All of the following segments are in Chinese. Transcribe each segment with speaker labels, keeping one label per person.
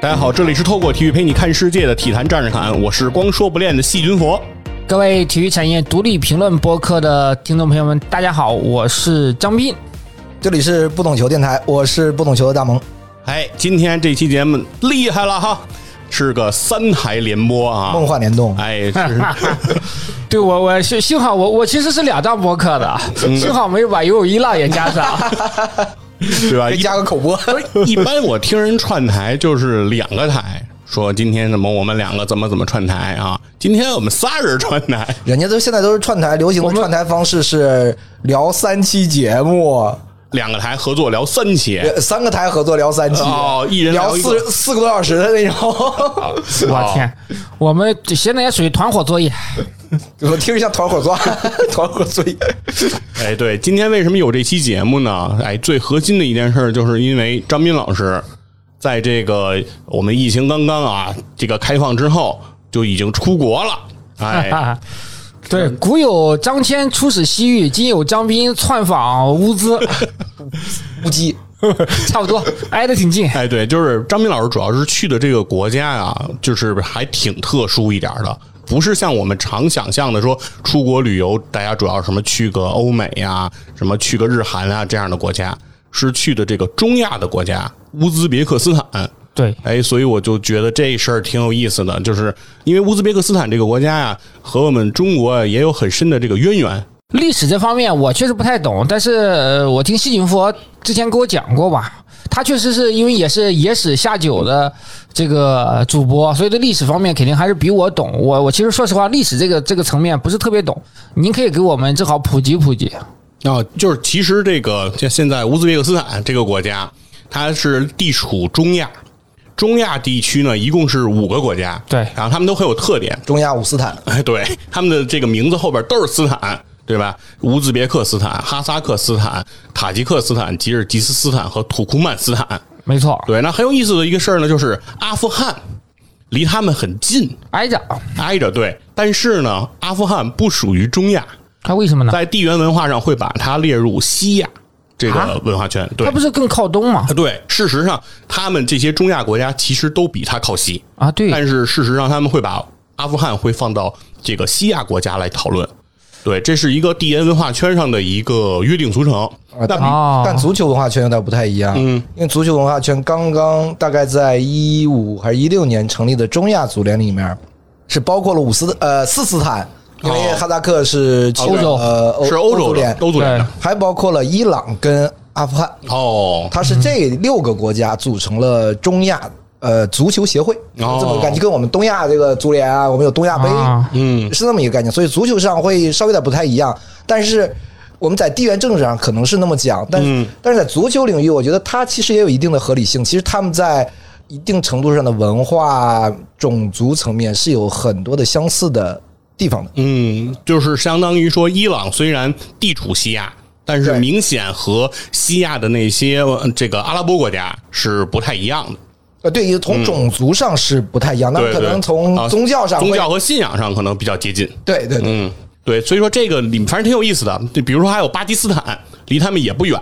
Speaker 1: 大家好，这里是透过体育陪你看世界的体坛战士侃，我是光说不练的细菌佛。
Speaker 2: 各位体育产业独立评论播客的听众朋友们，大家好，我是张斌。
Speaker 3: 这里是不懂球电台，我是不懂球的大萌。
Speaker 1: 哎，今天这期节目厉害了哈，是个三台联播啊，
Speaker 3: 梦幻联动
Speaker 1: 哎，是
Speaker 2: 对我，我幸幸好我我其实是两张播客的，幸好没有把游泳一浪也加上。
Speaker 1: 是 吧？
Speaker 3: 再
Speaker 1: 一
Speaker 3: 加个口播，
Speaker 1: 一般我听人串台就是两个台，说今天怎么我们两个怎么怎么串台啊？今天我们仨人串台，
Speaker 3: 人家都现在都是串台，流行的串台方式是聊三期节目，
Speaker 1: 两个台合作聊三期。
Speaker 3: 呃三个台合作聊三期，
Speaker 1: 哦一人聊
Speaker 3: 聊
Speaker 1: 一个
Speaker 3: 四四个多小时的那种，
Speaker 2: 我天，我们现在也属于团伙作业。
Speaker 3: 我听着像团伙作 案，团伙作业。
Speaker 1: 哎，对，今天为什么有这期节目呢？哎，最核心的一件事儿，就是因为张斌老师在这个我们疫情刚刚啊这个开放之后，就已经出国了。 哎，
Speaker 2: 对，古有张骞出使西域，今有张斌窜访乌兹，
Speaker 3: 乌鸡，
Speaker 2: 差不多挨得挺近。
Speaker 1: 哎，对，就是张斌老师主要是去的这个国家啊，就是还挺特殊一点儿的，不是像我们常想象的说出国旅游，大家主要什么去个欧美呀、什么去个日韩啊这样的国家，是去的这个中亚的国家乌兹别克斯坦。
Speaker 2: 对，
Speaker 1: 哎，所以我就觉得这事儿挺有意思的，就是因为乌兹别克斯坦这个国家呀、和我们中国啊也有很深的这个渊源。
Speaker 2: 历史这方面我确实不太懂，但是呃我听细菌佛之前给我讲过吧，他确实是因为也是野史下酒的这个主播，所以对历史方面肯定还是比我懂。我我其实说实话，历史这个这个层面不是特别懂，您可以给我们正好普及普及。
Speaker 1: 啊、就是其实这个现现在乌兹别克斯坦这个国家，它是地处中亚，中亚地区呢一共是五个国家，
Speaker 2: 对
Speaker 1: 然后他们都很有特点，
Speaker 3: 中亚五斯坦，
Speaker 1: 哎，对，他们的这个名字后边都是斯坦，对吧？乌兹别克斯坦、哈萨克斯坦、塔吉克斯坦、吉尔吉斯斯坦和土库曼斯坦。
Speaker 2: 没错，
Speaker 1: 对，那很有意思的一个事儿呢，就是阿富汗离他们很近，
Speaker 2: 挨着，
Speaker 1: 挨着对，但是呢，阿富汗不属于中亚，
Speaker 2: 他为什么呢？
Speaker 1: 在地缘文化上会把它列入西亚这
Speaker 2: 啊
Speaker 1: 个文化圈。对
Speaker 2: 他，不是更靠东吗？
Speaker 1: 对，事实上，他们这些中亚国家其实都比它靠西，
Speaker 2: 啊，对，
Speaker 1: 但是事实上他们会把阿富汗会放到这个西亚国家来讨论。对，这是一个地缘文化圈上的一个约定俗成。那比
Speaker 2: 哦，
Speaker 3: 但足球文化圈有点不太一样，嗯，因为足球文化圈刚刚大概在一五还是一六年成立的中亚足联里面，是包括了五斯呃四斯坦，因为
Speaker 1: 哦
Speaker 3: 哈萨克是这
Speaker 2: 欧
Speaker 3: 个
Speaker 2: 洲
Speaker 3: 呃欧
Speaker 1: 是欧洲
Speaker 3: 足
Speaker 1: 的
Speaker 3: 联，
Speaker 1: 欧足联的
Speaker 3: 还包括了伊朗跟阿富汗，
Speaker 1: 哦，
Speaker 3: 它是这六个国家组成了中亚呃足球协会，这
Speaker 1: 哦
Speaker 3: 么个概念，就跟我们东亚这个足联啊，我们有东亚杯，
Speaker 2: 啊
Speaker 1: 嗯，
Speaker 3: 是那么一个概念，所以足球上会稍微有点不太一样，但是我们在地缘政治上可能是那么讲，但是、
Speaker 1: 嗯
Speaker 3: 但是在足球领域，我觉得它其实也有一定的合理性。其实他们在一定程度上的文化、种族层面是有很多的相似的地方的。
Speaker 1: 嗯，就是相当于说，伊朗虽然地处西亚，但是
Speaker 3: 对
Speaker 1: 明显和西亚的那些呃这个阿拉伯国家是不太一样的。
Speaker 3: 呃，对，也从种族上是不太一样，那
Speaker 1: 嗯对
Speaker 3: 可
Speaker 1: 对
Speaker 3: 能从
Speaker 1: 啊
Speaker 3: 宗教上会、
Speaker 1: 宗教和信仰上可能比较接近。
Speaker 3: 对对对，
Speaker 1: 嗯，对，所以说这个里反正挺有意思的。就比如说还有巴基斯坦，离他们也不远，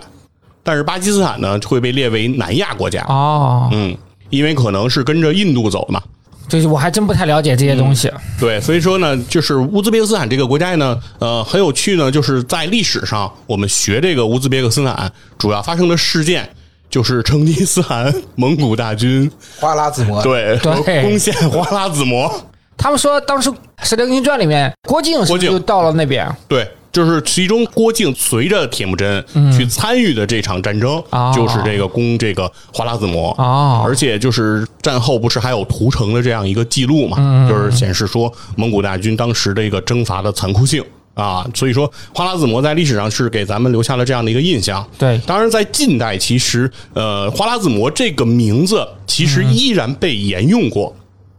Speaker 1: 但是巴基斯坦呢会被列为南亚国家。
Speaker 2: 哦，
Speaker 1: 嗯，因为可能是跟着印度走嘛。
Speaker 2: 对，我还真不太了解这些东西。
Speaker 1: 对，所以说呢，就是乌兹别克斯坦这个国家呢，呃，很有趣呢，就是在历史上我们学这个乌兹别克斯坦主要发生的事件，就是成吉思汗蒙古大军
Speaker 3: 花剌子模，啊
Speaker 1: 对和
Speaker 2: 对
Speaker 1: 攻陷花剌子模，
Speaker 2: 他们说当时《射雕英雄传》里面郭靖是
Speaker 1: 郭
Speaker 2: 不是
Speaker 1: 靖
Speaker 2: 就到了那边
Speaker 1: 对。就是其中郭靖随着铁木真去参与的这场战争，
Speaker 2: 哦
Speaker 1: 就是这个攻这个花剌子模
Speaker 2: 哦
Speaker 1: 而且就是战后不是还有屠城的这样一个记录嘛，就是显示说蒙古大军当时的一个征伐的残酷性啊，所以说花剌子模在历史上是给咱们留下了这样的一个印象。
Speaker 2: 对
Speaker 1: 当然在近代其实呃花剌子模这个名字其实依然被沿用过。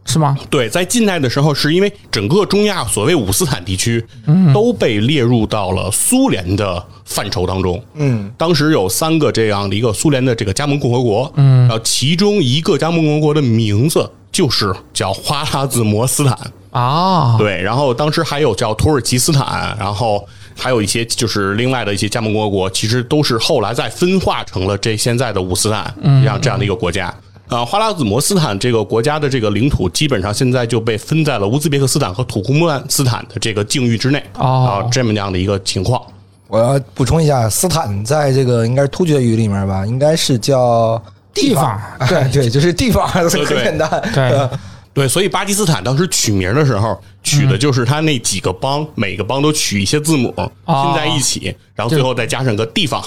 Speaker 2: 是吗？
Speaker 1: 对，在近代的时候，是因为整个中亚所谓五斯坦地区，都被列入到了苏联的范畴当中。嗯，当时有三个这样的一个苏联的这个加盟共和国，嗯，然后其中一个加盟共和国的名字就是叫花剌子模斯坦。
Speaker 2: 啊，
Speaker 1: 对，然后当时还有叫土耳其斯坦，然后还有一些就是另外的一些加盟共和国，其实都是后来再分化成了这现在的五斯坦这样这样的一个国家。啊，花剌子模斯坦这个国家的这个领土，基本上现在就被分在了乌兹别克斯坦和土库曼斯坦的这个境域之内
Speaker 2: 哦
Speaker 1: 啊，这么样的一个情况。
Speaker 3: 我要补充一下，斯坦在这个应该是突厥语里面吧，应该是叫
Speaker 2: 地方
Speaker 3: 地方对，就是地方，很
Speaker 1: 对
Speaker 3: 简单。
Speaker 2: 对
Speaker 3: 呃
Speaker 1: 对，所以巴基斯坦当时取名的时候，取的就是他那几个邦，每个邦都取一些字母拼在一起，然后最后再加上个地方，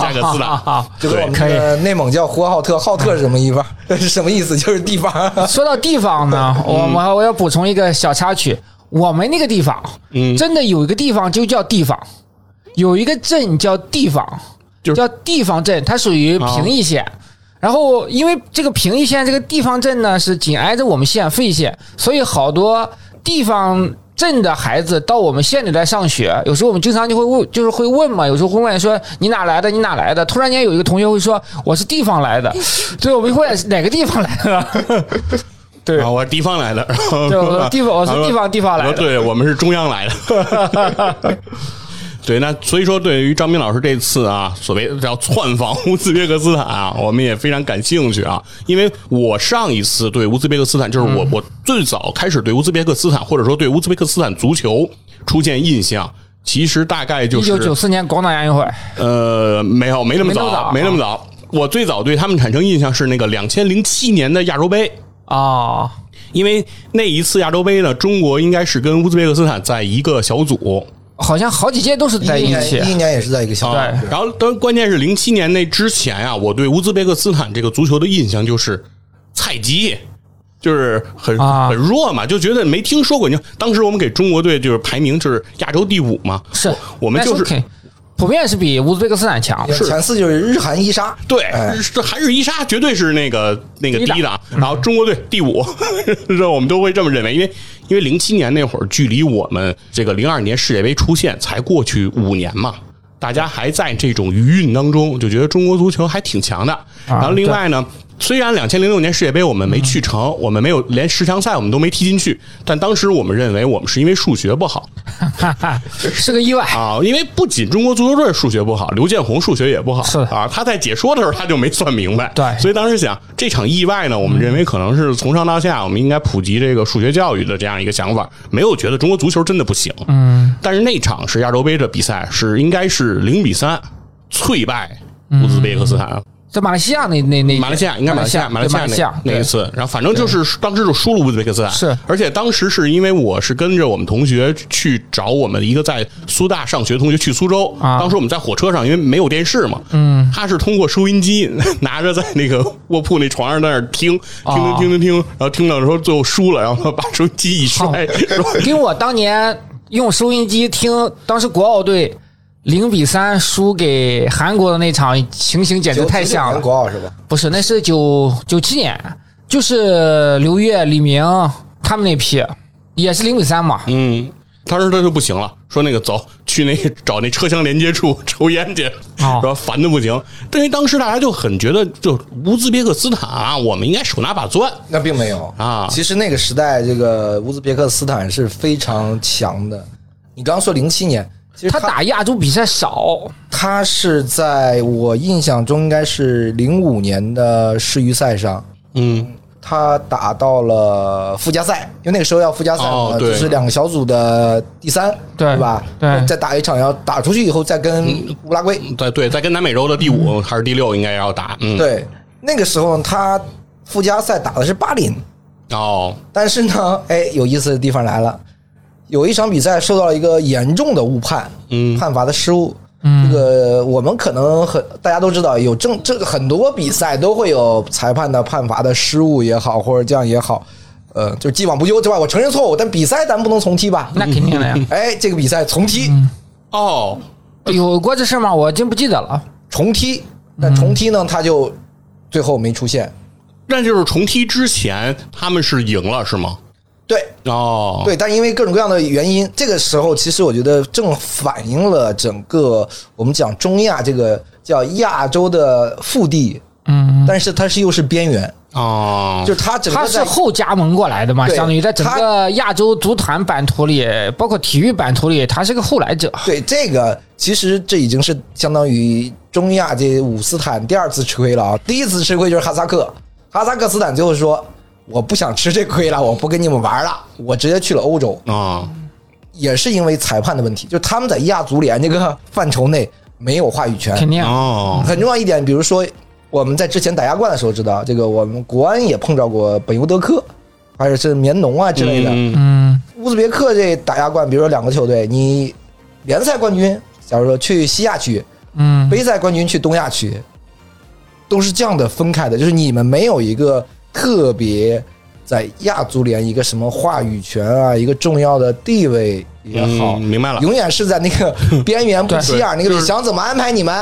Speaker 1: 加个斯
Speaker 2: 啊啊
Speaker 1: 坦
Speaker 2: 啊。
Speaker 3: 就跟
Speaker 1: 对
Speaker 3: 我们，
Speaker 2: 可以
Speaker 3: 的内蒙叫呼和浩特，浩特是什么意方？是什么意思？ 就是地方。
Speaker 2: 说到地方呢，
Speaker 1: 嗯
Speaker 2: 我我我要补充一个小插曲，我们那个地方，
Speaker 1: 嗯
Speaker 2: 真的有一个地方就叫地方，有一个镇叫地方，
Speaker 1: 就是啊
Speaker 2: 叫地方镇，它属于平邑县。然后，因为这个平邑县这个地方镇呢是紧挨着我们县费县，所以好多地方镇的孩子到我们县里来上学。有时候我们经常就会问，就是会问嘛，有时候会问说你哪来的？你哪来的？突然间有一个同学会说我是地方来的，对，我们会问哪个地方来的？对
Speaker 1: 啊，我是地方来的，
Speaker 2: 对我是地方我是地方地方来的
Speaker 1: 我说对我们是中央来的。 对，那所以说，对于张斌老师这次啊，所谓叫窜访乌兹别克斯坦啊，我们也非常感兴趣啊，因为我上一次对乌兹别克斯坦，就是
Speaker 2: 嗯
Speaker 1: 我、我最早开始对乌兹别克斯坦，或者说对乌兹别克斯坦足球出现印象，其实大概就
Speaker 2: 一
Speaker 1: 是
Speaker 2: 九九四年广岛亚运会，
Speaker 1: 呃，没有，没那么
Speaker 2: 没那么
Speaker 1: 早，
Speaker 2: 早啊
Speaker 1: 没那么早。我最早对他们产生印象是那个两千零七年的亚洲杯，
Speaker 2: 啊
Speaker 1: 因为那一次亚洲杯呢，中国应该是跟乌兹别克斯坦在一个小组，
Speaker 2: 好像好几届都是在一起
Speaker 3: 一一年也是在一个小组。
Speaker 2: 对
Speaker 1: 然后当关键是零七年那之前啊，我对乌兹别克斯坦这个足球的印象就是菜鸡。就是很
Speaker 2: 啊
Speaker 1: 很弱嘛，就觉得没听说过。你看，当时我们给中国队就是排名就是亚洲第五嘛，
Speaker 2: 是
Speaker 1: 我们
Speaker 2: 那
Speaker 1: 就是
Speaker 2: 时候肯普遍是比乌兹别克斯坦强，
Speaker 3: 前四就是日韩伊沙，
Speaker 1: 对，
Speaker 3: 哎
Speaker 1: 这韩日伊沙绝对是那个那个
Speaker 2: 第一档
Speaker 1: 第一档，然后中国队第五， 这我们都会这么认为，因为因为零七年那会儿，距离我们这个零二年世界杯出现才过去五年嘛。大家还在这种余韵当中，就觉得中国足球还挺强
Speaker 2: 啊
Speaker 1: 的。然后另外呢，虽然两千零六年世界杯我们没去成，我们没有连十强赛我们都没踢进去，但当时我们认为我们是因为数学不好，
Speaker 2: 哈哈，是个意外。
Speaker 1: 啊，因为不仅中国足球队数学不好，刘建宏数学也不好，
Speaker 2: 是
Speaker 1: 啊，他在解说的时候他就没算明白，
Speaker 2: 对
Speaker 1: 所以当时想这场意外呢，我们认为可能是从上到下，我们应该普及这个数学教育的这样一个想法，没有觉得中国足球真的不行，嗯，但是那场是亚洲杯的比赛，是应该是零比三脆败乌兹别克斯坦，
Speaker 2: 在马来西亚那那那
Speaker 1: 马来西亚应该马来西亚，
Speaker 2: 马
Speaker 1: 马来西
Speaker 2: 马来西
Speaker 1: 亚
Speaker 2: 亚
Speaker 1: 那那一
Speaker 2: 对
Speaker 1: 次，然后反正就是当时就输了乌兹别克斯坦，
Speaker 2: 是
Speaker 1: 而且当时是因为我是跟着我们同学去找我们一个在苏大上学的同学去苏州，
Speaker 2: 啊
Speaker 1: 当时我们在火车上，因为没有电视嘛，嗯，他是通过收音机 拿着在那个卧铺那床上在那儿听，听
Speaker 2: 哦
Speaker 1: 听听听听，然后听到说最后输了，然后他把收音机一摔，说
Speaker 2: 跟我当年用收音机听当时国奥队零比三输给韩国的那场情形简直
Speaker 3: 九
Speaker 2: 太
Speaker 3: 九九
Speaker 2: 像
Speaker 3: 年
Speaker 2: 了。
Speaker 3: 国奥是吧？
Speaker 2: 不是，那是九九七年，就是刘越、李明他们那批，也是零比三嘛。
Speaker 1: 嗯，当时他就不行了，说那个走去那找那车厢连接处抽烟去，
Speaker 2: 哦
Speaker 1: 说烦的不行。但是当时大家就很觉得，就乌兹别克斯坦啊，我们应该手拿把攥。
Speaker 3: 那并没有
Speaker 1: 啊
Speaker 3: 其实那个时代，这个乌兹别克斯坦是非常强的。你刚刚说零七年，其实
Speaker 2: 他
Speaker 3: 他
Speaker 2: 打亚洲比赛少，
Speaker 3: 他是在我印象中应该是零五年的世预赛上，
Speaker 1: 嗯，
Speaker 3: 他打到了附加赛，因为那个时候要附加赛嘛，
Speaker 1: 哦对
Speaker 3: 就是两个小组的第三，
Speaker 2: 对
Speaker 3: 吧？
Speaker 2: 对
Speaker 3: 再打一场，要打出去以后再
Speaker 1: 嗯
Speaker 3: 跟乌拉圭。
Speaker 1: 在对，在跟南美洲的第五还是第六应该要打。嗯，，
Speaker 3: 对，那个时候他附加赛打的是巴林，
Speaker 1: 哦，
Speaker 3: 但是 呢，哎，有意思的地方来了，有一场比赛受到了一个严重的误判，
Speaker 1: 嗯
Speaker 3: 判罚的失误。嗯，这个我们可能很大家都知道，有正这很多比赛都会有裁判的判罚的失误也好，或者这样也好，呃，就既往不咎，对吧？我承认错误，但比赛咱不能重踢吧？
Speaker 2: 那肯定 的呀。
Speaker 3: 哎，这个比赛重踢，
Speaker 1: 哦，
Speaker 2: 有过这事吗？我真不记得了。
Speaker 3: 重踢，但重踢呢，他就最后没出现。
Speaker 1: 那就是重踢之前他们是赢了是吗？
Speaker 3: 对，
Speaker 1: 哦，，
Speaker 3: 对，但因为各种各样的原因，这个时候其实我觉得正反映了整个我们讲中亚这个叫亚洲的腹地，
Speaker 2: 嗯，
Speaker 3: 但是它是又是边缘，
Speaker 1: 哦，
Speaker 3: 就是它整
Speaker 2: 他
Speaker 3: 个
Speaker 2: 是
Speaker 3: 在
Speaker 2: 后加盟过来的嘛，
Speaker 3: 对
Speaker 2: 相当于在整个亚洲足坛版图里，包括体育版图里，他是个后来者。
Speaker 3: 对这个其实这已经是相当于中亚这五斯坦第二次吃亏了啊！第一次吃亏就是哈萨克，哈萨克斯坦最后说：“我不想吃这亏了，我不跟你们玩了，我直接去了欧洲。
Speaker 1: 啊，”
Speaker 3: 也是因为裁判的问题，就他们在亚足联这个范畴内没有话语权，
Speaker 2: 肯定啊。
Speaker 1: 哦，
Speaker 3: 很重要一点，比如说我们在之前打亚冠的时候知道，这个我们国安也碰到过本尤德克，还有是棉农啊之类的。
Speaker 1: 嗯
Speaker 2: 嗯，
Speaker 3: 乌兹别克这打亚冠，比如说两个球队，你联赛冠军，假如说去西亚区，
Speaker 2: 嗯，
Speaker 3: 杯赛冠军去东亚区，都是这样的分开的，就是你们没有一个特别在亚足联一个什么话语权啊，一个重要的地位也好，
Speaker 1: 嗯明白了。
Speaker 3: 永远是在那个边缘不起眼儿那个
Speaker 1: 对
Speaker 3: 里，
Speaker 1: 就是
Speaker 3: 想怎么安排你们，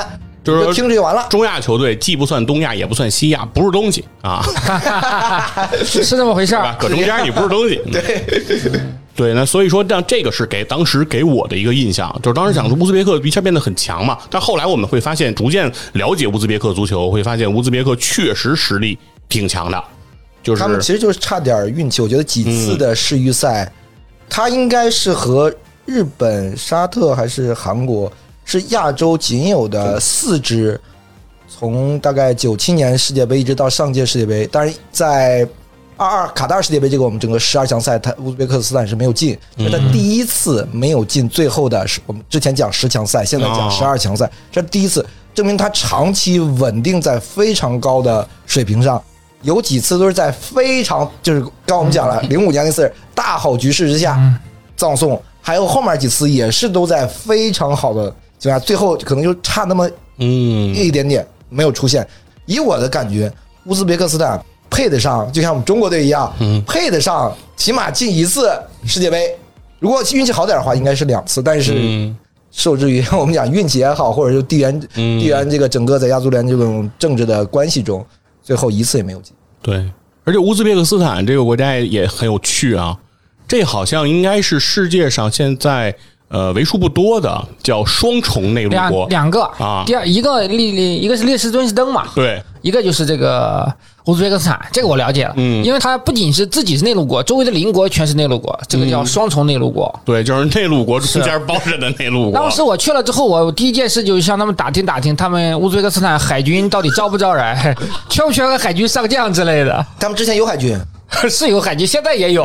Speaker 1: 就是
Speaker 3: 你
Speaker 1: 说
Speaker 3: 听着就完了。
Speaker 1: 中亚球队既不算东亚，也不算西亚，不是东西啊，
Speaker 2: 是这么回事
Speaker 1: 对
Speaker 2: 儿
Speaker 1: 吧？。搁中间你不是东西。 对对，那所以说，让这个是给当时给我的一个印象，就是当时想说乌兹别克一下变得很强嘛，但后来我们会发现，逐渐了解乌兹别克足球，会发现乌兹别克确实实力挺强的，就
Speaker 3: 他
Speaker 1: 是
Speaker 3: 们
Speaker 1: 嗯
Speaker 3: 其实就是差点运气。我觉得几次的世预赛，他应该是和日本、沙特还是韩国是亚洲仅有的四支，从大概九七年世界杯一直到上届世界杯，当然在。二二卡塔尔世界杯这个我们整个十二强赛，他乌兹别克斯坦是没有进，是他第一次没有进最后的是我们之前讲十强赛，现在讲
Speaker 1: 哦
Speaker 3: 十二强赛，这是第一次，证明他长期稳定在非常高的水平上，有几次都是在非常就是刚刚我们讲了，零五年那次大好局势之下葬送，还有后面几次也是都在非常好的情况下，最后可能就差那么
Speaker 1: 嗯
Speaker 3: 一点点没有出现。以我的感觉，乌兹别克斯坦配得上，就像我们中国队一样，
Speaker 1: 嗯
Speaker 3: 配得上起码进一次世界杯。如果运气好点的话，应该是两次，但是。
Speaker 1: 嗯
Speaker 3: 受制于我们讲运气也好，或者是地缘、
Speaker 1: 嗯
Speaker 3: 地缘这个整个在亚足联这种政治的关系中，最后一次也没有进。
Speaker 1: 对，而且乌兹别克斯坦这个国家也很有趣啊，这好像应该是世界上现在呃为数不多的叫双重内陆
Speaker 2: 两
Speaker 1: 国，
Speaker 2: 两个
Speaker 1: 啊
Speaker 2: 第二一个列列一个是列支敦士登嘛，
Speaker 1: 对，
Speaker 2: 一个就是这个乌兹别克斯坦，这个我了解了，
Speaker 1: 嗯
Speaker 2: 因为它不仅是自己是内陆国，周围的邻国全是内陆国，这个叫双重内陆国。
Speaker 1: 对，就是啊内陆国中间包着的内陆国。
Speaker 2: 当时我去了之后，我第一件事就是向他们打听打听，他们乌兹别克斯坦海军到底招不招人， 缺不缺个海军上将之类的。
Speaker 3: 他们之前有海军，
Speaker 2: 是有海军，现在也有，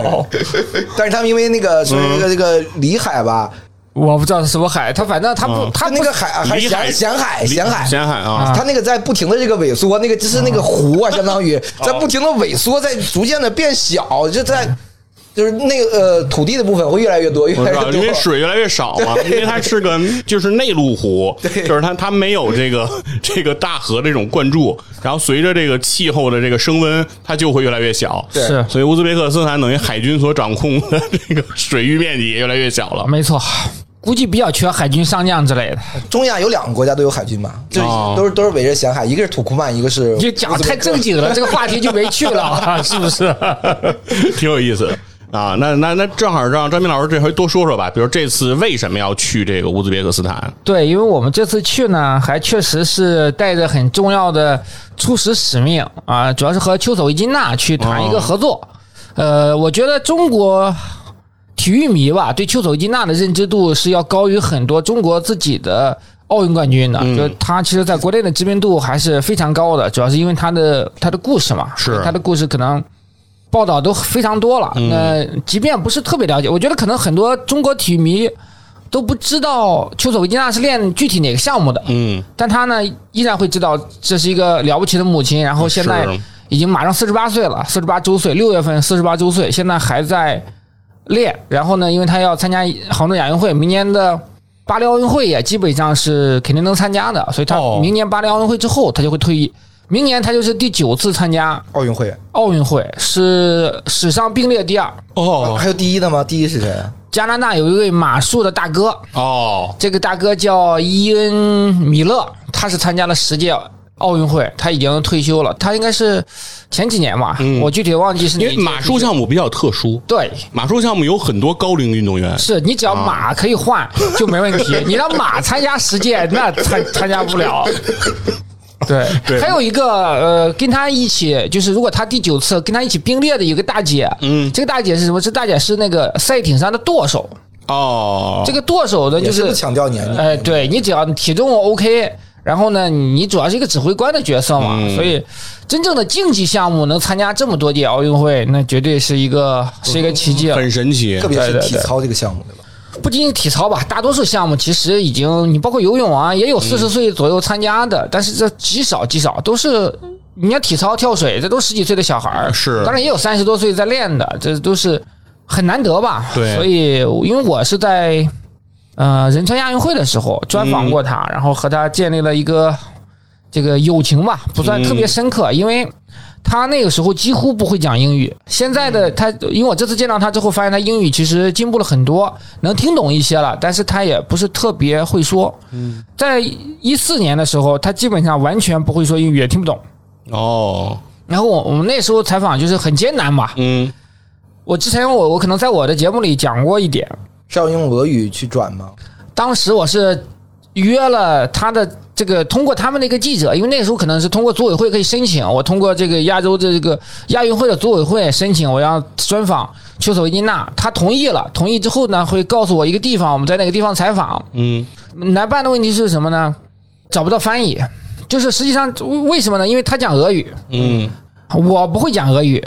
Speaker 3: 但是他们因为那个所以这个这个里海吧，
Speaker 2: 我不知道是什么海，他反正他不、
Speaker 1: 嗯
Speaker 2: 他
Speaker 3: 那
Speaker 2: 不
Speaker 3: 个海还
Speaker 1: 里海
Speaker 3: 咸咸海
Speaker 1: 里
Speaker 3: 咸海。
Speaker 1: 咸海啊，
Speaker 3: 它那个在不停的这个萎缩，那个就是那个湖啊，相当于在不停的萎缩，在逐渐的变小，就在就是那个呃土地的部分会越来越多，越
Speaker 1: 我
Speaker 3: 来
Speaker 1: 知
Speaker 3: 越
Speaker 1: 道，
Speaker 3: 多。
Speaker 1: 因为水越来越少嘛，因为它是个就是内陆湖，就是它它没有这个 这个大河的这种灌注，然后随着这个气候的这个升温，它就会越来越小。
Speaker 3: 对
Speaker 2: 是
Speaker 1: 所以乌兹别克斯坦等于海军所掌控的这个水域面积也越来越小了。
Speaker 2: 没错，估计比较缺海军上将之类的。
Speaker 3: 中亚有两个国家都有海军嘛，就是
Speaker 1: 哦
Speaker 3: 都是都是围着咸海，一个是土库曼，一个是
Speaker 2: 你就讲得太正经了，这个话题就没趣了，是不是？
Speaker 1: 挺有意思的啊。那那那正好让张明老师这回多说说吧，比如这次为什么要去这个乌兹别克斯坦？
Speaker 2: 对，因为我们这次去呢，还确实是带着很重要的初始使命啊，主要是和秋手一金娜去谈一个合作。呃，我觉得中国体育迷吧，对秋手一金娜的认知度是要高于很多中国自己的。奥运冠军的，就他其实在国内的知名度还是非常高的，主要是因为他的他的故事嘛，
Speaker 1: 是
Speaker 2: 他的故事可能报道都非常多了。那即便不是特别了解，我觉得可能很多中国体育迷都不知道丘索维金娜是练具体哪个项目的，
Speaker 1: 嗯，
Speaker 2: 但他呢依然会知道这是一个了不起的母亲，然后现在
Speaker 1: 是
Speaker 2: 已经马上四十八岁了，四十八周岁，六月份四十八周岁，现在还在练。然后呢，因为他要参加杭州亚运会，明年的巴黎奥运会也基本上是肯定能参加的，所以他
Speaker 1: 哦
Speaker 2: 明年巴黎奥运会之后他就会退役。明年他就是第九次参加
Speaker 3: 奥运会，
Speaker 2: 奥运会，是史上并列第二。
Speaker 1: 哦
Speaker 3: 还有第一的吗？第一是谁啊？
Speaker 2: 加拿大有一位马术的大哥，
Speaker 1: 哦，
Speaker 2: 这个大哥叫伊恩·米勒，他是参加了十届奥运会，他已经退休了。他应该是前几年吧，我具体忘记是
Speaker 1: 嗯
Speaker 2: 哪
Speaker 1: 因
Speaker 2: 一届
Speaker 1: 为马术项目比较特殊，
Speaker 2: 对。
Speaker 1: 马术项目有很多高龄运动员，
Speaker 2: 是你只要马可以换就没问题，你让马参加十届那参参加不 了。对，
Speaker 1: 对
Speaker 2: 还有一个呃，跟他一起就是如果他第九次跟他一起并列的有个大姐，
Speaker 1: 嗯
Speaker 2: 这个大姐是什么？这大姐是那个赛艇上的舵手，
Speaker 1: 哦，
Speaker 2: 这个舵手呢就
Speaker 3: 也
Speaker 2: 是哎
Speaker 3: 不强调年龄，
Speaker 2: 哎，对你只要体重 OK，然后呢，你主要是一个指挥官的角色嘛，所以真正的竞技项目能参加这么多届奥运会，那绝对是一个是一个奇迹了。啊
Speaker 1: 很神奇哎
Speaker 3: 特。别
Speaker 2: 对
Speaker 3: 是
Speaker 2: 对
Speaker 3: 体
Speaker 2: 对
Speaker 3: 操这个项目，对吧？
Speaker 2: 不仅仅体操吧，大多数项目其实已经，你包括游泳啊，
Speaker 1: 嗯
Speaker 2: 也有四十岁左右参加的，但是这极少极少，都是你看体操、跳水，这都十几岁的小孩儿，
Speaker 1: 呃是
Speaker 2: 当然也有三十多岁在练的，这都是很难得吧。
Speaker 1: 对
Speaker 2: 所以因为我是在呃仁川亚运会的时候专
Speaker 1: 嗯
Speaker 2: 访过他，然后和他建立了一个这个友情吧，不算特别深刻，因为。他那个时候几乎不会讲英语，现在的他，因为我这次见到他之后，发现他英语其实进步了很多，能听懂一些了，但是他也不是特别会说。嗯，在一四年的时候，他基本上完全不会说英语，也听不懂。
Speaker 1: 哦，
Speaker 2: 然后我我们那时候采访就是很艰难嘛，
Speaker 1: 嗯，
Speaker 2: 我之前我我可能在我的节目里讲过一点，
Speaker 3: 是要用俄语去转吗？
Speaker 2: 当时我是约了他的这个通过他们的一个记者，因为那时候可能是通过组委会可以申请，我通过这个亚洲的这个亚运会的组委会申请，我要专访丘索维金娜，他同意了，同意之后呢会告诉我一个地方，我们在那个地方采访。
Speaker 1: 嗯，
Speaker 2: 难办的问题是什么呢？找不到翻译，就是实际上为什么呢？因为他讲俄语，
Speaker 1: 嗯，
Speaker 2: 我不会讲俄语。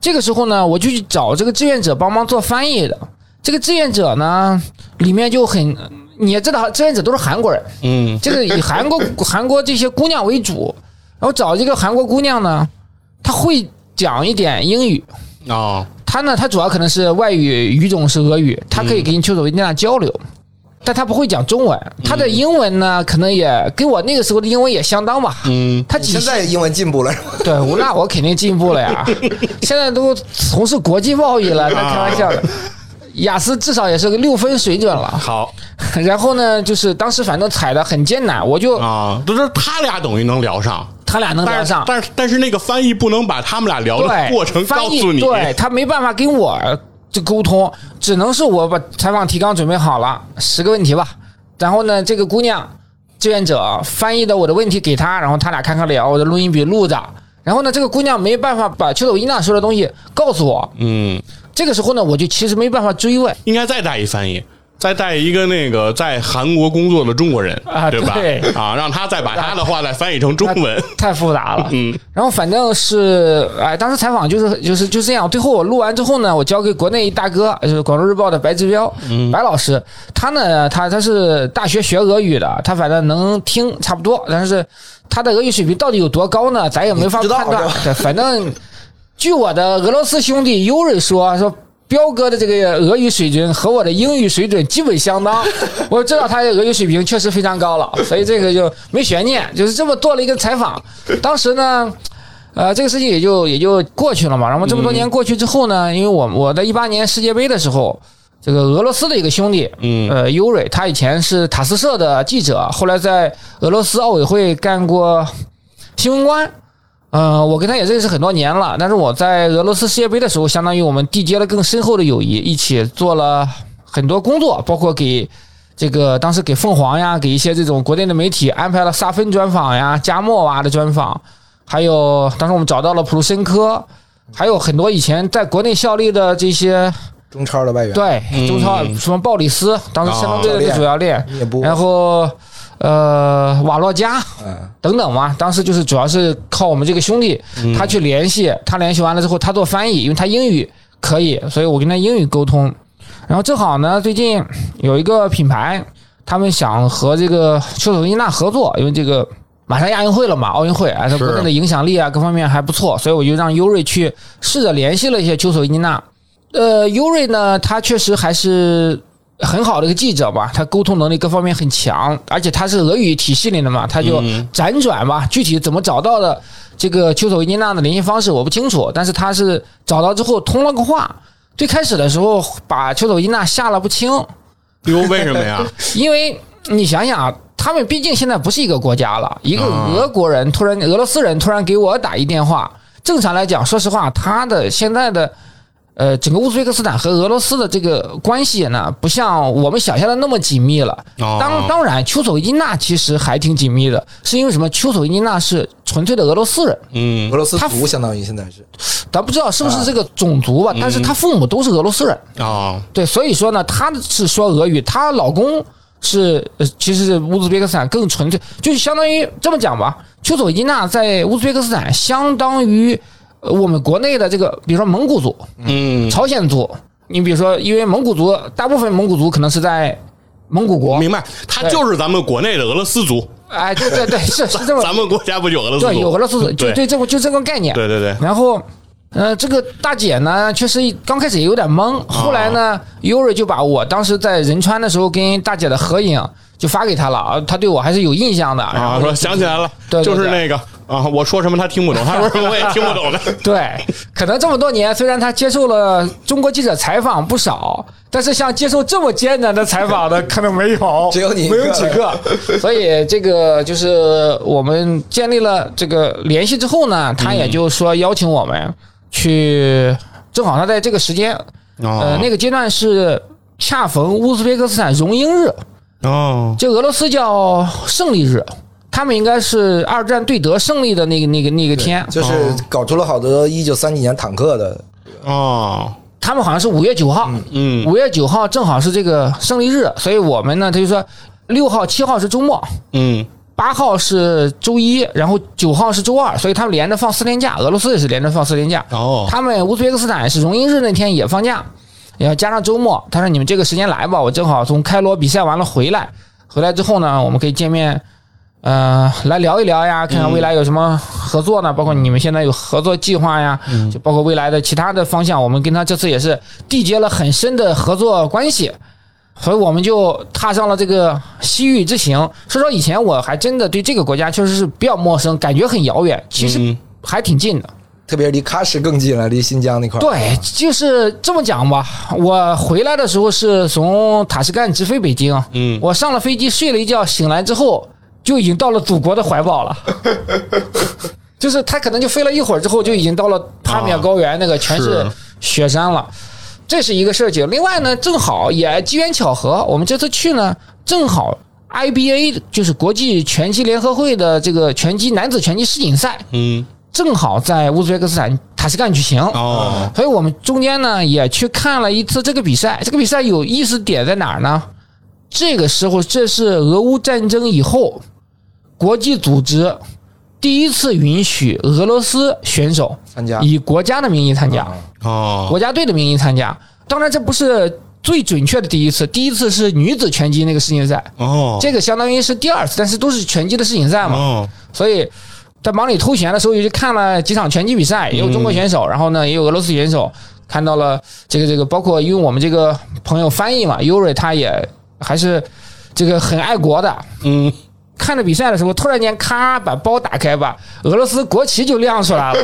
Speaker 2: 这个时候呢，我就去找这个志愿者帮忙做翻译的。这个志愿者呢，里面就很，你也知道，志愿者都是韩国人，
Speaker 1: 嗯，
Speaker 2: 这个以韩国 韩国这些姑娘为主。然后找这个韩国姑娘呢，她会讲一点英语，
Speaker 1: 哦，
Speaker 2: 她呢，她主要可能是外语语种是俄语，她可以跟丘索维那样交流。但她不会讲中文，她的英文呢，可能也跟我那个时候的英文也相当吧。
Speaker 1: 嗯，
Speaker 2: 她
Speaker 3: 你
Speaker 2: 几
Speaker 3: 现在英文进步了是 吧？
Speaker 2: 对，我那我肯定进步了呀！现在都从事国际贸易 了，那开玩
Speaker 1: 啊
Speaker 2: 笑的。雅思至少也是个六分水准了。
Speaker 1: 好
Speaker 2: 然后呢，就是当时反正踩的很艰难，我就
Speaker 1: 啊，都是他俩等于能聊上，
Speaker 2: 他俩能聊
Speaker 1: 但是
Speaker 2: 上。
Speaker 1: 但是但是那个翻译不能把他们俩聊的
Speaker 2: 对，
Speaker 1: 过程
Speaker 2: 翻
Speaker 1: 告
Speaker 2: 译
Speaker 1: 诉你，
Speaker 2: 对他没办法跟我呃这沟通，只能是我把采访提纲准备好了，十个问题吧。然后呢，这个姑娘志愿者翻译的我的问题给她，然后他俩看看聊，我的录音笔录着。然后呢，这个姑娘没办法把邱抖音娜说的东西告诉我，
Speaker 1: 嗯，
Speaker 2: 这个时候呢，我就其实没办法追问
Speaker 1: 应该再带一翻译。再带一个那个在韩国工作的中国人
Speaker 2: 啊
Speaker 1: 对吧？
Speaker 2: 对
Speaker 1: 啊，让他再把他的话再翻译成中文。
Speaker 2: 太复杂了。
Speaker 1: 嗯，
Speaker 2: 然后反正是，哎，当时采访就是就是就这样。最后我录完之后呢，我交给国内一大哥，就是广州日报的白志彪，
Speaker 3: 嗯
Speaker 2: 白老师。他呢，他他是大学学俄语的，他反正能听差不多，但是他的俄语水平到底有多高呢？咱也没法
Speaker 3: 你不知道
Speaker 2: 判断
Speaker 3: 是吧。
Speaker 2: 对，反正据我的俄罗斯兄弟尤瑞说说。彪哥的这个俄语水准和我的英语水准基本相当，我知道他的俄语水平确实非常高了，所以这个就没悬念，就是这么做了一个采访。当时呢，呃，这个事情也就也就过去了嘛。然后这么多年过去之后呢，因为我我在一八年世界杯的时候，这个俄罗斯的一个兄弟，
Speaker 1: 嗯
Speaker 2: 呃，尤蕊，他以前是塔斯社的记者，后来在俄罗斯奥委会干过新闻官。呃，我跟他也认识很多年了，但是我在俄罗斯世界杯的时候，相当于我们缔结了更深厚的友谊，一起做了很多工作，包括给这个当时给凤凰呀，给一些这种国内的媒体安排了萨芬专访呀、加莫娃的专访，还有当时我们找到了普鲁申科，还有很多以前在国内效力的这些
Speaker 3: 中超的外援，
Speaker 2: 对
Speaker 1: 嗯
Speaker 2: 中超什么鲍里斯，当时山东队的主教练，哦
Speaker 3: 你也不
Speaker 2: 然后呃瓦洛加
Speaker 3: 嗯，
Speaker 2: 等等嘛，当时就是主要是靠我们这个兄弟他去联系，他联系完了之后他做翻译，因为他英语可以，所以我跟他英语沟通。然后正好呢，最近有一个品牌，他们想和这个丘索维尼娜合作，因为这个马上亚运会了嘛，奥运会啊，它国内的影响力啊各方面还不错，所以我就让优瑞去试着联系了一下丘索维尼娜。呃，优瑞呢，他确实还是很好的一个记者吧，他沟通能力各方面很强，而且他是俄语体系里的嘛，他就辗转吧，具体怎么找到的这个丘索维尼娜的联系方式我不清楚，但是他是找到之后通了个话。最开始的时候把丘索维尼娜吓了不轻，
Speaker 1: 哟，为什么呀？
Speaker 2: 因为你想想啊，他们毕竟现在不是一个国家了，一个俄国人突然、俄罗斯人突然给我打一电话，正常来讲，说实话，他的现在的。呃，整个乌兹别克斯坦和俄罗斯的这个关系呢，不像我们想象的那么紧密了。
Speaker 1: 哦
Speaker 2: 当当然，丘索维金娜其实还挺紧密的，是因为什么？丘索维金娜是纯粹的俄罗斯人，
Speaker 1: 嗯
Speaker 3: 俄罗斯足相当于现在是
Speaker 2: 咱不知道是不是这个种族吧，但是她父母都是俄罗斯人，
Speaker 1: 啊，
Speaker 2: 对，所以说呢，她是说俄语，她老公是呃，其实是乌兹别克斯坦更纯粹，就是相当于这么讲吧，丘佐伊纳在乌兹别克斯坦相当于呃我们国内的这个，比如说蒙古族、
Speaker 1: 嗯，
Speaker 2: 朝鲜族，你比如说，因为蒙古族大部分蒙古族可能是在蒙古国，
Speaker 1: 明白，他就是咱们国内的俄罗斯族，
Speaker 2: 哎，对对对，是是这么
Speaker 1: 咱们国家不就俄罗斯族？
Speaker 2: 对，有俄罗 斯就
Speaker 1: 对
Speaker 2: 对这个就这个概念。
Speaker 1: 对对对
Speaker 2: 然后，呃，这个大姐呢，确实刚开始也有点懵，后来
Speaker 1: 啊
Speaker 2: 呢，Yuri 就把我当时在仁川的时候跟大姐的合影就发给她了啊，她对我还是有印象的。然
Speaker 1: 啊，
Speaker 2: 后
Speaker 1: 说想起来了，
Speaker 2: 对对对
Speaker 1: 就是那个啊，我说什么他听不懂，他说什么我也听不懂的。
Speaker 2: 对，可能这么多年，虽然她接受了中国记者采访不少，但是像接受这么艰难的采访的可能没 有，
Speaker 3: 只有你一
Speaker 2: 没
Speaker 3: 个
Speaker 2: 有几个。 所以这个就是我们建立了这个联系之后呢，他也就说邀请我们去，正好他在这个时间，呃
Speaker 1: 哦，
Speaker 2: 那个阶段是恰逢乌兹别克斯坦荣膺日，
Speaker 1: 哦，
Speaker 2: 这俄罗斯叫胜利日。他们应该是二战对德胜利的那个、那个、那个天，
Speaker 3: 就是搞出了好多一九三几年坦克的，
Speaker 1: 哦，
Speaker 2: 他们好像是五月九号，
Speaker 1: 嗯
Speaker 2: 五月九号正好是这个胜利日，所以我们呢，他就说六号、七号是周末，
Speaker 1: 嗯，
Speaker 2: 八号是周一，然后九号是周二，所以他们连着放四天假，俄罗斯也是连着放四天假。
Speaker 1: 哦，
Speaker 2: 他们乌兹别克斯坦是荣膺日那天也放假，然后加上周末，他说你们这个时间来吧，我正好从开罗比赛完了回来，回来之后呢，我们可以见面，呃，来聊一聊
Speaker 1: 嗯
Speaker 2: 呀，看看未来有什么合作呢？包括你们现在有合作计划呀，
Speaker 1: 嗯
Speaker 2: 就包括未来的其他的方向，我们跟他这次也是缔结了很深的合作关系。所以我们就踏上了这个西域之行。说说以前我还真的对这个国家确实是比较陌生，感觉很遥远，其实
Speaker 1: 嗯
Speaker 2: 还挺近的。
Speaker 3: 特别离喀什更近了，离新疆那块儿。
Speaker 2: 对，就是这么讲吧。我回来的时候是从塔什干直飞北京，
Speaker 1: 嗯
Speaker 2: 我上了飞机睡了一觉，醒来之后就已经到了祖国的怀抱了。就是他可能就飞了一会儿之后，就已经到了帕米尔高原，那个全是
Speaker 1: 是
Speaker 2: 雪山了。这是一个事情。另外呢，正好也机缘巧合，我们这次去呢，正好 IBA 就是国际拳击联合会的这个拳击男子拳击世锦赛，
Speaker 1: 嗯，
Speaker 2: 正好在乌兹别克斯坦塔什干举行。
Speaker 1: 哦，
Speaker 2: 所以我们中间呢也去看了一次这个比赛。这个比赛有意思点在哪儿呢？这个时候，这是俄乌战争以后，国际组织第一次允许俄罗斯选手
Speaker 3: 参加
Speaker 2: 以国家的名义参加，
Speaker 1: 哦，
Speaker 2: 国家队的名义参加。当然，这不是最准确的第一次，第一次是女子拳击那个世锦赛，
Speaker 1: 哦，
Speaker 2: 这个相当于是第二次，但是都是拳击的世锦赛嘛。
Speaker 1: 哦，
Speaker 2: 所以在忙里偷闲的时候，也就看了几场拳击比
Speaker 1: 嗯
Speaker 2: 赛，也有中国选手，然后呢也有俄罗斯选手，看到了这个这个，包括因为我们这个朋友翻译嘛，Yuri 他也还是这个很爱国的。
Speaker 1: 嗯，
Speaker 2: 看着比赛的时候，突然间咔把包打开吧，俄罗斯国旗就亮出 来了，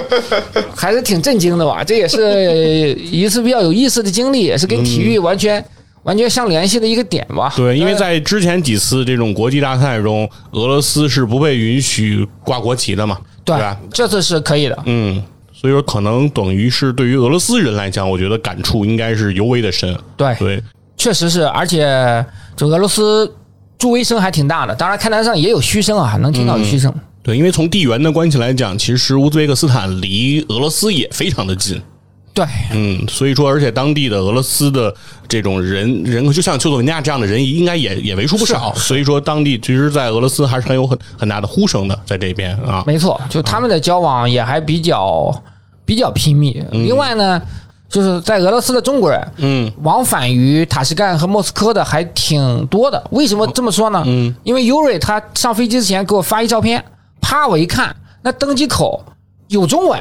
Speaker 2: 还是挺震惊的吧？这也是一次比较有意思的经历，也是跟体育完全完全相联系的一个点吧。
Speaker 1: 嗯对，因为在之前几次这种国际大赛中，俄罗斯是不被允许挂国旗的嘛，对
Speaker 2: 对
Speaker 1: 吧？，
Speaker 2: 这次是可以的。
Speaker 1: 嗯，所以说可能等于是对于俄罗斯人来讲，我觉得感触应该是尤为的深。
Speaker 2: 对
Speaker 1: 对，
Speaker 2: 确实是，而且这俄罗斯助威声还挺大的，当然看台上也有嘘声啊，能听到有嘘声。
Speaker 1: 对，因为从地缘的关系来讲，其实乌兹别克斯坦离俄罗斯也非常的近。
Speaker 2: 对，
Speaker 1: 嗯，所以说，而且当地的俄罗斯的这种人人，就像丘佐维尼亚这样的人，应该也也为数不少。所以说，当地其实，在俄罗斯还是很有很很大的呼声的，在这边啊。
Speaker 2: 没错，就他们的交往也还比较比较频密。另外呢，就是在俄罗斯的中国人，
Speaker 1: 嗯，
Speaker 2: 往返于塔什干和莫斯科的还挺多的。为什么这么说呢？嗯，因为 Yuri 他上飞机之前给我发一照片，啪我一看，那登机口有中文，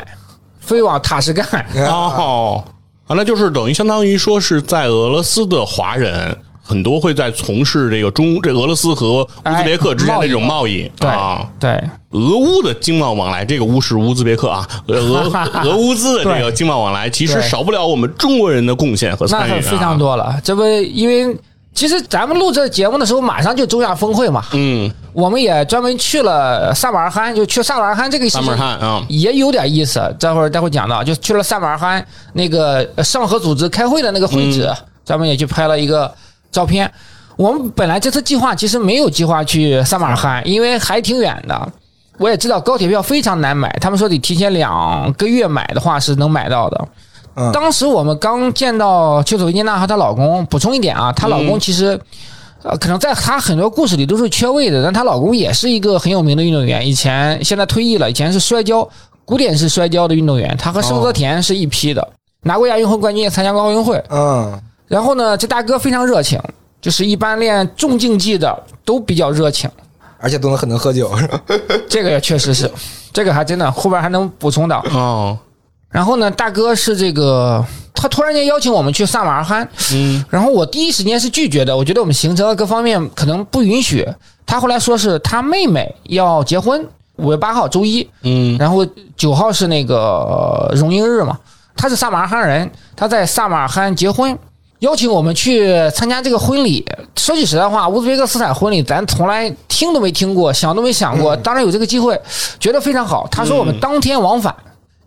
Speaker 2: 飞往塔什干。
Speaker 1: 哦，啊，那就是等于相当于说是在俄罗斯的华人很多会在从事这个中这俄罗斯和乌兹别克之间的这种贸易、
Speaker 2: 对、
Speaker 1: 啊。
Speaker 2: 对，
Speaker 1: 俄乌的经贸往来，这个乌是乌兹别克 啊，俄俄俄乌兹的这个经贸往来，其实
Speaker 2: 对
Speaker 1: 少不了我们中国人的贡献和
Speaker 2: 那
Speaker 1: 参与、啊，
Speaker 2: 是非常。多了。这不，因为其实咱们录这节目的时候，马上就中亚峰会嘛，
Speaker 1: 嗯，
Speaker 2: 我们也专门去了萨马尔罕，就去萨马尔罕这个
Speaker 1: 萨马尔罕啊，
Speaker 2: 也有点意思。待会儿待会儿讲到，就去了萨马尔罕那个呃上合组织开会的那个会址，咱们也去拍了一个照片。我们本来这次计划其实没有计划去萨马尔罕，因为还挺远的。我也知道高铁票非常难买，他们说得提前两个月买的话是能买到的。
Speaker 3: 嗯
Speaker 2: 当时我们刚见到丘索维尼娜和她老公，补充一点啊，她老公其实呃，可能在她很多故事里都是缺位的，但她老公也是一个很有名的运动员，以前现在退役了，以前是摔跤，古典式摔跤的运动员，他和盛泽田是一批的，拿过亚运会冠军，也参加过奥运会。
Speaker 3: 嗯
Speaker 2: 然后呢，这大哥非常热情，就是一般练重竞技的都比较热情，
Speaker 3: 而且都能很能喝酒，是吧
Speaker 2: 这个也确实是，这个还真的后边还能补充到。
Speaker 1: 哦，
Speaker 2: 然后呢，大哥是这个，他突然间邀请我们去萨马尔罕，
Speaker 1: 嗯，
Speaker 2: 然后我第一时间是拒绝的，我觉得我们行程啊各方面可能不允许。他后来说是他妹妹要结婚，五月八号周一，
Speaker 1: 嗯，
Speaker 2: 然后九号是那个呃荣英日嘛，他是萨马尔罕人，他在萨马尔罕结婚，邀请我们去参加这个婚礼。说句实在话，乌兹别克斯坦婚礼咱从来听都没听过，想都没想过。当然有这个机会，觉得非常好。他说我们当天往返，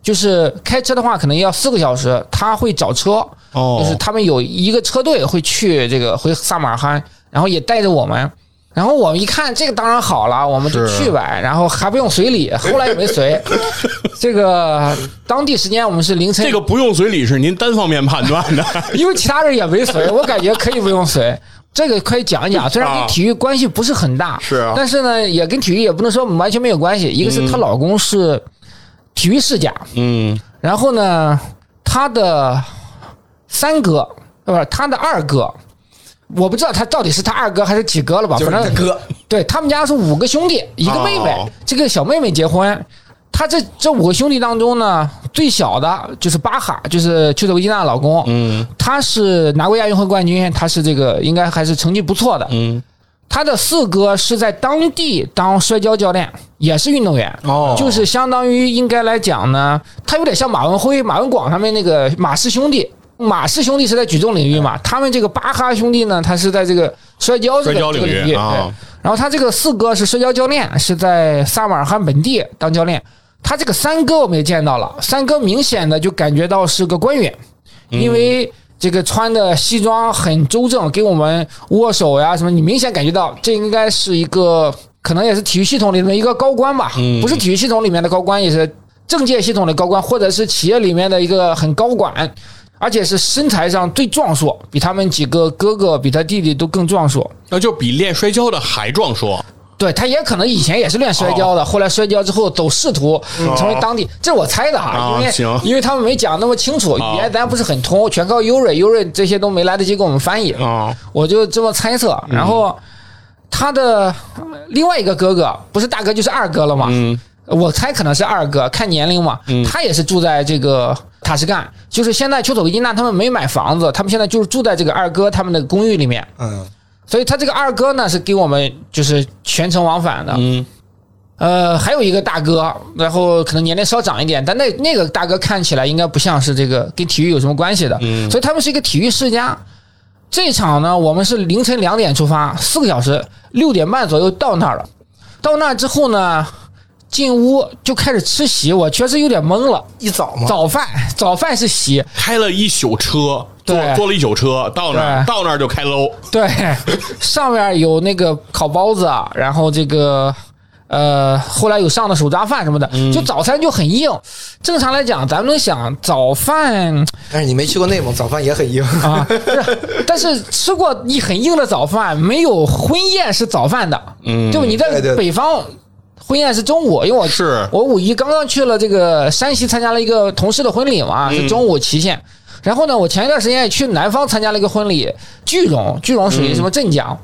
Speaker 2: 就是开车的话可能要四个小时，他会找车，
Speaker 1: 哦，
Speaker 2: 就是他们有一个车队会去这个回萨马尔罕，然后也带着我们。然后我们一看，这个当然好了，我们就是去呗，然后还不用随礼，后来也 没随。这个当地时间我们是凌晨
Speaker 1: 这个不用随礼是您单方面判 断的，
Speaker 2: 因为其他人也没 随，我感觉可以不用随。这个可以讲一讲，虽然跟体育关系不是很大，
Speaker 1: 啊是啊
Speaker 2: 但是呢，也跟体育也不能说完全没有关系。一个是她老公是体育世家，
Speaker 1: 嗯
Speaker 2: 然后呢，她的三哥，呃不是她的二哥，我不知道他到底是他二哥还是几哥了吧，
Speaker 3: 就是
Speaker 2: 反
Speaker 3: 他
Speaker 2: 正
Speaker 3: 哥，
Speaker 2: 对他们家是五个兄弟，一个妹妹，
Speaker 1: 哦
Speaker 2: 这个小妹妹结婚。他这这五个兄弟当中呢，最小的就是巴哈，就是丘特维金娜的老公，
Speaker 1: 嗯
Speaker 2: 他是拿过亚运会冠军，他是这个应该还是成绩不错的。
Speaker 1: 嗯，
Speaker 2: 他的四哥是在当地当摔跤教练，也是运动员，
Speaker 1: 哦
Speaker 2: 就是相当于应该来讲呢，他有点像马文辉、马文广他们那个马氏兄弟。马氏兄弟是在举重领域嘛，他们这个巴哈兄弟呢，他是在这个摔跤这
Speaker 1: 哎摔
Speaker 2: 个
Speaker 1: 跤
Speaker 2: 这个
Speaker 1: 领
Speaker 2: 领
Speaker 1: 域
Speaker 2: 域。
Speaker 1: 啊
Speaker 2: 对，然后他这个四哥是摔跤教练，是在萨马尔罕本地当教练。他这个三哥我们也见到了，三哥明显的就感觉到是个官员，因为这个穿的西装很周正，跟我们握手呀什么，你明显感觉到这应该是一个可能也是体育系统里面一个高官吧，不是体育系统里面的高官，也是政界系统的高官，或者是企业里面的一个很高管，而且是身材上最壮硕，比他们几个哥哥比他弟弟都更壮硕。
Speaker 1: 那就比练摔跤的还壮硕，
Speaker 2: 对他也可能以前也是练摔跤
Speaker 1: 哦
Speaker 2: 的，后来摔跤之后走仕途，成为当地，这是我猜的
Speaker 1: 啊
Speaker 2: 啊，因
Speaker 1: 行
Speaker 2: 为因为他们没讲那么清楚，
Speaker 1: 啊
Speaker 2: 语言咱不是很通，全靠优瑞，优瑞这些都没来得及给我们翻译，
Speaker 1: 啊
Speaker 2: 我就这么猜测。
Speaker 1: 嗯
Speaker 2: 然后他的另外一个哥哥不是大哥就是二哥了嘛，
Speaker 1: 嗯
Speaker 2: 我猜可能是二哥，看年龄嘛。他也是住在这个塔什干，就是现在丘佐维金娜他们没买房子，他们现在就是住在这个二哥他们的公寓里面。
Speaker 3: 嗯，
Speaker 2: 所以他这个二哥呢是给我们就是全程往返的，
Speaker 1: 嗯
Speaker 2: 呃，还有一个大哥，然后可能年龄稍长一点，但那那个大哥看起来应该不像是这个跟体育有什么关系的，
Speaker 1: 嗯
Speaker 2: 所以他们是一个体育世家。这场呢，我们是凌晨两点出发，四个小时，六点半左右到那儿了。到那儿之后呢，进屋就开始吃席，我确实有点懵了。
Speaker 3: 一早嘛，
Speaker 2: 早饭，早饭是席，
Speaker 1: 开了一宿车，坐
Speaker 2: 对
Speaker 1: 坐了一宿车，到那儿
Speaker 2: 对
Speaker 1: 到那儿就开搂，
Speaker 2: 对，上面有那个烤包子，啊然后这个呃，后来有上的手抓饭什么的，就早餐就很硬。正常来讲，咱们能想早饭
Speaker 3: 但是你没去过内蒙，早饭也很硬，
Speaker 2: 啊，不是 但是吃过一很硬的早饭，没有婚宴是早饭的，
Speaker 1: 嗯
Speaker 2: 对吧？你在
Speaker 3: 对对
Speaker 2: 北方。婚宴是中午，因为我
Speaker 1: 是
Speaker 2: 我五一刚刚去了这个山西参加了一个同事的婚礼嘛，
Speaker 1: 嗯
Speaker 2: 是中午期限。然后呢，我前一段时间也去南方参加了一个婚礼，句容，句容属
Speaker 1: 嗯
Speaker 2: 于什么镇江，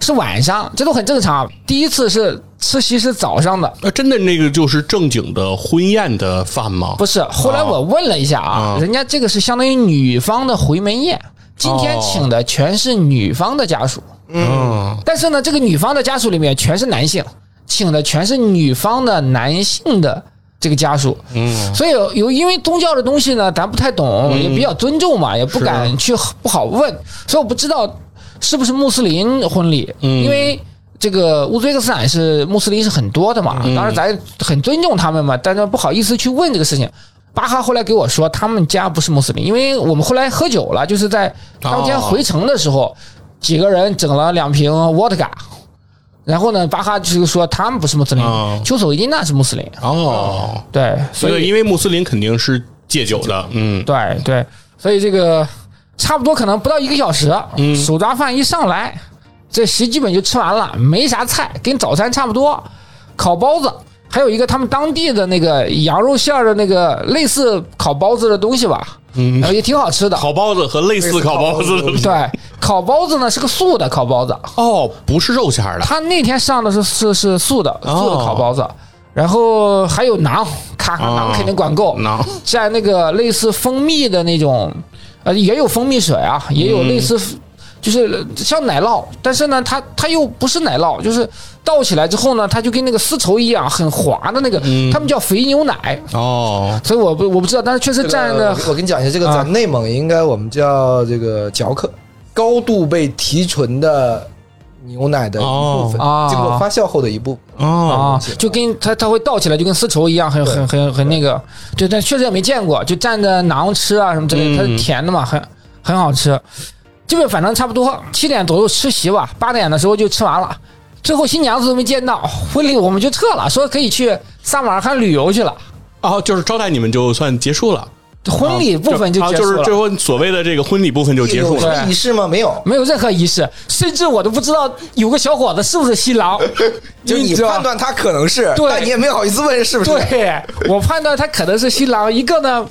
Speaker 2: 是晚上，这都很正常。第一次是吃席是早上的，
Speaker 1: 那真的那个就是正经的婚宴的饭吗？
Speaker 2: 不是，后
Speaker 1: 哦
Speaker 2: 来我问了一下啊，
Speaker 1: 啊
Speaker 2: 人家这个是相当于女方的回门宴，今
Speaker 1: 哦
Speaker 2: 天请的全是女方的家属，
Speaker 1: 嗯
Speaker 2: 但是呢，这个女方的家属里面全是男性，请的全是女方的男性的这个家属，
Speaker 1: 嗯
Speaker 2: 所以有有因为宗教的东西呢，咱不太懂，也比较尊重嘛，也不敢去不好问，
Speaker 1: 啊
Speaker 2: 所以我不知道是不是穆斯林婚礼，
Speaker 1: 嗯
Speaker 2: 因为。这个乌兹别克斯坦是穆斯林是很多的嘛，
Speaker 1: 嗯
Speaker 2: 当然咱也很尊重他们嘛，但是不好意思去问这个事情。巴哈后来给我说，他们家不是穆斯林，因为我们后来喝酒了，就是在当天
Speaker 1: 哦
Speaker 2: 回程的时候，几个人整了两瓶沃特嘎，然后呢，巴哈就是说他们不是穆斯林
Speaker 1: 哦，
Speaker 2: 丘索维金娜是穆斯林，
Speaker 1: 哦，
Speaker 2: 对，
Speaker 1: 所
Speaker 2: 所以
Speaker 1: 以因为穆斯林肯定是戒酒的，嗯
Speaker 2: 对
Speaker 1: 嗯
Speaker 2: 对，所以这个差不多可能不到一个小时，手抓饭一上来，这席基本就吃完了，没啥菜，跟早餐差不多，烤包子，还有一个他们当地的那个羊肉馅儿的那个类似烤包子的东西吧，嗯，也挺好吃的。
Speaker 1: 烤包子和类似烤包子 的
Speaker 2: 对，烤包子呢是个素的烤包子，
Speaker 1: 哦，不是肉馅儿的，
Speaker 2: 他那天上的是是是素的素的烤包子，然后还有馕，咔咔
Speaker 1: 哦
Speaker 2: 馕肯定管够，
Speaker 1: 馕
Speaker 2: 蘸那个类似蜂蜜的那种，呃，也有蜂蜜水啊，也有类似。就是呃像奶酪，但是呢，它它又不是奶酪，就是倒起来之后呢，它就跟那个丝绸一样，很滑的那个，他们叫肥牛奶，
Speaker 1: 哦，
Speaker 2: 所以我不我不知道，但是确实
Speaker 3: 这个
Speaker 2: 蘸的
Speaker 3: 我我跟你讲一下，这个
Speaker 2: 啊
Speaker 3: 在内蒙应该我们叫这个嚼克，高度被提纯的牛奶的一部分，
Speaker 2: 哦啊
Speaker 3: 经过发酵后的一部分。
Speaker 1: 哦，
Speaker 2: 啊，就跟它它会倒起来，就跟丝绸一样，很很很很那个，对，但确实也没见过，就蘸着馕吃啊什么之类的，它
Speaker 1: 嗯
Speaker 2: 是甜的嘛，很很好吃。基本反正差不多七点左右吃席吧，八点的时候就吃完了。最后新娘子都没见到，婚礼我们就撤了，说可以去撒马尔罕旅游去了。
Speaker 1: 哦，就是招待你们就算结束了，
Speaker 2: 婚礼部分就
Speaker 1: 啊
Speaker 2: 结束
Speaker 1: 是
Speaker 2: 了，
Speaker 1: 最后所谓的这个婚礼部分就哦结束
Speaker 3: 有什
Speaker 1: 了。
Speaker 3: 么仪式吗？没有，
Speaker 2: 没有任何仪式，甚至我都不知道有个小伙子是不是新郎，
Speaker 3: 就你
Speaker 2: 知道
Speaker 3: 判断他可能是，
Speaker 2: 啊对
Speaker 3: 但你也没好意思问 是不是。
Speaker 2: 对我判断他可能是新郎，一个呢，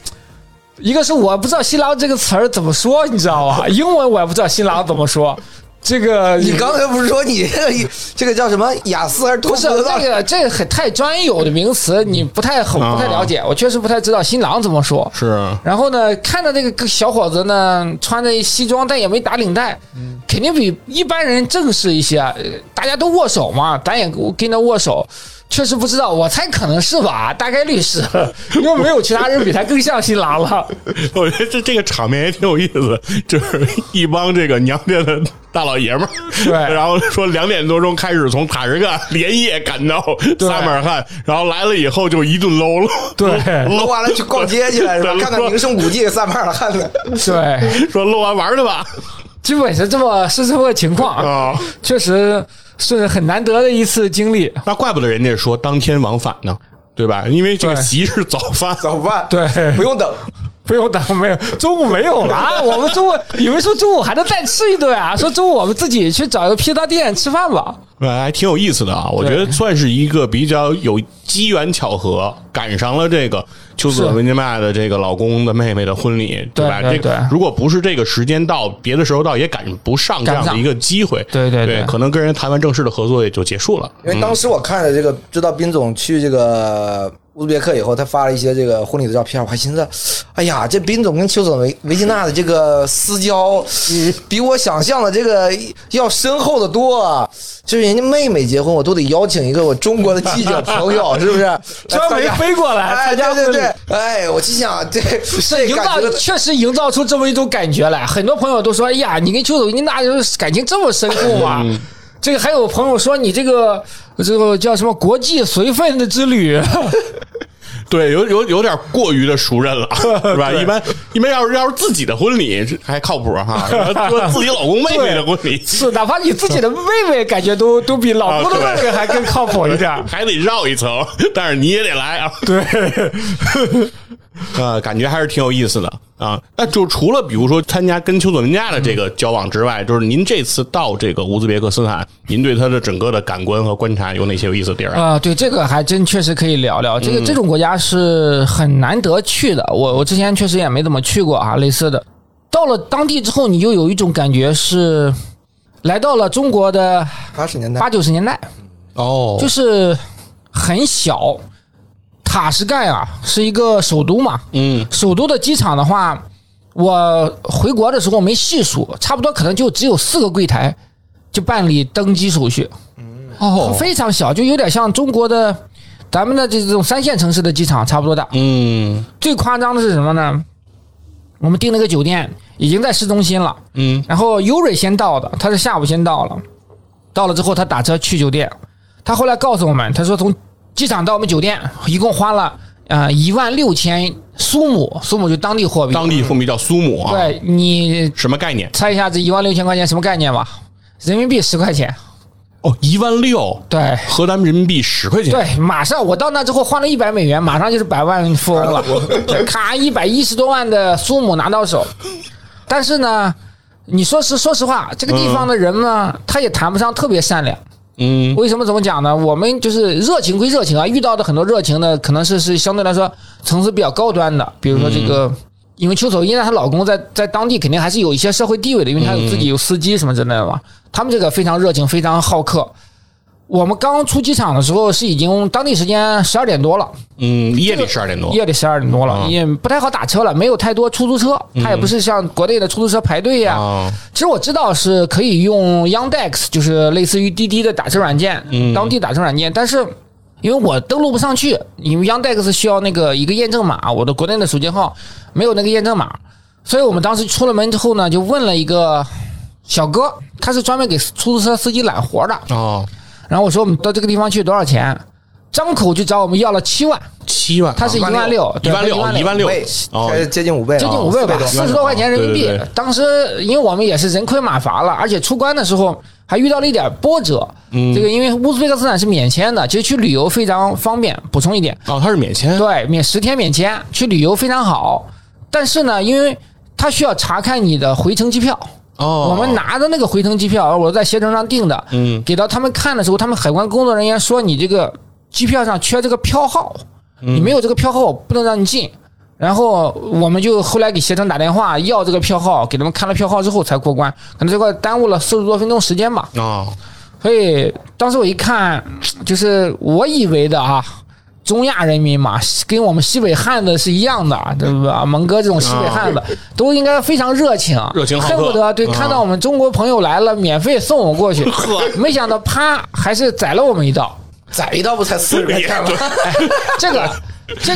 Speaker 2: 一个是我不知道“新郎”这个词儿怎么说，你知道 吧？英文我也不知道“新郎”怎么说。这个
Speaker 3: 你刚才不是说你这个这个叫什么雅思还是托
Speaker 2: 不
Speaker 3: 福
Speaker 2: 是
Speaker 3: 的
Speaker 2: 那个这个很太专有的名词，你不太很不
Speaker 3: 啊
Speaker 2: 太了解，我确实不太知道“新郎”怎么说。
Speaker 1: 是，
Speaker 2: 然后呢，看着这个小伙子呢，穿着西装，但也没打领带，肯定比一般人正式一些。呃大家都握手嘛，咱也跟着握手。确实不知道，我猜可能是吧，大概率是，因为没有其他人比他更像新郎了。
Speaker 1: 我觉得这这个场面也挺有意思，就是一帮这个娘家的大老爷们儿，
Speaker 2: 对
Speaker 1: 然后说两点多钟开始从塔什干连夜赶到撒马尔罕，然后来了以后就一顿搂搂，
Speaker 2: 对
Speaker 1: 搂
Speaker 3: 搂完了去逛街去了 是吧？
Speaker 1: 对
Speaker 3: 看看名胜古迹，撒马尔罕的。
Speaker 2: 对，
Speaker 1: 说搂完玩去吧，
Speaker 2: 基本是这么是这么个情况，
Speaker 1: 啊，
Speaker 2: 确实是很难得的一次经历。
Speaker 1: 那怪不得人家说当天往返呢，对吧？因为这个
Speaker 2: 对
Speaker 1: 席是早饭，
Speaker 3: 早饭
Speaker 2: 对
Speaker 3: 不用等，
Speaker 2: 不用等，没有中午没有了，啊我们中午以为说中午还能再吃一顿啊，说中午我们自己去找一个披萨店吃饭吧。
Speaker 1: 呃，还挺有意思的啊！我觉
Speaker 2: 对
Speaker 1: 得算是一个比较有机缘巧合，赶上了这个秋子
Speaker 2: 是
Speaker 1: 文杰曼的这个老公的妹妹的婚礼，
Speaker 2: 对
Speaker 1: 吧？
Speaker 2: 对
Speaker 1: 这个
Speaker 2: 对
Speaker 1: 如果不是这个时间到，别的时候到也赶不上这样
Speaker 2: 赶
Speaker 1: 的
Speaker 2: 不上
Speaker 1: 一个机会。
Speaker 2: 对
Speaker 1: 对
Speaker 2: 对对
Speaker 1: 可能跟人谈完正式的合作也就结束了。嗯
Speaker 3: 因为当时我看了这个，知道斌总去这个乌兹别克以后，他发了一些这个婚礼的照片，我还寻思，哎呀，这斌总跟邱总维维吉娜的这个私交，
Speaker 2: 嗯
Speaker 3: 比我想象的这个要深厚的多啊！就是人家妹妹结婚，我都得邀请一个我中国的记者朋友，是不是？
Speaker 2: 专门
Speaker 3: 来参加
Speaker 2: 飞过来
Speaker 3: 哎，
Speaker 2: 参加
Speaker 3: 对对
Speaker 2: 婚礼
Speaker 3: 对，哎，我心想，这这
Speaker 2: 营
Speaker 3: 感
Speaker 2: 造
Speaker 3: 觉
Speaker 2: 确实营造出这么一种感觉来，很多朋友都说：“哎呀，你跟邱总，你那就是感情这么深厚吗？”这个还有朋友说你这个这个叫什么国际随份子之旅，
Speaker 1: 对，有有有点过于的熟认了， 是吧？一般一般要是要是自己的婚礼还靠谱 哈，说自己老公妹妹的婚礼
Speaker 2: 是哪怕你自己的妹妹，感觉都都比老公的
Speaker 1: 啊对
Speaker 2: 妹妹还更靠谱一点。
Speaker 1: 还得绕一层，但是你也得来啊。对， 呃，感觉还是挺有意思的啊。那就除了比如说参加跟丘佐林加的这个交往之外，就是您这次到这个乌兹别克斯坦，您对它的整个的感官和观察有哪些有意思的地儿啊？
Speaker 2: 啊、对这个还真确实可以聊聊。这个、这种国家是很难得去的，我我之前确实也没怎么去过啊，类似的。到了当地之后，你就有一种感觉是来到了中国的
Speaker 3: 八十年代
Speaker 2: 八九十年代，
Speaker 1: 哦
Speaker 2: 就是很小。塔什干啊，是一个首都嘛，
Speaker 1: 嗯，
Speaker 2: 首都的机场的话，我回国的时候没细数，差不多可能就只有四个柜台就办理登机手续，
Speaker 1: 哦，
Speaker 2: 非常小，就有点像中国的咱们的这种三线城市的机场差不多大。
Speaker 1: 嗯
Speaker 2: 最夸张的是什么呢？我们订了个酒店，已经在市中心了，
Speaker 1: 嗯，
Speaker 2: 然后优瑞先到的，他是下午先到了，到了之后他打车去酒店，他后来告诉我们，他说从机场到我们酒店一共花了呃一万六千苏姆，苏姆就当地货币，
Speaker 1: 当地风靡叫苏姆啊，，
Speaker 2: 对你
Speaker 1: 什么概念？
Speaker 2: 猜一下这一万六千块钱什么概念吧？人民币十块钱，
Speaker 1: 哦，一万六，
Speaker 2: 对。
Speaker 1: 合咱们人民币十块钱，
Speaker 2: 对，马上我到那之后换了一百美元，马上就是百万富翁 了，对咔，一百一十多万的苏姆拿到手。但是呢，你说实说实话，这个地方的人呢，他也谈不上特别善良。
Speaker 1: 嗯
Speaker 2: 为什么这么讲呢？我们就是热情归热情啊，遇到的很多热情呢，可能是是相对来说层次比较高端的，比如说这个。因为邱守一呢，她老公在在当地肯定还是有一些社会地位的，因为他有自己有司机什么之类的嘛。他们这个非常热情，非常好客。我们刚出机场的时候是已经当地时间十二点多了，
Speaker 1: 嗯，夜里十二点多，
Speaker 2: 夜里十二点多了，
Speaker 1: 嗯
Speaker 2: 也不太好打车了，没有太多出租车，它也不是像国内的出租车排队呀、
Speaker 1: 啊，
Speaker 2: 其实我知道是可以用 Yandex，就是类似于滴滴的打车软件，当地打车软件，但是。因为我登录不上去，因为 Yandex 需要那个一个验证码，我的国内的手机号没有那个验证码，所以我们当时出了门之后呢，就问了一个小哥，他是专门给出租车司机揽活的，
Speaker 1: 哦，
Speaker 2: 然后我说我们到这个地方去多少钱，张口就找我们要了七万，
Speaker 1: 七万，
Speaker 2: 他是一
Speaker 1: 啊
Speaker 2: 万六，
Speaker 1: 一
Speaker 2: 对
Speaker 1: 万六，一万六
Speaker 3: 倍，
Speaker 1: 哦，
Speaker 3: 还哎接近五倍了，
Speaker 2: 接近五倍吧，
Speaker 3: 哦
Speaker 2: 四十多块钱人民币。
Speaker 1: 对对对
Speaker 2: 当时因为我们也是人亏马乏了，而且出关的时候还遇到了一点波折。嗯，这个因为乌兹别克斯坦是免签的，其实去旅游非常方便。补充一点，
Speaker 1: 哦，他是免签，
Speaker 2: 对，免十天免签去旅游非常好，但是呢，因为它需要查看你的回程机票。
Speaker 1: 哦，
Speaker 2: 我们拿的那个回程机票，我在携程上订的，
Speaker 1: 嗯
Speaker 2: 给到他们看的时候，他们海关工作人员说你这个机票上缺这个票号，
Speaker 1: 嗯
Speaker 2: 你没有这个票号，我不能让你进。然后我们就后来给携程打电话要这个票号，给他们看了票号之后才过关，可能这块耽误了四十多分钟时间吧。
Speaker 1: 哦，
Speaker 2: 所以当时我一看，就是我以为的啊，中亚人民嘛，跟我们西北汉子是一样的，啊对吧？蒙哥这种西北汉子、都应该非常热情，
Speaker 1: 啊
Speaker 2: 啊
Speaker 1: 热情好客
Speaker 2: 恨不得对、
Speaker 1: 嗯
Speaker 2: 看到我们中国朋友来了，免费送 我过去。没想到啪，还是宰了我们一刀。
Speaker 3: 宰一刀不才四十块钱吗？
Speaker 2: 这个，这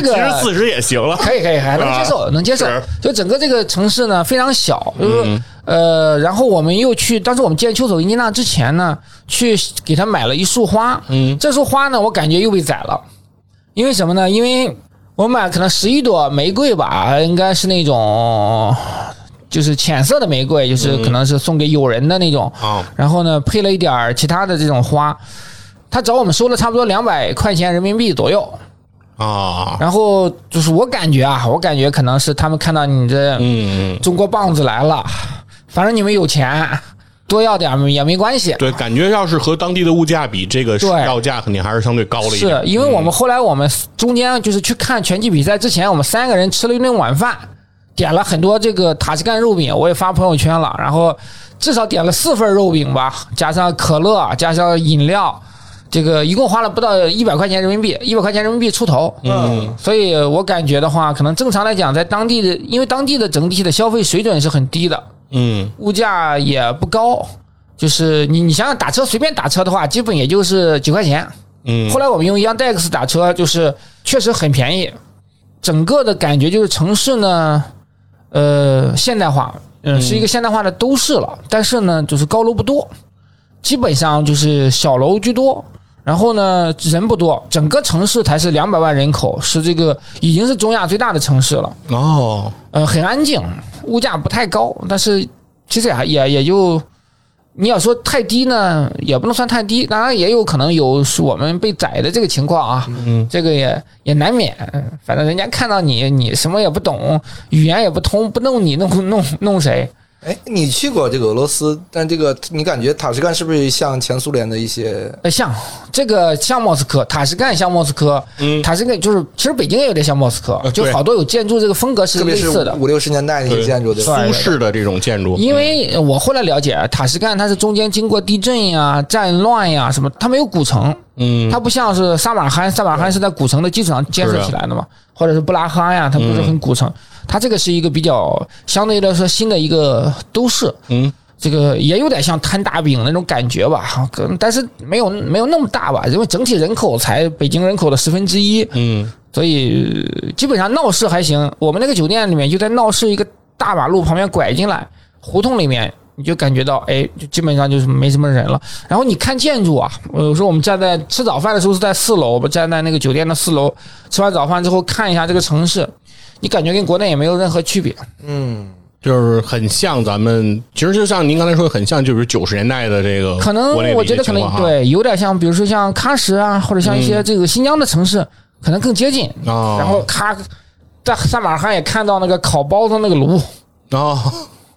Speaker 1: 其
Speaker 2: 个
Speaker 1: 实四十也行了，
Speaker 2: 可以可以，还能接受，能接受
Speaker 1: 是。嗯
Speaker 2: 就整个这个城市呢非常小，就是呃，然后我们又去，当时我们见丘索伊尼娜之前呢，去给他买了一束花，
Speaker 1: 嗯
Speaker 2: 这束花呢，我感觉又被宰了，因为什么呢？因为我买可能十一朵玫瑰吧，应该是那种就是浅色的玫瑰，就是
Speaker 1: 嗯
Speaker 2: 可能是送给友人的那种，
Speaker 1: 啊，
Speaker 2: 然后呢配了一点儿其他的这种花，他找我们收了差不多两百块钱人民币左右，
Speaker 1: 啊，
Speaker 2: 然后就是我感觉啊，我感觉可能是他们看到你这
Speaker 1: 嗯，
Speaker 2: 中国棒子来了，反正你们有钱，多要点儿也没关系。
Speaker 1: 对，感觉要是和当地的物价比，这个
Speaker 2: 对
Speaker 1: 要价肯定还是相对高了一点嗯
Speaker 2: 是，因为我们后来我们中间就是去看拳击比赛之前，我们三个人吃了一顿晚饭，点了很多这个塔什干肉饼，我也发朋友圈了，然后至少点了四份肉饼吧，加上可乐，加上饮料。这个一共花了不到一百块钱人民币，一百块钱人民币出头，
Speaker 3: 嗯，
Speaker 2: 所以我感觉的话，可能正常来讲，在当地的，因为当地的整体的消费水准是很低的，
Speaker 1: 嗯，
Speaker 2: 物价也不高，就是你你想想打车随便打车的话，基本也就是几块钱。
Speaker 1: 嗯
Speaker 2: 后来我们用 Yandex 打车，就是确实很便宜。整个的感觉就是城市呢，呃，现代化，嗯，是一个现代化的都市了，但是呢，就是高楼不多，基本上就是小楼居多。然后呢，人不多，整个城市才是两百万人口，是这个已经是中亚最大的城市了。
Speaker 1: 嗯，哦，
Speaker 2: 呃，很安静，物价不太高，但是其实也还也也就，你要说太低呢，也不能算太低，当然也有可能有是我们被宰的这个情况啊，嗯，这个也也难免，反正人家看到你，你什么也不懂，语言也不通，不弄你弄弄弄谁？
Speaker 3: 哎，你去过这个俄罗斯，但这个你感觉塔什干是不是像前苏联的一些？
Speaker 2: 呃，像这个像莫斯科，塔什干像莫斯科，嗯，塔什干就是其实北京也有点像莫斯科，就
Speaker 1: 对
Speaker 2: 好多有建筑这个风格是
Speaker 3: 特别
Speaker 2: 类
Speaker 3: 是
Speaker 2: 似的，
Speaker 3: 五六十年代那些建筑，对吧？
Speaker 1: 苏式的这种建筑，
Speaker 2: 因为我后来了解，塔什干它是中间经过地震呀、战乱呀什么，它没有古城，
Speaker 1: 嗯，
Speaker 2: 它不像是萨马罕，萨马罕是在古城的基础上建设起来的嘛，或者是布拉哈呀，它不是很古城，它这个是一个比较相对来说新的一个都市，
Speaker 1: 嗯，
Speaker 2: 这个也有点像摊大饼那种感觉吧，可能但是没有没有那么大吧，因为整体人口才北京人口的十分之一，
Speaker 1: 嗯，
Speaker 2: 所以呃基本上闹市还行。我们那个酒店里面就在闹市一个大马路旁边拐进来，胡同里面你就感觉到，哎，就基本上就是没什么人了。然后你看建筑啊，我有时候我们站在吃早饭的时候是在四楼，我们站在那个酒店的四楼，吃完早饭之后看一下这个城市，你感觉跟国内也没有任何区别。
Speaker 1: 哦
Speaker 3: 嗯，
Speaker 1: 就是很像咱们，其实就像您刚才说，很像就是九十年代的这个
Speaker 2: 可能
Speaker 1: 国内的
Speaker 2: 我
Speaker 1: 一
Speaker 2: 觉
Speaker 1: 些
Speaker 2: 得可
Speaker 1: 情
Speaker 2: 能
Speaker 1: 况哈嗯
Speaker 2: 对，有点像，比如说像喀什啊，或者像一些这个新疆的城市，可能更接近。
Speaker 1: 哦
Speaker 2: 然后咔，在萨马尔罕也看到那个烤包子那个炉。
Speaker 1: 哦，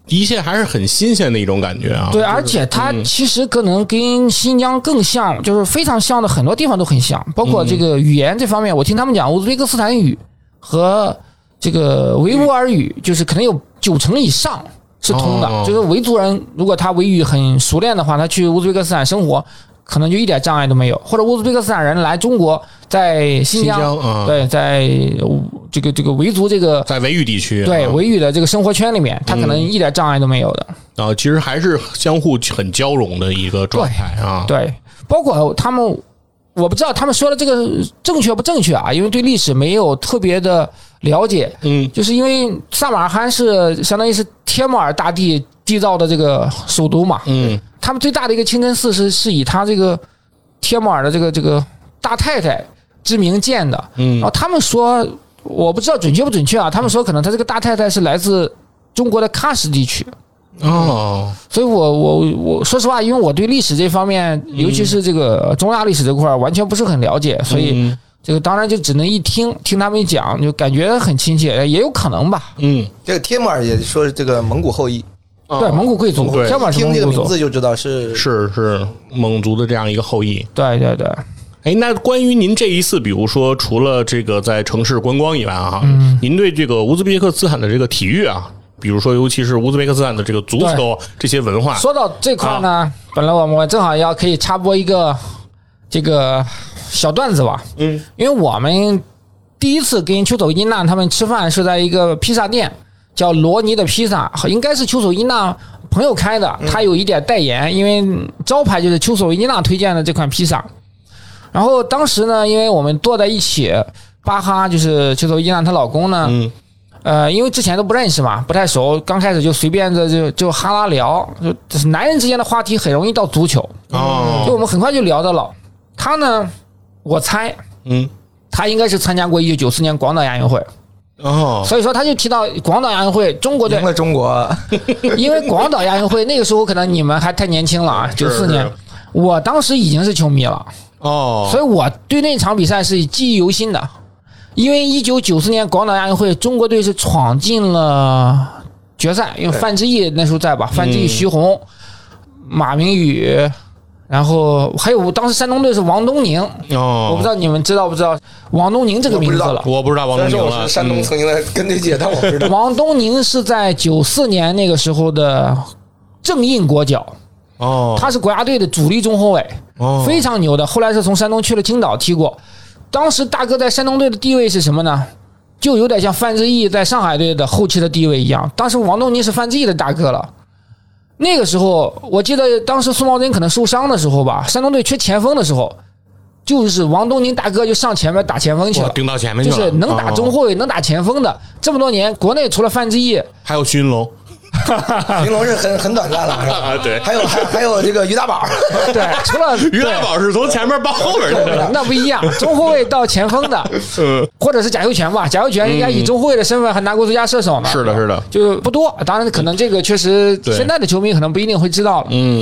Speaker 1: 一切还是很新鲜的一种感觉啊。
Speaker 2: 对，而且它其实可能跟新疆更像，就是非常像的很多地方都很像，包括
Speaker 1: 嗯
Speaker 2: 这个语言这方面，我听他们讲乌兹别克斯坦语和这个维吾尔语，就是可能有九成以上是通的
Speaker 1: 哦。
Speaker 2: 就是维族人如果他维语很熟练的话，他去乌兹别克斯坦生活。可能就一点障碍都没有，或者乌兹别克斯坦人来中国，在新疆，
Speaker 1: 新疆啊
Speaker 2: 对，在这个这个维族这个
Speaker 1: 在维语地区，
Speaker 2: 对
Speaker 1: 啊嗯
Speaker 2: 维语的这个生活圈里面，他可能一点障碍都没有的。
Speaker 1: 啊，其实还是相互很交融的一个状态啊。
Speaker 2: 对，包括他们，我不知道他们说的这个正确不正确啊，因为对历史没有特别的了解。
Speaker 1: 嗯，
Speaker 2: 就是因为萨马尔罕是相当于是帖木儿大帝缔造的这个首都嘛，
Speaker 1: 嗯，
Speaker 2: 他们最大的一个清真寺是是以他这个帖木儿的这个这个大太太之名建的，
Speaker 1: 嗯
Speaker 2: 然后他们说我不知道准确不准确啊，他们说可能他这个大太太是来自中国的喀什地区，
Speaker 1: 哦，
Speaker 2: 所以我我我说实话，因为我对历史这方面，尤其是这个中亚历史这块儿完全不是很了解，所以
Speaker 1: 嗯
Speaker 2: 这个当然就只能一听听他们一讲，就感觉很亲切，也有可能吧。
Speaker 1: 嗯，
Speaker 3: 这个帖木儿也说是这个蒙古后裔，
Speaker 1: 啊
Speaker 2: 对，蒙古贵族，
Speaker 1: 对
Speaker 2: 要啊么是
Speaker 3: 听
Speaker 2: 蒙
Speaker 3: 这个
Speaker 2: 古
Speaker 3: 名
Speaker 2: 族，
Speaker 3: 字就知道是
Speaker 1: 是是蒙族的这样一个后裔。
Speaker 2: 对对对。
Speaker 1: 哎，那关于您这一次，比如说除了这个在城市观光以外啊，
Speaker 2: 嗯
Speaker 1: 您对这个乌兹别克斯坦的这个体育啊，比如说尤其是乌兹别克斯坦的这个足球这些文化，
Speaker 2: 说到这块呢，本来我们正好要可以插播一个这个小段子吧，
Speaker 1: 嗯，
Speaker 2: 因为我们第一次跟秋手伊娜他们吃饭是在一个披萨店，叫罗尼的披萨，应该是秋手伊娜朋友开的，他有一点代言，因为招牌就是秋手伊娜推荐的这款披萨。然后当时呢，因为我们坐在一起，巴哈就是秋手伊娜她老公呢，
Speaker 1: 嗯
Speaker 2: 呃，因为之前都不认识嘛，不太熟，刚开始就随便的就就哈拉聊，就就是男人之间的话题很容易到足球，就我
Speaker 1: 哦，
Speaker 2: 们很快就聊到了。他呢，我猜
Speaker 1: 嗯
Speaker 2: 他应该是参加过一九九四年广岛亚运会，
Speaker 1: 哦，
Speaker 2: 所以说他就提到广岛亚运会中国队
Speaker 3: 赢，了中国，啊
Speaker 2: 因为广岛亚运会那个时候可能你们还太年轻了啊，九四 年
Speaker 1: 是，
Speaker 2: 我当时已经是球迷了，
Speaker 1: 哦，
Speaker 2: 所以我对那场比赛是记忆犹新的，因为一九九四年广岛亚运会，中国队是闯进了决赛，因为范志毅那时候在吧，
Speaker 1: 嗯
Speaker 2: 范志毅、徐宏、马明宇，然后还有当时山东队是王东宁，
Speaker 1: 哦，
Speaker 2: 我不知道你们知道不知道王东宁这个名字了。
Speaker 1: 我不知道王
Speaker 3: 虽然
Speaker 1: 东宁
Speaker 3: 说
Speaker 1: 了，
Speaker 3: 我是 山东
Speaker 1: 嗯
Speaker 3: 曾经的跟队姐，但我不知道。
Speaker 2: 王东宁是在九四年那个时候的正印国脚，
Speaker 1: 哦，
Speaker 2: 他是国家队的主力中后卫。
Speaker 1: 哦
Speaker 2: 非常牛的。后来是从山东去了青岛踢过。当时大哥在山东队的地位是什么呢？就有点像范志毅在上海队的后期的地位一样。当时王东尼是范志毅的大哥了。那个时候，我记得当时苏茂贞可能受伤的时候吧，山东队缺前锋的时候，就是王东尼大哥就上前面打前锋去
Speaker 1: 哇
Speaker 2: 了，
Speaker 1: 顶到前面去
Speaker 2: 就
Speaker 1: 了，
Speaker 2: 是能打中
Speaker 1: 哦，
Speaker 2: 后卫、能打前锋的。这么多年，国内除了范志毅，
Speaker 1: 还有徐云龙
Speaker 2: 啊
Speaker 3: 云龙是很很短暂了，是吧？
Speaker 1: 啊，对，
Speaker 3: 还有还还有这个于大宝，
Speaker 2: 对，除了
Speaker 1: 于大宝是从前面抱后边去的，
Speaker 2: 那不一样，中后卫到前锋的，
Speaker 1: 嗯，
Speaker 2: 或者是贾秀全吧，贾秀全应该以中后卫的身份还拿过最佳射手呢。
Speaker 1: 是的，是的，
Speaker 2: 就不多。当然，可能这个确实
Speaker 1: 对
Speaker 2: 现在的球迷可能不一定会知道了。
Speaker 1: 嗯，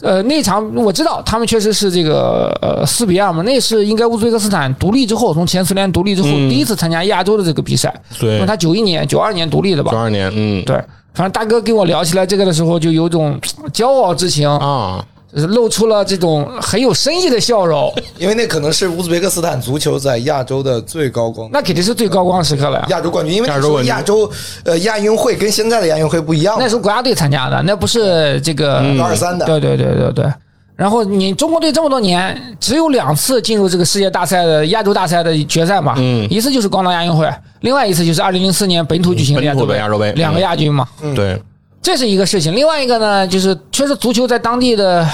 Speaker 2: 呃，那场我知道他们确实是这个呃四比二嘛，那是应该乌兹别克斯坦独立之后，从前苏联独立之后、
Speaker 1: 嗯
Speaker 2: 第一次参加亚洲的这个比赛。
Speaker 1: 对
Speaker 2: 因为他九一年、九二年独立的
Speaker 1: 九
Speaker 2: 吧？
Speaker 1: 二年，嗯，
Speaker 2: 对，反正大哥跟我聊起来这个的时候，就有种呃骄傲之情，
Speaker 1: 啊，
Speaker 2: 露出了这种很有深意的笑容。
Speaker 3: 因为那可能是乌兹别克斯坦足球在亚洲的最高光。
Speaker 2: 那肯定是最高光时刻了呀。
Speaker 3: 亚洲冠军，因为
Speaker 1: 亚
Speaker 3: 那
Speaker 1: 洲
Speaker 3: 时候
Speaker 1: 冠军
Speaker 3: 亚洲呃亚运会跟现在的亚运会不
Speaker 1: 哦
Speaker 3: 一样嘛
Speaker 2: 那，是国家队参加的，那不是这个、
Speaker 1: 嗯
Speaker 3: 幺二三的，
Speaker 2: 对对对对对。然后你中国队这么多年，只有两次进入这个世界大赛的亚洲大赛的决赛嘛，
Speaker 1: 嗯
Speaker 2: 一次就是广岛亚运会，另外一次就是二零零四年本土举行的亚
Speaker 1: 嗯
Speaker 2: 洲
Speaker 1: 本土的亚洲杯
Speaker 2: 两个亚军嘛，
Speaker 1: 对，
Speaker 2: 这是一个事情。另外一个呢，就是确实足球在当地的，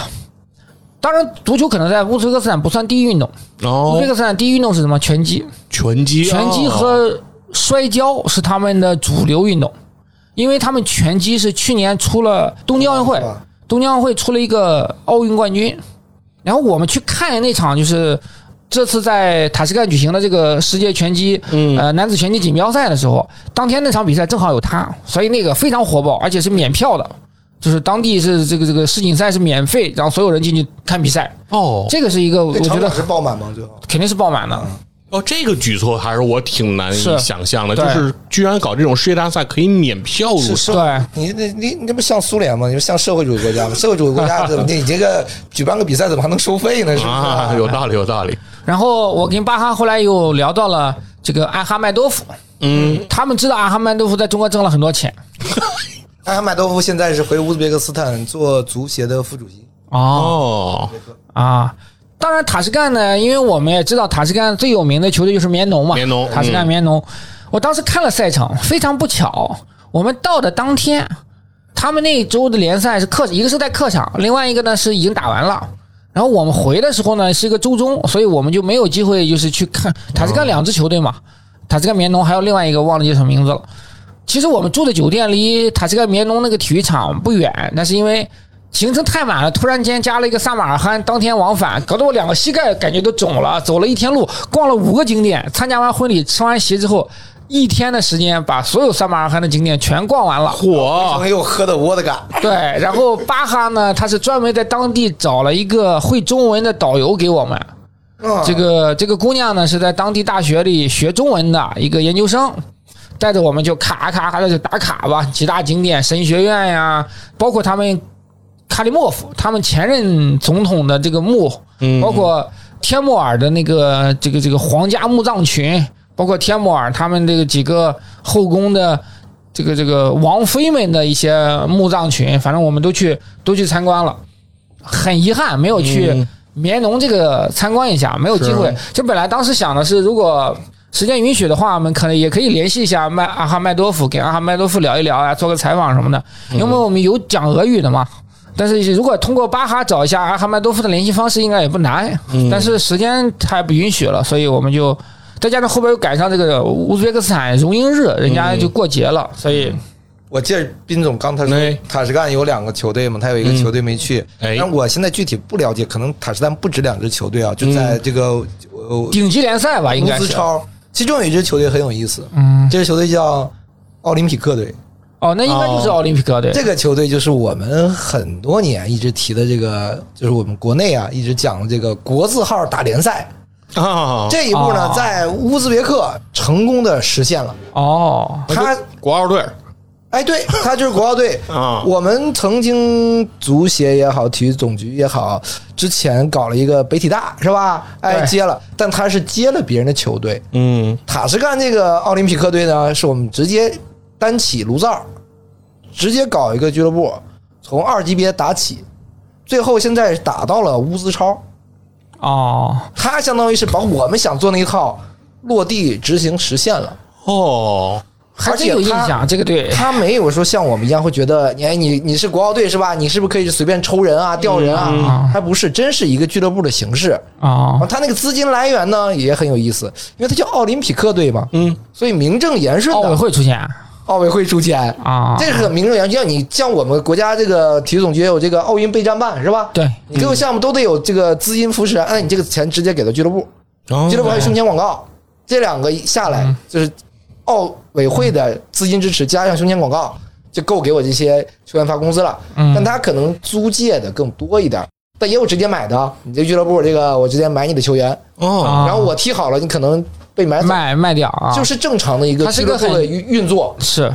Speaker 2: 当然足球可能在乌兹别克斯坦不算第一运动，乌兹
Speaker 1: 哦
Speaker 2: 别，克斯坦第一运动是什么？拳击，
Speaker 1: 拳击，
Speaker 2: 拳击
Speaker 1: 哦
Speaker 2: 和摔跤是他们的主流运动，因为他们拳击是去年出了东京奥运会
Speaker 3: 哇，
Speaker 2: 东京奥运会出了一个奥运冠军，然后我们去看那场就是这次在塔什干举行的这个世界拳击，呃男子拳击锦标赛的时候，当天那场比赛正好有他，所以那个非常火爆，而且是免票的。就是当地是这个这个世锦赛是免费，然后所有人进去看比赛，
Speaker 1: 哦，
Speaker 2: 这个是一个我
Speaker 3: 那
Speaker 2: 觉
Speaker 3: 场
Speaker 2: 得
Speaker 3: 馆是爆满吗？最后
Speaker 2: 肯定是爆满的。
Speaker 1: 哦，这个举措还是我挺难以
Speaker 2: 是
Speaker 1: 想象的，就
Speaker 2: 对
Speaker 1: 是居然搞这种世界大赛可以免票入
Speaker 3: 是
Speaker 1: 场，
Speaker 3: 是，
Speaker 2: 对
Speaker 3: 你你你你这不像苏联吗？你不像社会主义国家吗？社会主义国家怎么你这个举办个比赛怎么还能收费呢？是不是？
Speaker 1: 啊， 有道理，有道理。
Speaker 2: 然后我跟巴哈后来又聊到了这个艾哈迈多夫，嗯，他们知道艾哈迈多夫在中国挣了很多钱
Speaker 3: 艾哈迈多夫现在是回乌兹别克斯坦做足协的副主席。
Speaker 2: 哦
Speaker 1: 哦，
Speaker 2: 啊。当然，塔什干呢，因为我们也知道塔什干最有名的球队就是棉农嘛，
Speaker 1: 棉农
Speaker 2: 塔什干
Speaker 1: 嗯
Speaker 2: 棉农。我当时看了赛程，非常不巧，我们到的当天，他们那一周的联赛是客，一个是在客场，另外一个呢是已经打完了。然后我们回的时候呢是一个周中，所以我们就没有机会就是去看塔斯干两支球队嘛，塔斯干棉农还有另外一个忘了叫什么名字了。其实我们住的酒店离塔斯干棉农那个体育场不远，但是因为行程太满了，突然间加了一个萨马尔罕，当天往返，搞得我两个膝盖感觉都肿了。走了一天路，逛了五个景点，参加完婚礼，吃完席之后，一天的时间把所有萨马尔罕的景点全逛完了。
Speaker 1: 嚯，
Speaker 3: 朋友喝的窝的嘎，
Speaker 2: 对，然后巴哈呢，他是专门在当地找了一个会中文的导游给我们。
Speaker 3: 嗯
Speaker 2: 这个这个姑娘呢是在当地大学里学中文的一个研究生，带着我们就咔咔咔的就打卡吧，几大景点神学院呀，包括他们卡里莫夫他们前任总统的这个墓，
Speaker 1: 嗯
Speaker 2: 嗯包括天穆尔的那个这个这个皇家墓葬群，包括天穆尔他们这个几个后宫的。这个这个王妃们的一些墓葬群，反正我们都去都去参观了，很遗憾没有
Speaker 1: 嗯
Speaker 2: 去棉农这个参观一下，没有机会。就本来当时想的是，如果时间允许的话，我们可能也可以联系一下麦阿哈麦多夫，给阿哈麦多夫聊一聊呀、做个采访什么的，
Speaker 3: 嗯
Speaker 2: 因为我们有讲俄语的嘛。但是如果通过巴哈找一下阿哈麦多夫的联系方式，应该也不难。
Speaker 3: 嗯
Speaker 2: 但是时间还不允许了，所以我们就再加上后边又赶上这个乌兹别克斯坦荣膺日，人家就过节了，
Speaker 3: 嗯
Speaker 2: 所以
Speaker 3: 我记得斌总刚才说
Speaker 1: 哎
Speaker 3: 塔什干有两个球队嘛，他有一个球队没去。
Speaker 1: 哎
Speaker 3: 但我现在具体不了解，可能塔什干不止两支球队啊，就在这个呃
Speaker 2: 顶级联赛吧，应
Speaker 3: 乌
Speaker 2: 该
Speaker 3: 兹
Speaker 2: 是。
Speaker 3: 超，其中有一支球队很有意思，嗯，这支球队叫奥林匹克队。
Speaker 2: 哦，那应该就是奥林匹克队。
Speaker 3: 这个球队就是我们很多年一直提的这个，就是我们国内啊一直讲的这个国字号打联赛
Speaker 1: 啊，
Speaker 3: 这一步呢
Speaker 2: 哦，
Speaker 3: 在乌兹别克成功的实现了。
Speaker 2: 哦，
Speaker 3: 他
Speaker 1: 国奥队，
Speaker 3: 哎，对，他就是国 奥队
Speaker 1: 啊
Speaker 2: 哦
Speaker 3: 我们曾经足协也好，体育总局也好，之前搞了一个北体大是吧？哎，
Speaker 2: 对
Speaker 3: 接了，但他是接了别人的球队。
Speaker 1: 嗯，
Speaker 3: 塔什干这个奥林匹克队呢，是我们直接单起炉灶，直接搞一个俱乐部，从二级别打起，最后现在打到了乌兹超。
Speaker 2: 哦，
Speaker 3: 他相当于是把我们想做那一套落地执行实现了。
Speaker 1: 哦，
Speaker 2: 还真
Speaker 3: 而且
Speaker 2: 有印
Speaker 3: 他
Speaker 2: 象，这个队
Speaker 3: 他没有说像我们一样会觉得，你哎你你是国奥队是吧？你是不是可以随便抽人啊、调人
Speaker 2: 嗯
Speaker 3: 啊？他不是，真是一个俱乐部的形式。
Speaker 2: 哦
Speaker 3: 然后他那个资金来源呢也很有意思，因为他叫奥林匹克队嘛，
Speaker 1: 嗯，
Speaker 3: 所以名正言顺
Speaker 2: 奥委
Speaker 3: 的
Speaker 2: 哦会出现
Speaker 3: 奥委会出钱，
Speaker 2: 啊，
Speaker 3: 这个名正言顺。你像我们国家这个体育总局也有这个奥运备战办是吧？
Speaker 2: 对
Speaker 3: 你各个项目都得有这个资金扶持，哎，你这个钱直接给到俱乐部，
Speaker 1: 哦
Speaker 2: 嗯
Speaker 3: 俱乐部还有胸前广告，这两个一下来就是奥委会的资金支持加上胸前广告，就够给我这些球员发工资了。
Speaker 2: 嗯
Speaker 3: 但他可能租借的更多一点，但也有直接买的。你这俱乐部这个我直接买你的球员，
Speaker 1: 哦，
Speaker 2: 啊
Speaker 3: 然后我踢好了，你可能被买走，
Speaker 2: 卖卖掉啊，
Speaker 3: 就是正常的一个
Speaker 2: 它是
Speaker 3: 俱
Speaker 2: 一
Speaker 3: 乐
Speaker 2: 个
Speaker 3: 部的
Speaker 2: 很
Speaker 3: 运运作，
Speaker 2: 是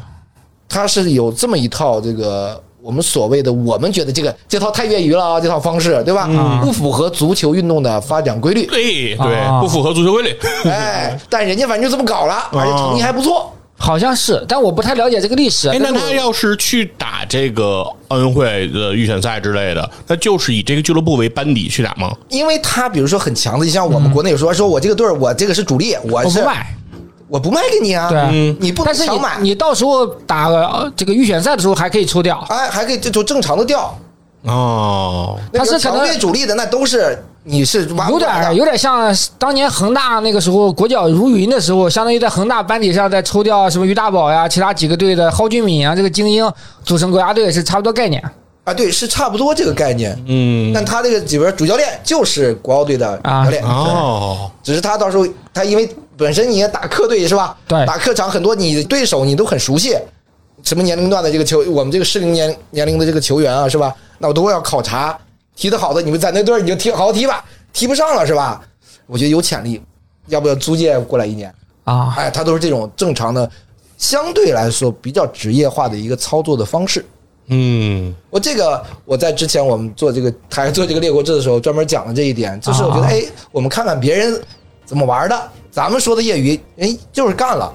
Speaker 3: 它是有这么一套这个。我们所谓的，我们觉得这个这套太业余了啊，这套方式，对吧？
Speaker 2: 嗯
Speaker 3: 不符合足球运动的发展 规律。
Speaker 1: 对对，
Speaker 2: 啊
Speaker 1: 不符合足球规律，
Speaker 3: 哎，但人家反正就这么搞了，
Speaker 2: 哦
Speaker 3: 而且成绩还不错。
Speaker 2: 好像是，但我不太了解这个历史。
Speaker 1: 哎，那
Speaker 2: 但是
Speaker 1: 他要是去打这个奥运会的预选赛之类的，那就是以这个俱乐部为班底去打吗？
Speaker 3: 因为他比如说很强的，就像我们国内有说说我这个队儿，我这个是主力，我
Speaker 2: 嗯我
Speaker 3: 是
Speaker 2: 不卖，
Speaker 3: 我不卖给你啊，
Speaker 2: 对嗯
Speaker 3: 你不
Speaker 2: 但
Speaker 3: 能
Speaker 2: 是你
Speaker 3: 强买，
Speaker 2: 你到时候打呃这个预选赛的时候还可以抽掉，
Speaker 3: 哎还可以就就正常的调。
Speaker 1: 哦，
Speaker 3: 那
Speaker 2: 他是可
Speaker 3: 个
Speaker 2: 能
Speaker 3: 强队主力的那都是你是挖
Speaker 2: 有
Speaker 3: 过来
Speaker 2: 点
Speaker 3: 的
Speaker 2: 有点像当年恒大那个时候国脚如云的时候，相当于在恒大班底上再抽掉什么于大宝呀、其他几个队的蒿俊闵啊这个精英组成国家队是差不多概念。
Speaker 3: 啊，对，是差不多这个概念。
Speaker 1: 嗯，
Speaker 3: 但他这个里边主教练就是国奥队的
Speaker 2: 啊
Speaker 3: 教练，
Speaker 1: 哦，
Speaker 3: 只是他到时候他因为本身你也打客队是吧？
Speaker 2: 对
Speaker 3: 打客场很多你对手你都很熟悉，什么年龄段的这个球，我们这个适龄年年龄的这个球员啊，是吧？那我都要考察，踢得好的你们在那队儿你就踢好好踢吧，踢不上了是吧？我觉得有潜力，要不要租借过来一年？
Speaker 2: 啊，
Speaker 3: 哎，它都是这种正常的，相对来说比较职业化的一个操作的方式。
Speaker 1: 嗯
Speaker 3: 我这个我在之前我们做这个还做这个列国志的时候，专门讲了这一点，就是我觉得
Speaker 2: 啊
Speaker 3: 哎，我们看看别人怎么玩的，咱们说的业余，哎，就是干了，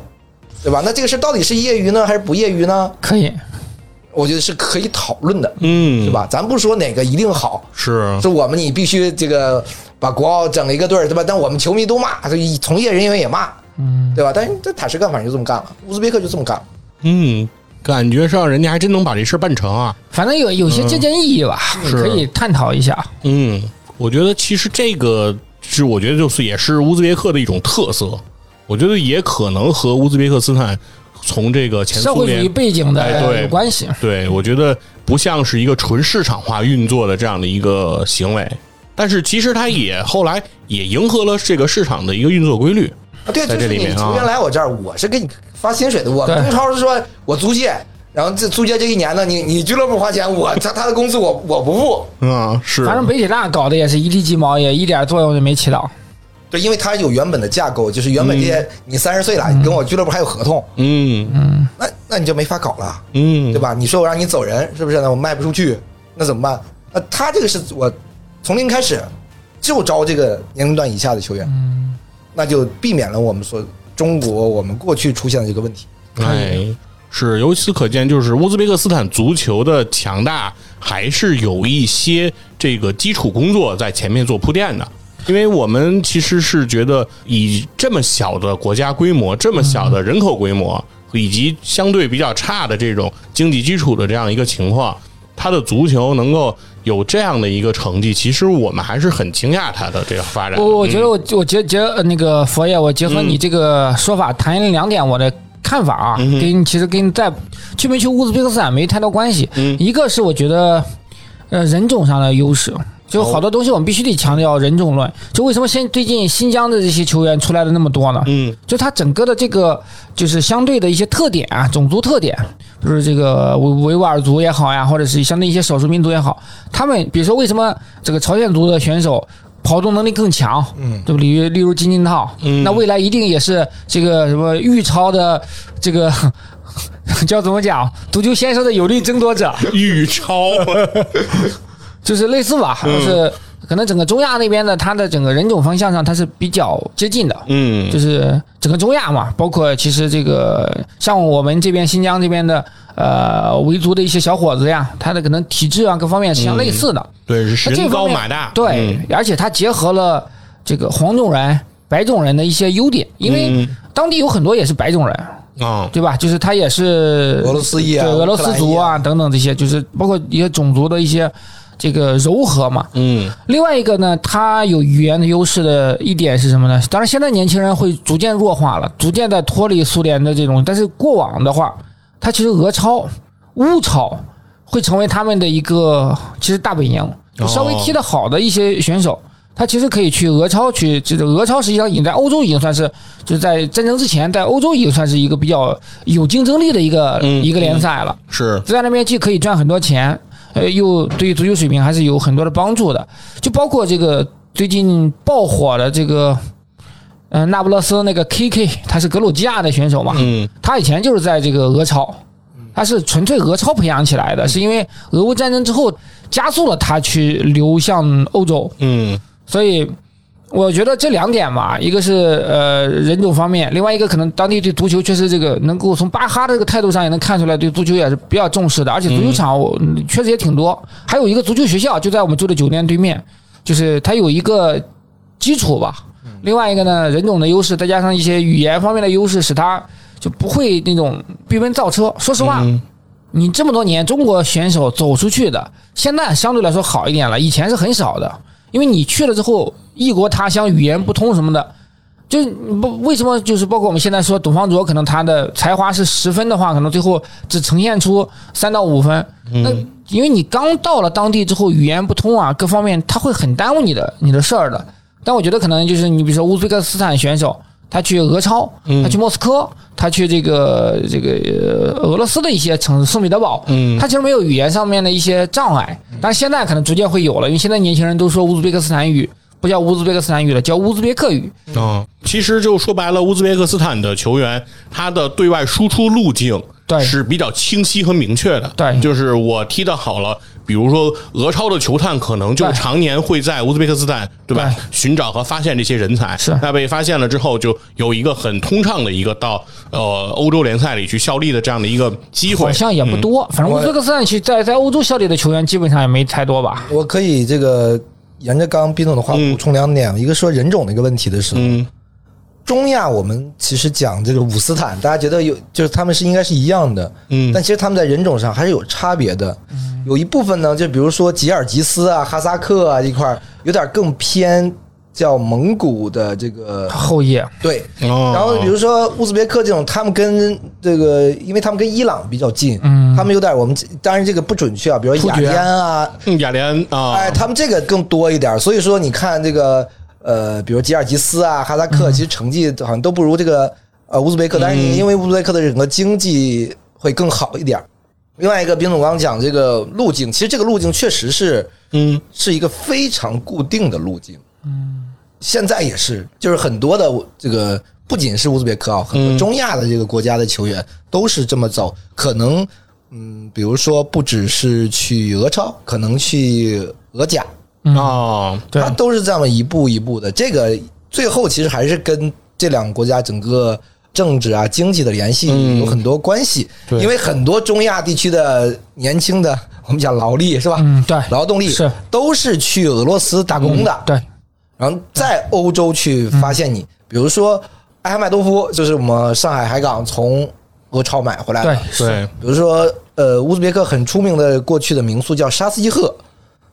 Speaker 3: 对吧？那这个事儿到底是业余呢，还是不业余呢？
Speaker 2: 可以，
Speaker 3: 我觉得是可以讨论的，
Speaker 1: 嗯，
Speaker 3: 是？吧？咱不说哪个一定好，
Speaker 1: 是，
Speaker 3: 是我们你必须这个把国奥整了一个队儿，对吧？但我们球迷都骂，所以从业人员也骂，
Speaker 2: 嗯，
Speaker 3: 对吧？但是这塔什干反正就这么干了，乌兹别克就这么干了。
Speaker 1: 嗯，感觉上人家还真能把这事儿办成啊。
Speaker 2: 反正有有些借鉴意义吧，你
Speaker 1: 是
Speaker 2: 可以探讨一下。
Speaker 1: 嗯，我觉得其实这个是我觉得就是也是乌兹别克的一种特色，我觉得也可能和乌兹别克斯坦从这个前
Speaker 2: 社
Speaker 1: 苏
Speaker 2: 会主义
Speaker 1: 联。
Speaker 2: 背景的、
Speaker 1: 哎对
Speaker 2: 有关系，
Speaker 1: 对，我觉得不像是一个纯市场化运作的这样的一个行为，但是其实它也后来也迎合了这个市场的一个运作规律。
Speaker 3: 啊，对，
Speaker 1: 在这
Speaker 3: 就是
Speaker 1: 里
Speaker 3: 你
Speaker 1: 面啊
Speaker 3: 球员来我这儿，我是给你发薪水的。我
Speaker 2: 对
Speaker 3: 中超是说我租借，然后这租借这一年呢，你你俱乐部花钱，我他他的工资我我不付。
Speaker 1: 嗯，是
Speaker 2: 反正北铁大搞的也是一地鸡毛，也一点作用就没起到。
Speaker 3: 对，因为他有原本的架构，就是原本这些、你三十岁了，你跟我俱乐部还有合同，
Speaker 1: 嗯
Speaker 3: 那那你就没法搞了，
Speaker 1: 嗯，
Speaker 3: 对吧？你说我让你走人，是不是呢？我卖不出去，那怎么办？那他这个是我从零开始就招这个年龄段以下的球员，
Speaker 1: 嗯
Speaker 3: 那就避免了我们说中国我们过去出现的这个问题。
Speaker 1: 哎，是，由此可见，就是乌兹别克斯坦足球的强大，还是有一些这个基础工作在前面做铺垫的。因为我们其实是觉得，以这么小的国家规模、这么小的人口规模，以及相对比较差的这种经济基础的这样一个情况，他的足球能够有这样的一个成绩，其实我们还是很惊讶他的这个发展。
Speaker 2: 我我觉得我我结结呃那个佛爷，我结合
Speaker 1: 嗯
Speaker 2: 你这个说法，谈两点我的看法啊，跟其实跟在去没去乌兹别克斯坦没太多关系。
Speaker 1: 嗯
Speaker 2: 一个是我觉得，呃，人种上的优势。就好多东西我们必须得强调人种论。就为什么现最近新疆的这些球员出来的那么多呢？
Speaker 1: 嗯，
Speaker 2: 就它整个的这个就是相对的一些特点啊，种族特点，就是这个维维吾尔族也好呀，或者是相对一些少数民族也好，他们比如说为什么这个朝鲜族的选手跑动能力更强，嗯，对不？例如例如金金套，嗯，那未来一定也是这个什么玉超的这个叫怎么讲，足球先生的有力争夺者，
Speaker 1: 玉 超，
Speaker 2: 就是类似吧，
Speaker 1: 嗯
Speaker 2: 就是可能整个中亚那边的它的整个人种方向上它是比较接近的，
Speaker 1: 嗯
Speaker 2: 就是整个中亚嘛，包括其实这个像我们这边新疆这边的呃维族的一些小伙子呀，他的可能体质啊各方面是相类似的，
Speaker 1: 对，
Speaker 2: 那
Speaker 1: 嗯
Speaker 2: 这
Speaker 1: 人
Speaker 2: 方
Speaker 1: 高
Speaker 2: 面
Speaker 1: 马大，
Speaker 2: 对，
Speaker 1: 嗯
Speaker 2: 而且他结合了这个黄种人、白种人的一些优点，因为
Speaker 1: 嗯
Speaker 2: 当地有很多也是白种人，
Speaker 1: 啊，
Speaker 2: 对吧？就是他也是
Speaker 3: 俄罗斯裔啊
Speaker 2: 对俄罗斯族啊等等这些，就是包括一些种族的一些这个柔和嘛，
Speaker 1: 嗯
Speaker 2: 另外一个呢，它有语言的优势的一点是什么呢？当然，现在年轻人会逐渐弱化了，逐渐的脱离苏联的这种，但是过往的话，它其实俄超、乌超会成为他们的一个其实大本
Speaker 1: 哦
Speaker 2: 营，就稍微踢得好的一些选手。他其实可以去俄超去，这个俄超实际上已经在欧洲已经算是，就是在战争之前，在欧洲已经算是一个比较有竞争力的一个、
Speaker 1: 嗯
Speaker 2: 一个联赛了。
Speaker 1: 是，
Speaker 2: 在那边既可以赚很多钱，呃，又对于足球水平还是有很多的帮助的。就包括这个最近爆火的这个，嗯、那不勒斯那个 KK，他是格鲁吉亚的选手嘛，
Speaker 1: 嗯。
Speaker 2: 他以前就是在这个俄超，他是纯粹俄超培养起来的，是因为俄乌战争之后加速了他去流向欧洲，
Speaker 1: 嗯
Speaker 2: 所以我觉得这两点吧，一个是呃人种方面，另外一个可能当地对足球确实这个能够从巴哈的这个态度上也能看出来，对足球也是比较重视的，而且足球场我嗯确实也挺多，还有一个足球学校就在我们住的酒店对面，就是它有一个基础吧。另外一个呢，人种的优势，再加上一些语言方面的优势，使他就不会那种闭门造车。说实话，
Speaker 1: 嗯
Speaker 2: 你这么多年中国选手走出去的，现在相对来说好一点了，以前是很少的，因为你去了之后，异国他乡，语言不通什么的，就是你不为什么就是包括我们现在说董方卓，可能他的才华是十分的话，可能最后只呈现出三到五分，那因为你刚到了当地之后，语言不通啊，各方面他会很耽误你的你的事儿的。但我觉得可能就是你比如说乌兹别克斯坦选手，他去俄超，他去莫斯科，他去这个这个呃俄罗斯的一些城市圣彼得堡，
Speaker 1: 嗯
Speaker 2: 他其实没有语言上面的一些障碍，但是现在可能逐渐会有了，因为现在年轻人都说乌兹别克斯坦语，不叫乌兹别克斯坦语了，叫乌兹别克语。
Speaker 1: 嗯，其实就说白了，乌兹别克斯坦的球员他的对外输出路径
Speaker 2: 对
Speaker 1: 是比较清晰和明确的。
Speaker 2: 对
Speaker 1: 就是我踢得好了，比如说俄超的球探可能就
Speaker 2: 对
Speaker 1: 常年会在乌兹别克斯坦，对吧？
Speaker 2: 对
Speaker 1: 寻找和发现这些人才。
Speaker 2: 是
Speaker 1: 那被发现了之后，就有一个很通畅的一个到呃欧洲联赛里去效力的这样的一个机会
Speaker 2: 好。像也不多，反正乌兹别克斯坦其实在在欧洲效力的球员基本上也没太多吧。
Speaker 3: 我可以这个沿着刚刚斌总的话
Speaker 1: 嗯
Speaker 3: 补充两点，一个说人种的一个问题的时候，
Speaker 1: 嗯
Speaker 3: 中亚我们其实讲这个伍斯坦，大家觉得有就是他们是应该是一样的，
Speaker 1: 嗯
Speaker 3: 但其实他们在人种上还是有差别的。有一部分呢，就比如说吉尔吉斯啊、哈萨克啊这块儿，有点更偏叫蒙古的这个
Speaker 1: 啊
Speaker 2: 后裔
Speaker 3: 对。
Speaker 1: 哦
Speaker 3: 然后比如说乌兹别克这种，他们跟这个，因为他们跟伊朗比较近，嗯，他们有点我们当然这个不准确啊，比如说
Speaker 2: 突
Speaker 3: 雅
Speaker 2: 厥
Speaker 3: 典啊，
Speaker 1: 嗯雅莲啊，
Speaker 3: 哎，他们这个更多一点，所以说你看这个呃，比如吉尔吉斯啊、哈萨克，其实成绩好像都不如这个呃乌兹别克，但是因为乌兹别克的整个经济会更好一点。另外一个，冰总刚讲这个路径，其实这个路径确实是
Speaker 1: 嗯
Speaker 3: 是一个非常固定的路径。嗯，现在也是，就是很多的这个不仅是乌兹别克啊，很多中亚的这个国家的球员都是这么走，可能。嗯，比如说不只是去俄超，可能去俄甲，
Speaker 1: 啊，
Speaker 2: 对
Speaker 3: 它都是这么一步一步的。这个最后其实还是跟这两个国家整个政治啊、经济的联系有很多关系。
Speaker 1: 对
Speaker 3: 因为很多中亚地区的年轻的，我们讲劳力是吧？
Speaker 2: 嗯对
Speaker 3: 劳动力
Speaker 2: 是嗯
Speaker 3: 都是去俄罗斯打工的，
Speaker 2: 对，
Speaker 3: 然后在欧洲去发现你。比如说艾哈迈多夫，就是我们上海海港从俄超买回来的，
Speaker 2: 对
Speaker 1: 对，
Speaker 3: 比如说，呃，乌兹别克很出名的过去的民宿叫沙斯基赫，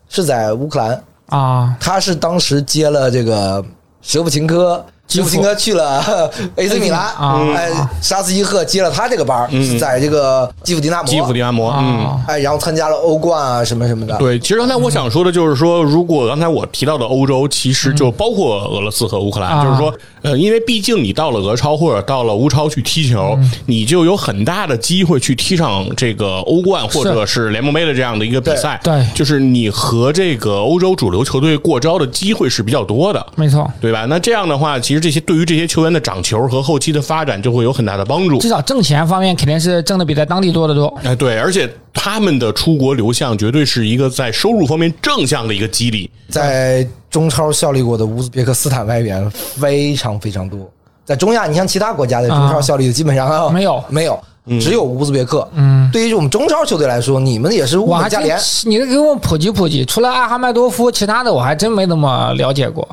Speaker 3: 是在乌克兰，
Speaker 2: 啊，
Speaker 3: 他是当时接了这个舍甫琴科，
Speaker 2: 基
Speaker 3: 舍
Speaker 2: 辅
Speaker 3: 甫琴科去了呵 AC 米兰，
Speaker 2: 啊
Speaker 3: 哎，沙斯基赫接了他这个班儿，是在这个基辅迪纳摩，
Speaker 1: 基辅迪，安摩，嗯。
Speaker 2: 啊
Speaker 3: 哎，然后参加了欧冠啊什么什么的，
Speaker 1: 对，其实刚才我想说的就是说，如果刚才我提到的欧洲，其实就包括俄罗斯和乌克兰，
Speaker 2: 啊
Speaker 1: 就是说，呃，因为毕竟你到了俄超或者到了乌超去踢球，你就有很大的机会去踢上这个欧冠或者是联盟杯的这样的一个比赛，
Speaker 2: 对对
Speaker 1: 就是你和这个欧洲主流球队过招的机会是比较多的。
Speaker 2: 没错，
Speaker 1: 对吧？那这样的话，其实这些对于这些球员的长球和后期的发展就会有很大的帮助
Speaker 2: 至。少挣钱方面肯定是挣的比在当地多得多。
Speaker 1: 哎，对，而且他们的出国流向绝对是一个在收入方面正向的一个激励。
Speaker 3: 在中超效力过的乌兹别克斯坦外援非常非常多，在中亚，你像其他国家的中超效力的基本上、
Speaker 2: 没有
Speaker 3: 没有，只有乌兹别克。嗯，对于我们中超球队来说，你们也是物
Speaker 2: 我
Speaker 3: 美
Speaker 2: 还
Speaker 3: 价
Speaker 2: 真
Speaker 3: 廉。，
Speaker 2: 你给我普及普及，除了阿哈迈多夫，其他的我还真没怎么了解过。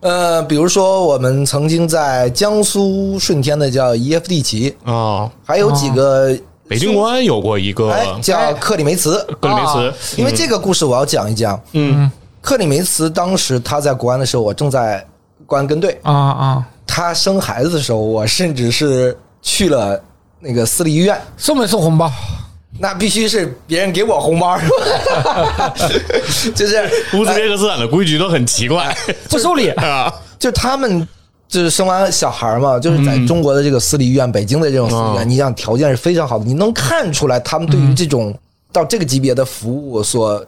Speaker 3: 呃，比如说我们曾经在江苏舜天的叫 E 伊耶夫蒂奇，
Speaker 1: 啊、
Speaker 3: 还有几个、
Speaker 1: 北京国安有过一个，
Speaker 3: 哎叫克里梅茨，
Speaker 1: 格里梅茨
Speaker 2: 啊
Speaker 1: 嗯
Speaker 3: 因为这个故事我要讲一讲。
Speaker 1: 嗯
Speaker 3: 克里梅茨当时他在国安的时候，我正在国安跟队，
Speaker 2: 啊啊，
Speaker 3: 他生孩子的时候，我甚至是去了那个私立医院，
Speaker 2: 送没送红包？
Speaker 3: 那必须是别人给我红包，是吧？ 就是
Speaker 1: 乌兹别克斯坦的规矩都很奇怪
Speaker 2: 不收礼
Speaker 3: 哎
Speaker 1: 啊。
Speaker 3: 就是他们就是生完小孩嘛，就是在中国的这个私立医院，北京的这种私立医
Speaker 1: 哦
Speaker 3: 院，你想条件是非常好的，你能看出来他们对于这种到这个级别的服务所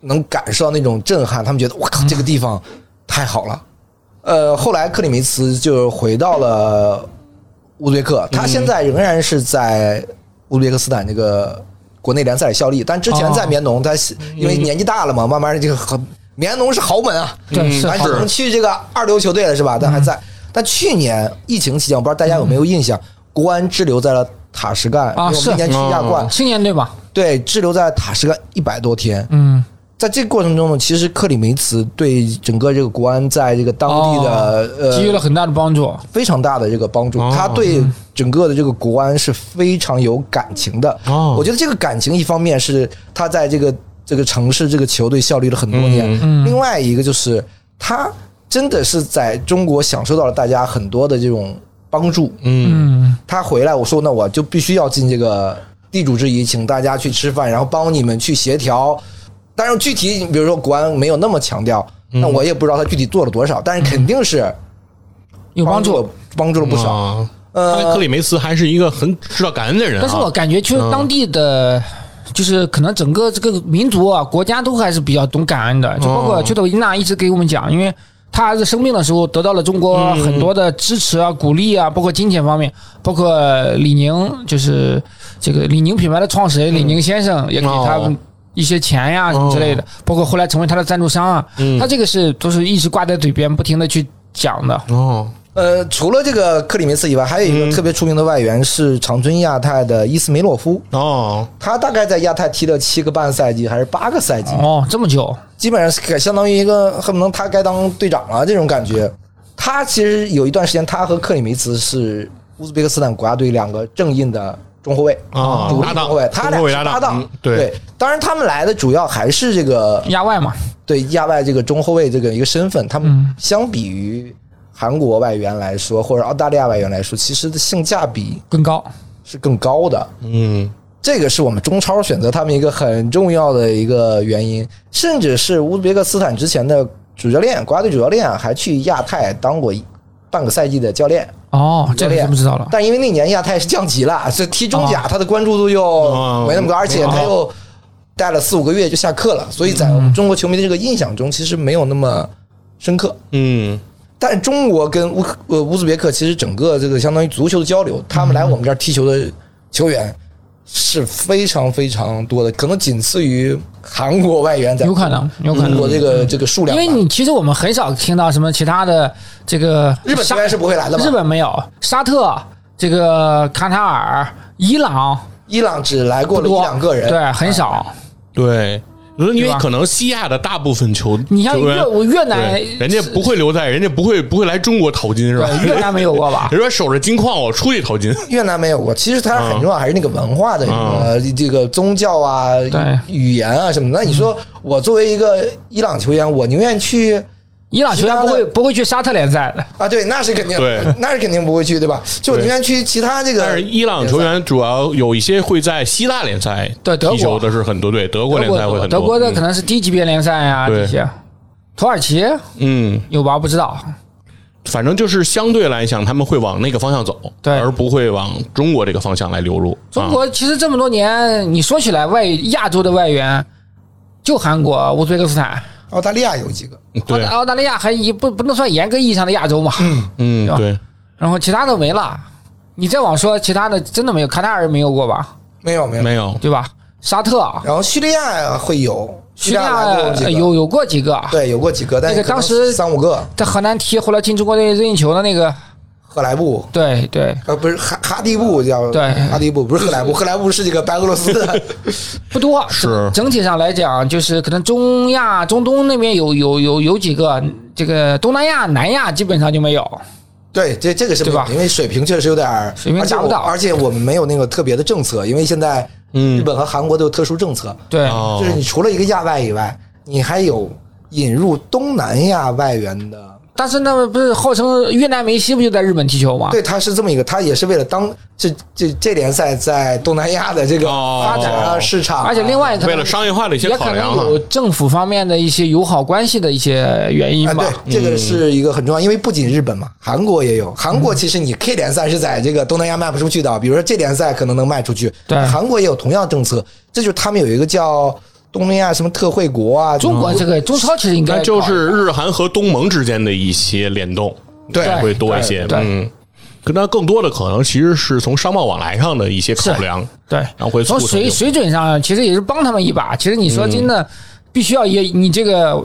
Speaker 3: 能感受到那种震撼，他们觉得我靠，这个地方太好了。呃，后来克里梅茨就回到了乌兹别克，他现在仍然是在乌兹别克斯坦这个国内联赛效力，但之前在
Speaker 2: 哦
Speaker 3: 棉农，他是因为年纪大了嘛，慢慢这个很棉农是豪门啊，
Speaker 2: 对是嗯
Speaker 3: 还
Speaker 2: 豪
Speaker 3: 能去这个二流球队了是吧？但还在，但去年疫情期间，我不知道大家有没有印象，国安滞留在了塔什干，
Speaker 2: 啊
Speaker 3: 因为我们
Speaker 2: 是哦
Speaker 3: 今年去亚冠，
Speaker 2: 青年队吧？
Speaker 3: 对，滞留在塔什干一百多天。
Speaker 2: 嗯，
Speaker 3: 在这个过程中呢，其实克里梅茨对整个这个国安在这个当地的、
Speaker 2: 哦
Speaker 3: 呃
Speaker 2: 给予了很大的帮助。
Speaker 3: 非常大的这个帮助
Speaker 1: 哦，
Speaker 3: 他对整个的这个国安是非常有感情的。
Speaker 1: 哦
Speaker 3: 我觉得这个感情一方面是他在这个这个城市这个球队效力了很多年，
Speaker 1: 嗯
Speaker 3: 另外一个就是他真的是在中国享受到了大家很多的这种帮助。
Speaker 1: 嗯，
Speaker 2: 嗯，
Speaker 3: 他回来，我说那我就必须要尽这个地主之谊，请大家去吃饭，然后帮你们去协调。当然，具体比如说国安没有那么强调，
Speaker 1: 嗯
Speaker 3: 那我也不知道他具体做了多少，但是肯定是
Speaker 2: 有帮
Speaker 3: 助
Speaker 2: 助
Speaker 3: 了。帮助了不少。
Speaker 1: 啊看来
Speaker 3: 呃
Speaker 1: 克，里梅茨还是一个很知道感恩的人、啊。
Speaker 2: 但是我感觉就是当地的，就是可能整个这个民族啊、国家都还是比较懂感恩的，就包括
Speaker 1: 哦
Speaker 2: 缺头伊娜一直给我们讲，因为。他儿子生病的时候得到了中国很多的支持啊、鼓励啊，包括金钱方面，包括李宁，就是这个李宁品牌的创始人李宁先生也给他
Speaker 1: 哦
Speaker 2: 们一些钱呀、什么之类的，包括后来成为他的赞助商啊，他这个是都是一直挂在嘴边，不停的去讲的。
Speaker 1: 哦，
Speaker 3: 呃，除了这个克里梅茨以外，还有一
Speaker 1: 嗯
Speaker 3: 个特别出名的外援是长春亚泰的伊斯梅洛夫，
Speaker 1: 哦，
Speaker 3: 他大概在亚泰踢了七个半赛季还是八个赛
Speaker 1: 啊
Speaker 3: 季，
Speaker 2: 哦，这么久，
Speaker 3: 基本上是给相当于一个恨不能他该当队长了这种感觉。他其实有一段时间，他和克里梅茨是乌兹别克斯坦国家队两个正印的中后卫
Speaker 1: 啊
Speaker 3: 主力
Speaker 1: 搭
Speaker 3: 中
Speaker 1: 档
Speaker 3: 后卫，他俩
Speaker 1: 中后卫
Speaker 3: 是
Speaker 1: 搭档
Speaker 3: 搭档
Speaker 1: 嗯。对
Speaker 3: 当然他们来的主要还是这个
Speaker 2: 亚外嘛，
Speaker 3: 对亚外这个中后卫这个一个身份，他们相比于韩国外援来说，或者澳大利亚外援来说，其实的性价比
Speaker 2: 更高。
Speaker 3: 是更高的。
Speaker 1: 嗯，
Speaker 3: 这个是我们中超选择他们一个很重要的一个原因，甚至是乌兹别克斯坦之前的主教练，国家队主教练啊还去亚太当过一半个赛季的教练。
Speaker 2: 哦，这个
Speaker 3: 教练
Speaker 2: 真不知道了。
Speaker 3: 但因为那年亚太是降级了，所以踢中
Speaker 2: 啊
Speaker 3: 甲他的关注度又没那
Speaker 2: 嗯
Speaker 3: 么高，而且他又带了四五个月就下课了，所以在我
Speaker 2: 嗯
Speaker 3: 们中国球迷的这个印象中，其实没有那么深刻。
Speaker 1: 嗯，
Speaker 3: 但中国跟乌克呃乌兹别克其实整个这个相当于足球的交流，他们来我们这儿踢球的球员是非常非常多的，可能仅次于韩国外援在
Speaker 2: 有可能，有可
Speaker 3: 中国
Speaker 2: 能，
Speaker 3: 这个这个数量
Speaker 2: 因
Speaker 3: 吧。
Speaker 2: 为你其实我们很少听到什么其他的这个
Speaker 3: 日本
Speaker 2: 沙
Speaker 3: 球员是不会来的嘛，
Speaker 2: 日本没有，沙特、这个卡塔尔、伊朗
Speaker 3: 伊朗只来过
Speaker 2: 不
Speaker 3: 了
Speaker 2: 多，
Speaker 3: 一两个人，嗯
Speaker 2: 对，很少。
Speaker 1: 对。因
Speaker 2: 对
Speaker 1: 为
Speaker 2: 吧
Speaker 1: 可能西亚的大部分球，
Speaker 2: 你像
Speaker 1: 球员
Speaker 2: 越我越南
Speaker 1: 对人家不会留在，人家不会不会来中国淘金是吧？
Speaker 2: 对越南没有过 吧？
Speaker 1: 人说守着金矿我出去淘金，
Speaker 3: 越南没有过，其实它很重要还是那个文化的、呃这个宗教啊、
Speaker 2: 对
Speaker 3: 语言啊什么的。那你说我作为一个伊朗球员，我宁愿去
Speaker 2: 伊朗球员不
Speaker 3: 其
Speaker 2: 会
Speaker 3: 他的
Speaker 2: 不会去沙特联赛的，
Speaker 3: 啊，对，那是肯定，
Speaker 1: 对
Speaker 3: 那是肯定不会去，对吧？就我宁愿去其他这个。
Speaker 1: 但是伊朗球员主要有一些会在希腊联赛
Speaker 2: 对德国
Speaker 1: 踢球的是很多，对德国
Speaker 2: 德
Speaker 1: 联赛会
Speaker 2: 国
Speaker 1: 很多，嗯
Speaker 2: 德国的可能是低级别联赛啊
Speaker 1: 对
Speaker 2: 这些，土耳其
Speaker 1: 嗯，嗯
Speaker 2: 有吧？不知道。
Speaker 1: 反正就是相对来讲，他们会往那个方向走，
Speaker 2: 对
Speaker 1: 而不会往中国这个方向来流入。
Speaker 2: 中
Speaker 1: 啊、
Speaker 2: 国其实这么多年，你说起来外亚洲的外援，就韩国、乌兹别克斯坦、
Speaker 3: 澳大利亚有几个，
Speaker 2: 澳
Speaker 1: 对啊
Speaker 2: 大，澳大利亚还也不不能算严格意义上的亚洲嘛，
Speaker 1: 嗯，
Speaker 2: 吧
Speaker 1: 对，
Speaker 2: 然后其他的没了。你再往说其他的，真的没有，卡塔尔没有过吧？
Speaker 3: 没有没有。
Speaker 1: 没有，
Speaker 2: 对吧？沙特、啊
Speaker 3: 然后叙利亚会有，
Speaker 2: 叙利
Speaker 3: 利亚来过几
Speaker 2: 亚
Speaker 3: 个，
Speaker 2: 有有过几个，
Speaker 3: 对有过几个，但
Speaker 2: 那个
Speaker 3: 可能
Speaker 2: 当时
Speaker 3: 三五个，
Speaker 2: 在河南踢，后来进中国队任意球的那个，
Speaker 3: 赫莱布。
Speaker 2: 对对，
Speaker 3: 呃，不是哈哈迪布叫
Speaker 2: 对
Speaker 3: 哈迪布，不是赫 莱布，赫莱布是这个白俄罗斯的，
Speaker 2: 不多。
Speaker 1: 是
Speaker 2: 整整体上来讲，就是可能中亚、中东那边有有有有几个，这个东南亚、南亚基本上就没有。
Speaker 3: 对，这这个是没
Speaker 2: 对
Speaker 3: 有
Speaker 2: 吧
Speaker 3: 因为水平确实有点儿
Speaker 2: 水平
Speaker 3: 而且
Speaker 2: 达不
Speaker 3: 我
Speaker 2: 到嗯
Speaker 3: 而且我们没有那个特别的政策，因为现在日本和韩国都有特殊政策，
Speaker 2: 对，
Speaker 1: 哦
Speaker 3: 就是你除了一个亚外以外，你还有引入东南亚外援的。
Speaker 2: 但是那不是号称越南梅西不就在日本踢球吗？
Speaker 3: 对，他是这么一个，他也是为了当这这这联赛在东南亚的这个
Speaker 1: 哦
Speaker 3: 发展啊、市场啊，
Speaker 2: 而且另外可
Speaker 1: 为
Speaker 2: 能
Speaker 1: 了商业化的一些
Speaker 2: 也
Speaker 1: 考
Speaker 2: 可能
Speaker 1: 量啊
Speaker 2: 有政府方面的一些友好关系的一些原因
Speaker 3: 啊，
Speaker 2: 吧。
Speaker 1: 哎
Speaker 2: 嗯
Speaker 3: 对，这个是一个很重要，因为不仅日本嘛，韩国也有。韩国其实你 K 联赛是在这个东南亚卖不出去的，比如说这联赛可能能卖出去。
Speaker 2: 对
Speaker 3: 韩国也有同样政策，这就是他们有一个叫东南亚什么特惠国啊，
Speaker 2: 中国这个中超其实应该
Speaker 1: 嗯那就
Speaker 2: 搞
Speaker 1: 是日韩和东盟之间的一些联动，
Speaker 3: 对
Speaker 1: 会多一些，
Speaker 2: 对对
Speaker 1: 嗯。可那更多的可能其实是从商贸往来上的一些考量，
Speaker 2: 对，
Speaker 1: 然后会促
Speaker 2: 从
Speaker 1: 成
Speaker 2: 水
Speaker 1: 这嗯种
Speaker 2: 水准上，其实也是帮他们一把。其实你说真的，必须要也你这个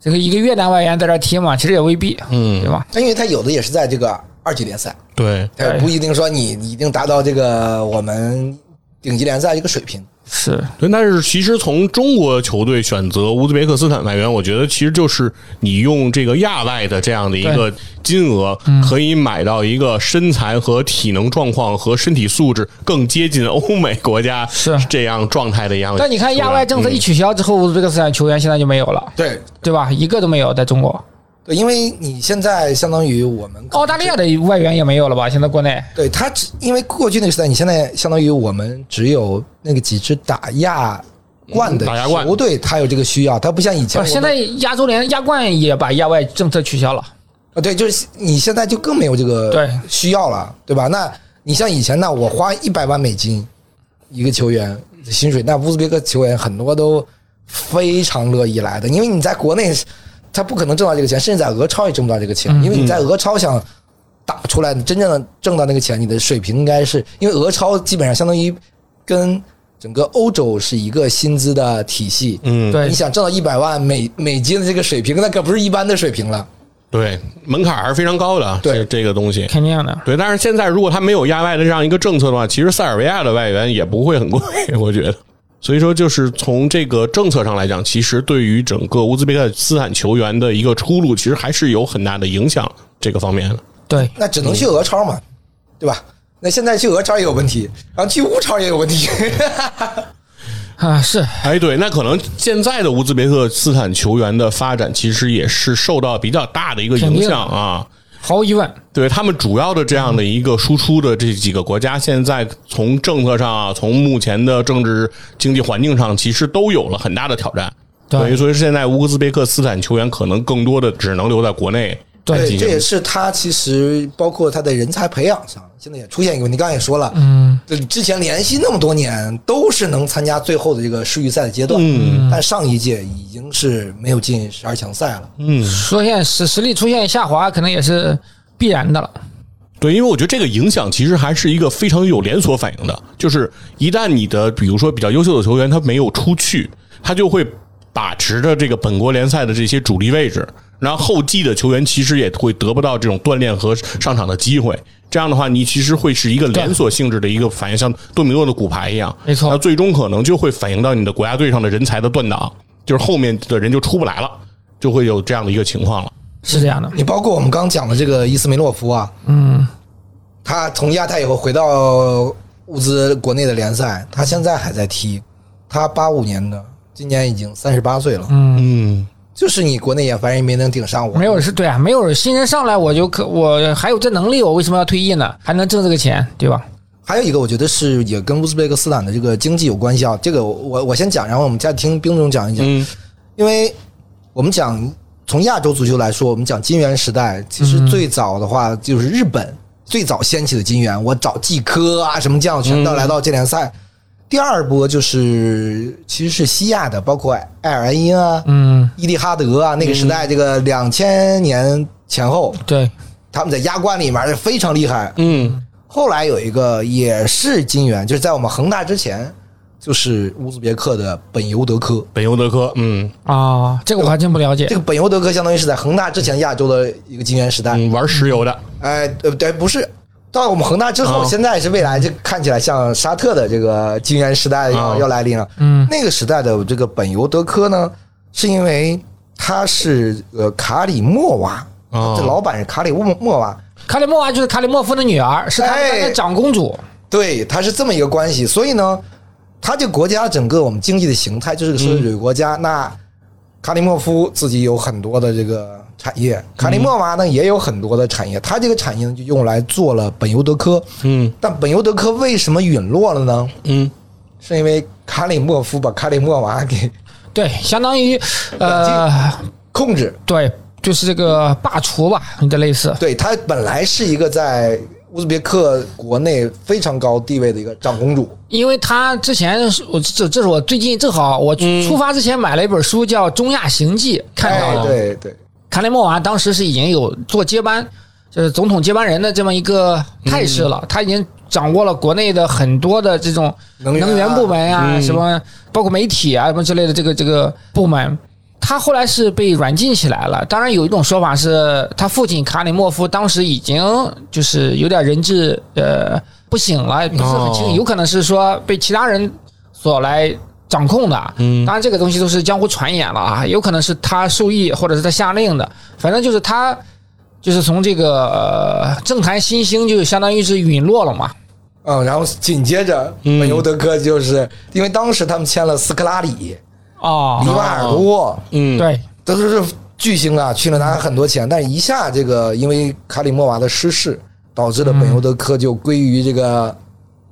Speaker 2: 这个一个越南外援在这儿踢嘛，其实也未必，嗯，对吧？
Speaker 3: 因为它有的也是在这个二级联赛，
Speaker 1: 对，
Speaker 3: 它也不一定说你你一定达到这个我们顶级联赛一个水平。
Speaker 2: 是
Speaker 1: 对，但是其实从中国球队选择乌兹别克斯坦外援，我觉得其实就是你用这个亚外的这样的一个金额，
Speaker 2: 嗯
Speaker 1: 可以买到一个身材和体能状况和身体素质更接近欧美国家
Speaker 2: 是
Speaker 1: 这样状态的样嗯子。
Speaker 2: 但你看亚外政策一取消之后，乌兹别克斯坦球员现在就没有了，
Speaker 3: 对
Speaker 2: 对吧？一个都没有在中国，
Speaker 3: 对，因为你现在相当于我们
Speaker 2: 澳大利亚的外援也没有了吧？现在国内
Speaker 3: 对他只因为过去那个时代，你现在相当于我们只有那个几支打亚冠的
Speaker 1: 嗯打亚冠
Speaker 3: 球队，他有这个需要，他不像以
Speaker 2: 不
Speaker 3: 前我
Speaker 2: 是
Speaker 3: 们。
Speaker 2: 啊现在亚洲联亚冠也把亚外政策取消了，
Speaker 3: 啊，对，就是你现在就更没有这个
Speaker 2: 对
Speaker 3: 需要了，对吧？那你像以前那我花一百万美金一个球员的薪水，那乌兹别克球员很多都非常乐意来的，因为你在国内他不可能挣到这个钱，甚至在俄超也挣不到这个钱，因为你在俄超想打出来，你真正的挣到那个钱，你的水平应该是因为俄超基本上相当于跟整个欧洲是一个薪资的体系，
Speaker 1: 嗯，
Speaker 2: 对
Speaker 3: 你想挣到一百万美美金的这个水平，那可不是一般的水平了。
Speaker 1: 对，门槛还是非常高的，
Speaker 3: 对
Speaker 1: 这这个东西。
Speaker 2: 肯定的。
Speaker 1: 对，但是现在如果他没有亚外的这样一个政策的话，其实塞尔维亚的外援也不会很贵， 我觉得。所以说，就是从这个政策上来讲，其实对于整个乌兹别克斯坦球员的一个出路，其实还是有很大的影响这个方面的。
Speaker 2: 对，
Speaker 3: 那只能去俄超嘛，对吧？那现在去俄超也有问题，然后去乌超也有问题。
Speaker 2: 啊，是
Speaker 1: 哎，对，那可能现在的乌兹别克斯坦球员的发展，其实也是受到比较大的一个影响啊。
Speaker 2: 毫无疑问，
Speaker 1: 对他们主要的这样的一个输出的这几个国家，现在从政策上啊，从目前的政治经济环境上，其实都有了很大的挑战。
Speaker 2: 对
Speaker 1: 等于说现在乌兹别克斯坦球员可能更多的只能留在国内来
Speaker 3: 对，
Speaker 1: 进
Speaker 3: 这
Speaker 1: 行
Speaker 3: 也是他其实包括他的人才培养上，现在也出现一个问题。刚才也说了，嗯，之前联系那么多年都是能参加最后的这个世预赛的阶段，嗯，但上一届已经是没有进十二强赛了。
Speaker 2: 说现在实实力出现下滑，可能也是必然的了。
Speaker 1: 对，因为我觉得这个影响其实还是一个非常有连锁反应的，就是一旦你的比如说比较优秀的球员他没有出去，他就会把持着这个本国联赛的这些主力位置，然后后继的球员其实也会得不到这种锻炼和上场的机会。这样的话，你其实会是一个连锁性质的一个反应，像多米诺的骨牌一样，
Speaker 2: 没错
Speaker 1: 那最终可能就会反映到你的国家队上的人才的断档，就是后面的人就出不来了，就会有这样的一个情况了。
Speaker 2: 是这样的，
Speaker 3: 你包括我们刚讲的这个伊斯梅洛夫啊，嗯，他从亚太以后回到物资国内的联赛，他现在还在踢，他八五年的，今年已经三十八岁了，
Speaker 1: 嗯，
Speaker 3: 就是你国内也反正也没能顶上我，
Speaker 2: 没有是对啊，没有新人上来我就可我还有这能力，我为什么要退役呢？还能挣这个钱，对吧？
Speaker 3: 还有一个，我觉得是也跟乌兹别克斯坦的这个经济有关系啊。这个我我我先讲，然后我们再听兵总讲一讲。
Speaker 1: 嗯
Speaker 3: 因为我们讲从亚洲足球来说，我们讲金元时代，其实最早的话就是日本最早掀起的金元，我找季科啊什么这样全都来到这联赛。第二波就是其实是西亚的，包括埃尔安因啊、
Speaker 2: 嗯，
Speaker 3: 伊蒂哈德啊那个时代，这个两千年前后，
Speaker 2: 对，
Speaker 3: 他们在亚冠里面是非常厉害。
Speaker 1: 嗯，
Speaker 3: 后来有一个也是金元，就是在我们恒大之前，就是乌兹别克的本尤德科。
Speaker 1: 本尤德科，嗯
Speaker 2: 啊，这个我还真不了解
Speaker 3: 这。个本尤德科相当于是在恒大之前亚洲的一个金元时代。
Speaker 1: 嗯，玩石油的。
Speaker 3: 哎，呃，对，不是。到我们恒大之后，
Speaker 1: 哦
Speaker 3: 现在是未来，这看起来像沙特的这个金元时代要、
Speaker 1: 哦
Speaker 3: 要来临了。
Speaker 2: 嗯，
Speaker 3: 那个时代的这个本尤德科呢，是因为他是呃卡里莫娃，
Speaker 1: 哦
Speaker 3: 嗯这老板是卡里莫莫娃，
Speaker 2: 卡里莫娃就是卡里莫夫的女儿，是他们
Speaker 3: 哎
Speaker 2: 的长公主。
Speaker 3: 对，它是这么一个关系。所以呢，它这个国家整个我们经济的形态就是个社会主义国家。那卡里莫夫自己有很多的这个产业，卡里莫娃呢也有很多的产业，它这个产业呢就用来做了本尤德科。
Speaker 1: 嗯
Speaker 3: 但本尤德科为什么陨落了呢？
Speaker 1: 嗯，
Speaker 3: 是因为卡里莫夫把卡里莫娃给
Speaker 2: 对，相当于呃，
Speaker 3: 控制。
Speaker 2: 对，就是这个罢黜吧，有点类似。
Speaker 3: 对，它本来是一个在乌兹别克国内非常高地位的一个长公主。
Speaker 2: 因为他之前是我这这是我最近正好我出发之前买了一本书叫《中亚行记》，看到
Speaker 3: 哎，
Speaker 2: 了。
Speaker 3: 对对。
Speaker 2: 卡内莫娃当时是已经有做接班，就是总统接班人的这么一个态势
Speaker 3: 嗯
Speaker 2: 了，他已经掌握了国内的很多的这种
Speaker 3: 能源啊
Speaker 2: 源部门啊，什么包括媒体啊什么之类的这个这个部门。他后来是被软禁起来了。当然，有一种说法是他父亲卡里莫夫当时已经就是有点人质呃不醒了，不是很清，
Speaker 1: 哦
Speaker 2: 有可能是说被其他人所来掌控的。嗯，当然这个东西都是江湖传言了啊，有可能是他授意或者是他下令的，反正就是他就是从这个、呃、政坛新星就相当于是陨落了嘛。
Speaker 3: 嗯，然后紧接着
Speaker 1: 嗯
Speaker 3: 本尤德科就是、因为当时他们签了斯科拉里、
Speaker 2: 哦
Speaker 3: 里瓦尔多，
Speaker 1: 嗯，
Speaker 2: 对，
Speaker 3: 都是巨星啊，去了拿很多钱，但一下这个因为卡里莫娃的失势，导致了
Speaker 1: 嗯
Speaker 3: 本尤德科就归于这个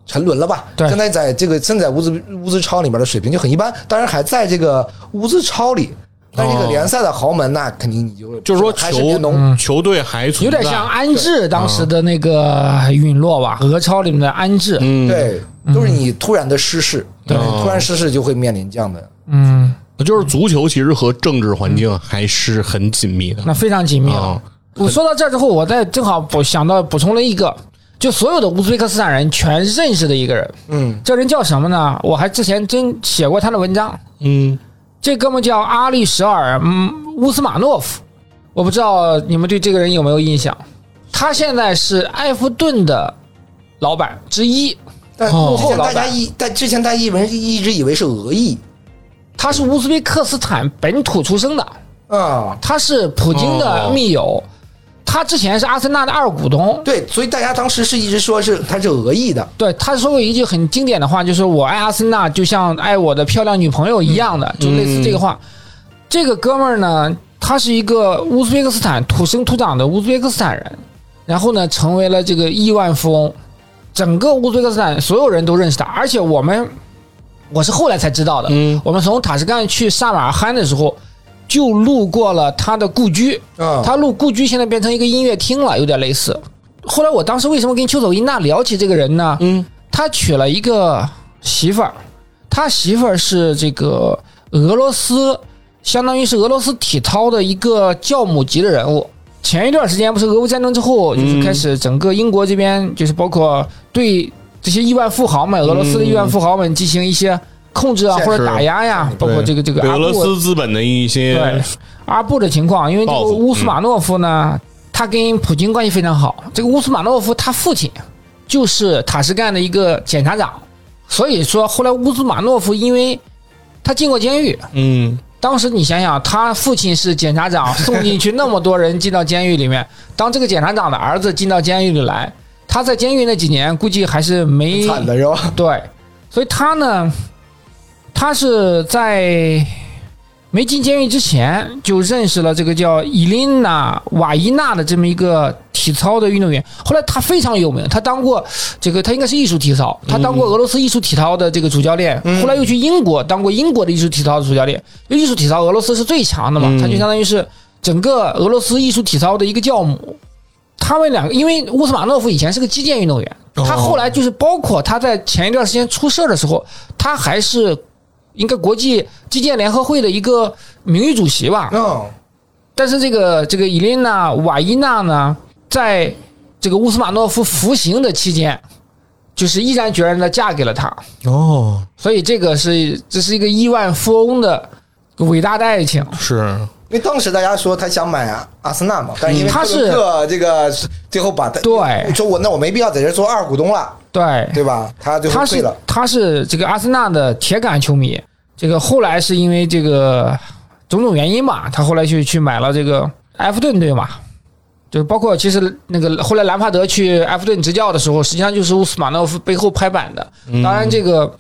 Speaker 3: 沉沦了吧？
Speaker 2: 对
Speaker 3: 现在在这个现在乌兹乌兹超里面的水平就很一般，当然还在这个乌兹超里，但这个
Speaker 1: 哦
Speaker 3: 联赛的豪门那肯定你就
Speaker 1: 就是说
Speaker 3: 还是别
Speaker 1: 球
Speaker 3: 浓。
Speaker 1: 球队还存
Speaker 2: 有
Speaker 1: 在
Speaker 2: 点像安置当时的那个陨落吧，俄超里面的安置。
Speaker 1: 嗯，
Speaker 3: 对，都是你突然的失势，
Speaker 1: 对
Speaker 3: 突然失势就会面临这样的
Speaker 2: 嗯，
Speaker 1: 就是足球其实和政治环境还是很紧密的。
Speaker 2: 那非常紧密了
Speaker 1: 啊。
Speaker 2: 我说到这儿之后，我再正好补想到补充了一个，就所有的乌兹别克斯坦人全认识的一个人，
Speaker 3: 嗯，
Speaker 2: 这人叫什么呢？我还之前真写过他的文章，
Speaker 1: 嗯，
Speaker 2: 这哥们叫阿利什尔嗯乌斯马诺夫，我不知道你们对这个人有没有印象？他现在是埃弗顿的老板之一，
Speaker 3: 但
Speaker 2: 哦
Speaker 3: 之前大
Speaker 2: 老
Speaker 3: 家
Speaker 2: 板
Speaker 3: 一，但之前大家以为一直以为是俄裔
Speaker 2: 他是乌兹别克斯坦本土出生的，
Speaker 3: 啊，
Speaker 2: 他是普京的密友，他之前是阿森纳的二股东，
Speaker 3: 对，所以大家当时是一直说是他是俄裔的，
Speaker 2: 对，他说过一句很经典的话，就是“我爱阿森纳就像爱我的漂亮女朋友一样的”，就类似这个话。这个哥们儿呢，他是一个乌兹别克斯坦土生土长的乌兹别克斯坦人，然后呢，成为了这个亿万富翁，整个乌兹别克斯坦所有人都认识他，而且我们 我是后来才知道的，
Speaker 1: 嗯
Speaker 2: 我们从塔什干去萨马尔罕的时候。就路过了他的故居，
Speaker 3: 嗯
Speaker 2: 他路故居现在变成一个音乐厅了，有点类似。后来我当时为什么跟邱走一娜聊起这个人呢？
Speaker 1: 嗯，
Speaker 2: 他娶了一个媳妇儿，他媳妇儿是这个俄罗斯，相当于是俄罗斯体操的一个教母级的人物。前一段时间不是俄乌战争之后，就是开始整个英国这边就是包括对这些亿万富豪们、俄罗斯的亿万富豪们进行一些控制啊
Speaker 3: 限制
Speaker 2: 或者打压呀，包括这个这个
Speaker 1: 嗯对
Speaker 2: 阿
Speaker 1: 俄罗
Speaker 2: 布
Speaker 1: 斯资本的一些
Speaker 2: 对阿布的情况，因为这个
Speaker 1: 报复
Speaker 2: 乌斯马诺夫呢，他跟普京关系非常好。这个乌斯马诺夫他父亲就是塔什干的一个检察长，所以说后来乌斯马诺夫因为他进过监狱，
Speaker 1: 嗯
Speaker 2: 当时你想想，他父亲是检察长，送进去那么多人进到监狱里面，当这个检察长的儿子进到监狱里来，他在监狱那几年估计还是没
Speaker 3: 惨的是吧？
Speaker 2: 对，所以他呢，他是在没进监狱之前就认识了这个叫伊琳娜瓦伊娜的这么一个体操的运动员。后来他非常有名，他当过这个，他应该是艺术体操，他当过俄罗斯艺术体操的这个主教练，后来又去英国当过英国的艺术体操的主教练。因为艺术体操俄罗斯是最强的嘛，他就相当于是整个俄罗斯艺术体操的一个教母。他们两个，因为乌斯马诺夫以前是个击剑运动员，
Speaker 1: 哦
Speaker 2: 他后来就是包括他在前一段时间出事儿的时候，他还是应该国际击剑联合会的一个名誉主席吧。
Speaker 3: 嗯，
Speaker 2: 但是这个这个伊琳娜瓦伊娜呢，在这个乌斯马诺夫服刑的期间，就是毅然决然的嫁给了他。
Speaker 1: 哦
Speaker 2: 所以这个是这是一个亿万富翁的伟大的爱情。
Speaker 1: 是
Speaker 3: 因为当时大家说他想买啊阿森纳嘛，但是因
Speaker 2: 嗯
Speaker 3: 为
Speaker 2: 他是
Speaker 3: 克洛克这个最后把他
Speaker 2: 对
Speaker 3: 说我那我没必要在这做二股东了，
Speaker 2: 对，
Speaker 3: 对吧？他最后
Speaker 2: 他
Speaker 3: 退
Speaker 2: 是
Speaker 3: 了，
Speaker 2: 他是这个阿森纳的铁杆球迷，这个后来是因为这个种种原因吧，他后来去去买了这个埃弗顿队嘛，就是包括其实那个后来兰帕德去埃弗顿执教的时候，实际上就是乌斯马诺夫背后拍板的。
Speaker 3: 嗯
Speaker 2: 当然，这个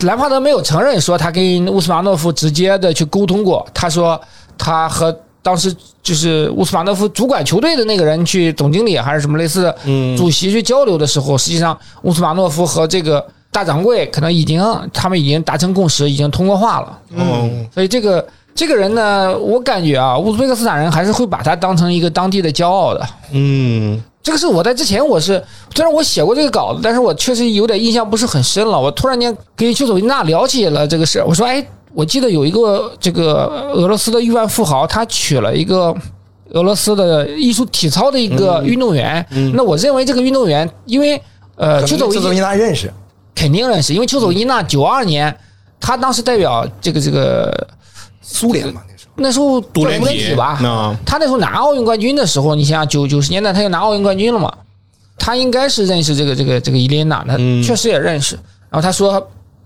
Speaker 2: 兰帕德没有承认说他跟乌斯马诺夫直接的去沟通过，他说他和。当时就是乌斯马诺夫主管球队的那个人去总经理还是什么类似的主席去交流的时候，实际上乌斯马诺夫和这个大掌柜可能已经他们已经达成共识，已经通过话了。
Speaker 1: 嗯
Speaker 2: 所以这个这个人呢，我感觉啊，乌兹别克斯坦人还是会把他当成一个当地的骄傲的。
Speaker 1: 嗯
Speaker 2: 这个是我在之前我是虽然我写过这个稿子，但是我确实有点印象不是很深了。我突然间跟丘佐维娜聊起了这个事儿，我说哎，我记得有一个这个俄罗斯的亿万富豪，他娶了一个。俄罗斯的艺术体操的一个运动员，那我认为这个运动员，因为呃，丘
Speaker 3: 就
Speaker 2: 佐维
Speaker 3: 走一他认识，
Speaker 2: 肯定认识，因为丘佐伊娜九二年，他当时代表这个这个
Speaker 3: 苏联嘛那时候，
Speaker 2: 那时候
Speaker 1: 独联
Speaker 2: 叫独
Speaker 1: 体
Speaker 2: 吧，
Speaker 1: 那
Speaker 2: 他那时候拿奥运冠军的时候，你想想九九十年代他就拿奥运冠军了嘛，他应该是认识这个这个这个伊琳娜，他
Speaker 1: 嗯
Speaker 2: 确实也认识。然后他说，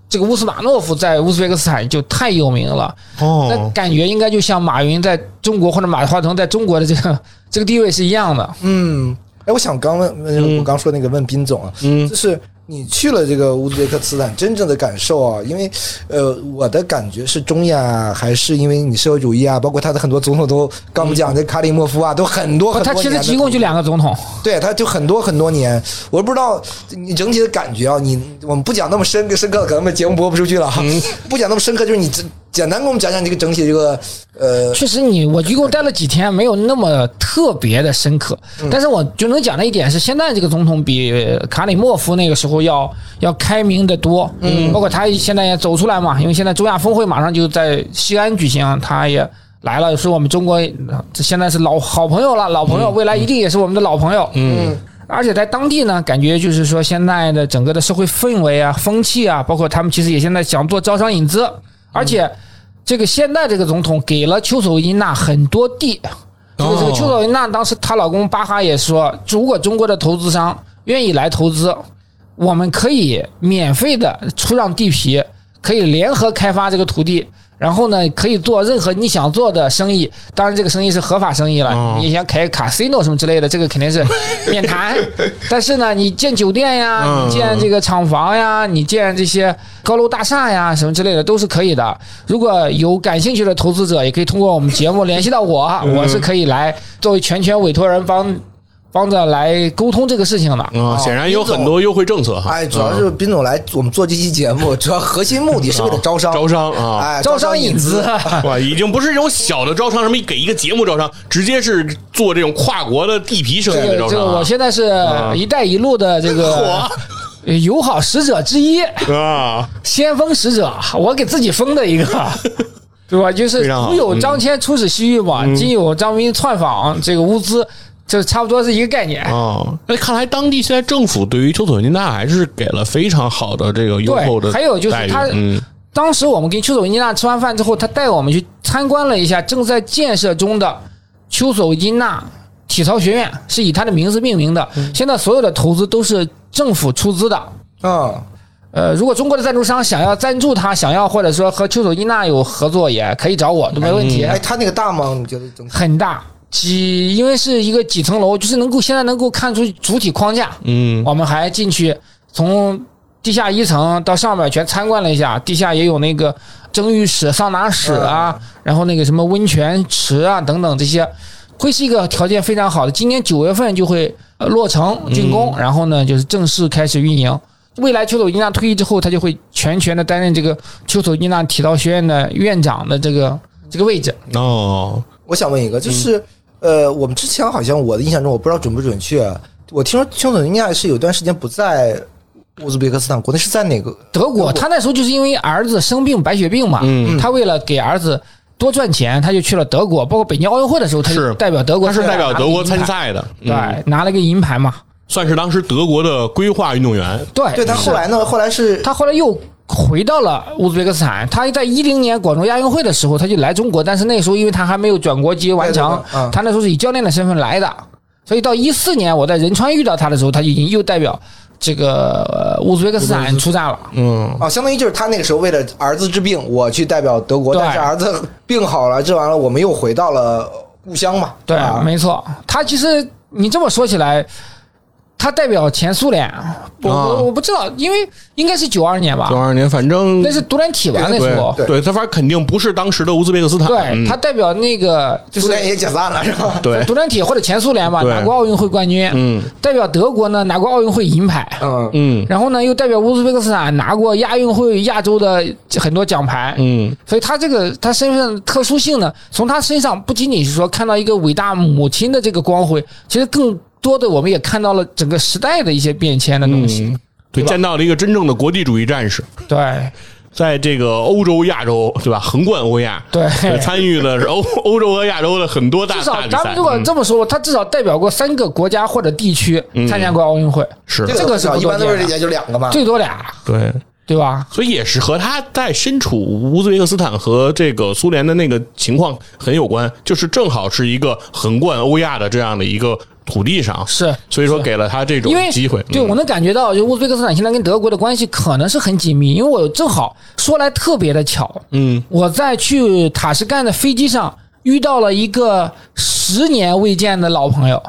Speaker 2: 这个乌斯马诺夫在乌兹别克斯坦就太有名了，那
Speaker 1: 哦
Speaker 2: 感觉应该就像马云在中国或者马化腾在中国的这个这个地位是一样的。
Speaker 3: 嗯，哎，我想刚问
Speaker 2: 嗯
Speaker 3: 问我刚说那个问斌总啊，
Speaker 1: 嗯
Speaker 3: 就是你去了这个乌兹别克斯坦，真正的感受啊，因为呃，我的感觉是中亚还是因为你社会主义啊，包括他的很多总统都刚不讲这卡里莫夫啊，都很多很多
Speaker 2: 嗯哦他
Speaker 3: 年的
Speaker 2: 其
Speaker 3: 总
Speaker 2: 实
Speaker 3: 统。
Speaker 2: 一共就两个总统，
Speaker 3: 对，他就很多很多年，我不知道你整体
Speaker 2: 嗯
Speaker 3: 的感觉啊，你我们不讲那么深刻深刻，可能我们节目播不出去了哈。不讲那么深刻，就是你这简单给我们讲讲这个整体这个呃
Speaker 2: 确实你，我一共待了几天，没有那么特别的深刻，但是我就能讲的一点是，现在这个总统比卡里莫夫那个时候要要开明的多，嗯，包括他现在也走出来嘛，因为现在中亚峰会马上就在西安举行，他也。来了，是我们中国呃这现在是老好朋友了，老朋友，未来一定也是我们的老朋友。嗯，而且在当地呢，感觉就是说现在的整个的社会氛围啊、风气啊，包括他们其实也现在想做招商引资，而且这个现在这个总统给了丘索伊娜很多地，
Speaker 1: 哦
Speaker 2: 这个这个丘索伊娜当时她老公巴哈也说，如果中国的投资商愿意来投资，我们可以免费的出让地皮，可以联合开发这个土地。然后呢，可以做任何你想做的生意，当然这个生意是合法生意了。你想开 casino 什么之类的，这个肯定是免 谈。但是呢，你建酒店呀，你建这个厂房呀，你建这些高楼大厦呀，什么之类的都是可以的。如果有感兴趣的投资者，也可以通过我们节目联系到我，我是可以来作为全权委托人帮帮着来沟通这个事情的。
Speaker 1: 啊，显然有很多优惠政策哈。啊
Speaker 3: 哎，主要
Speaker 2: 嗯
Speaker 3: 是斌总来我们做这期节目，主要核心目的是为了招商，
Speaker 1: 招商啊
Speaker 3: 哎，
Speaker 2: 招
Speaker 3: 商
Speaker 2: 商引资，
Speaker 1: 哇，已经不是这种小的招商，什么给一个节目招商，直接是做这种跨国的地皮生
Speaker 2: 这
Speaker 1: 意的
Speaker 2: 个
Speaker 1: 招
Speaker 2: 这个，
Speaker 1: 商
Speaker 2: 我
Speaker 1: 啊
Speaker 2: 现在是“一带一路”的这个呃友好使者之一，
Speaker 1: 啊！
Speaker 2: 先锋使者，我给自己封的一个， 对吧？就是
Speaker 1: 非常好嗯
Speaker 2: 古有张骞出使西域嘛，今有张斌窜访这个乌兹，这差不多是一个概念。
Speaker 1: 哦，那看来当地现在政府对于丘索尼娜还是给了非常好的这个优厚的待遇，
Speaker 2: 对，还有就是他
Speaker 1: 嗯，
Speaker 2: 当时我们跟丘索维金娜吃完饭之后，他带我们去参观了一下正在建设中的丘索维金娜体操学院，是以他的名字命名的。
Speaker 1: 嗯
Speaker 2: 现在所有的投资都是政府出资的，
Speaker 3: 嗯，
Speaker 2: 呃，如果中国的赞助商想要赞助他，想要或者说和丘索伊娜有合作，也可以找我，都没问题。
Speaker 3: 哎，他那个大吗？你觉得整体？
Speaker 2: 很大，几因为是一个几层楼，就是能够现在能够看出主体框架。
Speaker 1: 嗯，
Speaker 2: 我们还进去从地下一层到上面全参观了一下，地下也有那个蒸浴室、桑拿室啊，然后那个什么温泉池啊等等这些，会是一个条件非常好的。今年九月份就会呃落成竣工，然后呢就是正式开始运营。未来丘索伊娜退役之后，他就会全权的担任这个丘索伊娜体操学院的院长的这个这个位置。
Speaker 1: 哦，
Speaker 3: 我想问一个，
Speaker 2: 嗯
Speaker 3: 就是、呃，我们之前好像我的印象中，我不知道准不准确，我听说丘索尼亚是有段时间不在乌兹别克斯坦国内，是在哪个？
Speaker 2: 德国，他那时候就是因为儿子生病白血病嘛，
Speaker 1: 嗯
Speaker 3: 嗯
Speaker 2: 他为了给儿子多赚钱，他就去了德国。包括北京奥运会的时候，他就是代表德国，
Speaker 1: 他是代表德国
Speaker 2: 拿了
Speaker 1: 参
Speaker 2: 一个银牌，
Speaker 1: 赛的，嗯，
Speaker 2: 对，拿了一个银牌嘛。
Speaker 1: 算是当时德国的规划运动员，
Speaker 2: 对，
Speaker 3: 对他
Speaker 2: 是
Speaker 3: 后来呢？后来是
Speaker 2: 他后来又回到了乌兹别克斯坦。他在一零年广州亚运会的时候，他就来中国，但是那时候因为他还没有转国籍完
Speaker 3: 对
Speaker 2: 成
Speaker 3: 对对嗯，
Speaker 2: 他那时候是以教练的身份来的。所以到一四年我在仁川遇到他的时候，他已经又代表这个呃乌兹别克斯坦出战了。
Speaker 1: 嗯，
Speaker 3: 哦，相当于就是他那个时候为了儿子治病，我去代表德国，
Speaker 2: 对
Speaker 3: 但是儿子病好了，治完了，我们又回到了故乡嘛。
Speaker 2: 对，
Speaker 3: 啊、
Speaker 2: 没错，他其实你这么说起来，他代表前苏联，我
Speaker 1: 啊
Speaker 2: 我我不知道，因为应该是九二年吧
Speaker 1: 九，二年反正
Speaker 2: 啊那是独联体吧那时候，
Speaker 1: 对，他反正肯定不是当时的乌兹别克斯坦，
Speaker 2: 对
Speaker 1: 嗯
Speaker 2: 他代表那个就
Speaker 3: 苏
Speaker 2: 是
Speaker 3: 联也解散了是吧？
Speaker 1: 对
Speaker 2: 独联体或者前苏联吧，
Speaker 1: 对
Speaker 2: 拿过奥运会冠军，
Speaker 1: 嗯
Speaker 2: 代表德国呢拿过奥运会银牌，
Speaker 3: 嗯，
Speaker 1: 嗯
Speaker 2: 然后呢又代表乌兹别克斯坦拿过亚运会亚洲的很多奖牌，
Speaker 1: 嗯，
Speaker 2: 所以他这个他身份的特殊性呢，从他身上不仅仅是说看到一个伟大母亲的这个光辉，其实更多的我们也看到了整个时代的一些变迁的东西。
Speaker 1: 对，见到了一个真正的国际主义战士，
Speaker 2: 对
Speaker 1: 在这个欧洲、亚洲，对吧？横贯欧亚，
Speaker 2: 对，
Speaker 1: 参与了是欧欧洲和亚洲的很多大 大
Speaker 2: 至少
Speaker 1: 比
Speaker 2: 咱
Speaker 1: 赛
Speaker 2: 们如，果
Speaker 1: 嗯
Speaker 2: 这么说，他至少代表过三个国家或者地区参加过奥运会，
Speaker 1: 是啊
Speaker 3: 这
Speaker 2: 这
Speaker 3: 个
Speaker 2: 个是
Speaker 3: 一
Speaker 2: 不
Speaker 3: 般
Speaker 2: 多
Speaker 3: 都是
Speaker 2: 见的
Speaker 3: 也就两个嘛。
Speaker 2: 最多俩，
Speaker 1: 对，
Speaker 2: 对吧？
Speaker 1: 所以也是和他在身处乌兹别克斯坦和这个苏联的那个情况很有关，就是正好是一个横贯欧亚的这样的一个土地上，
Speaker 2: 是
Speaker 1: 所以说给了他这种
Speaker 2: 因为
Speaker 1: 机会，
Speaker 2: 对
Speaker 1: 嗯
Speaker 2: 我能感觉到，就乌兹别克斯坦现在跟德国的关系可能是很紧密，因为我正好说来特别的巧，
Speaker 1: 嗯
Speaker 2: 我在去塔什干的飞机上遇到了一个十年未见的老朋友。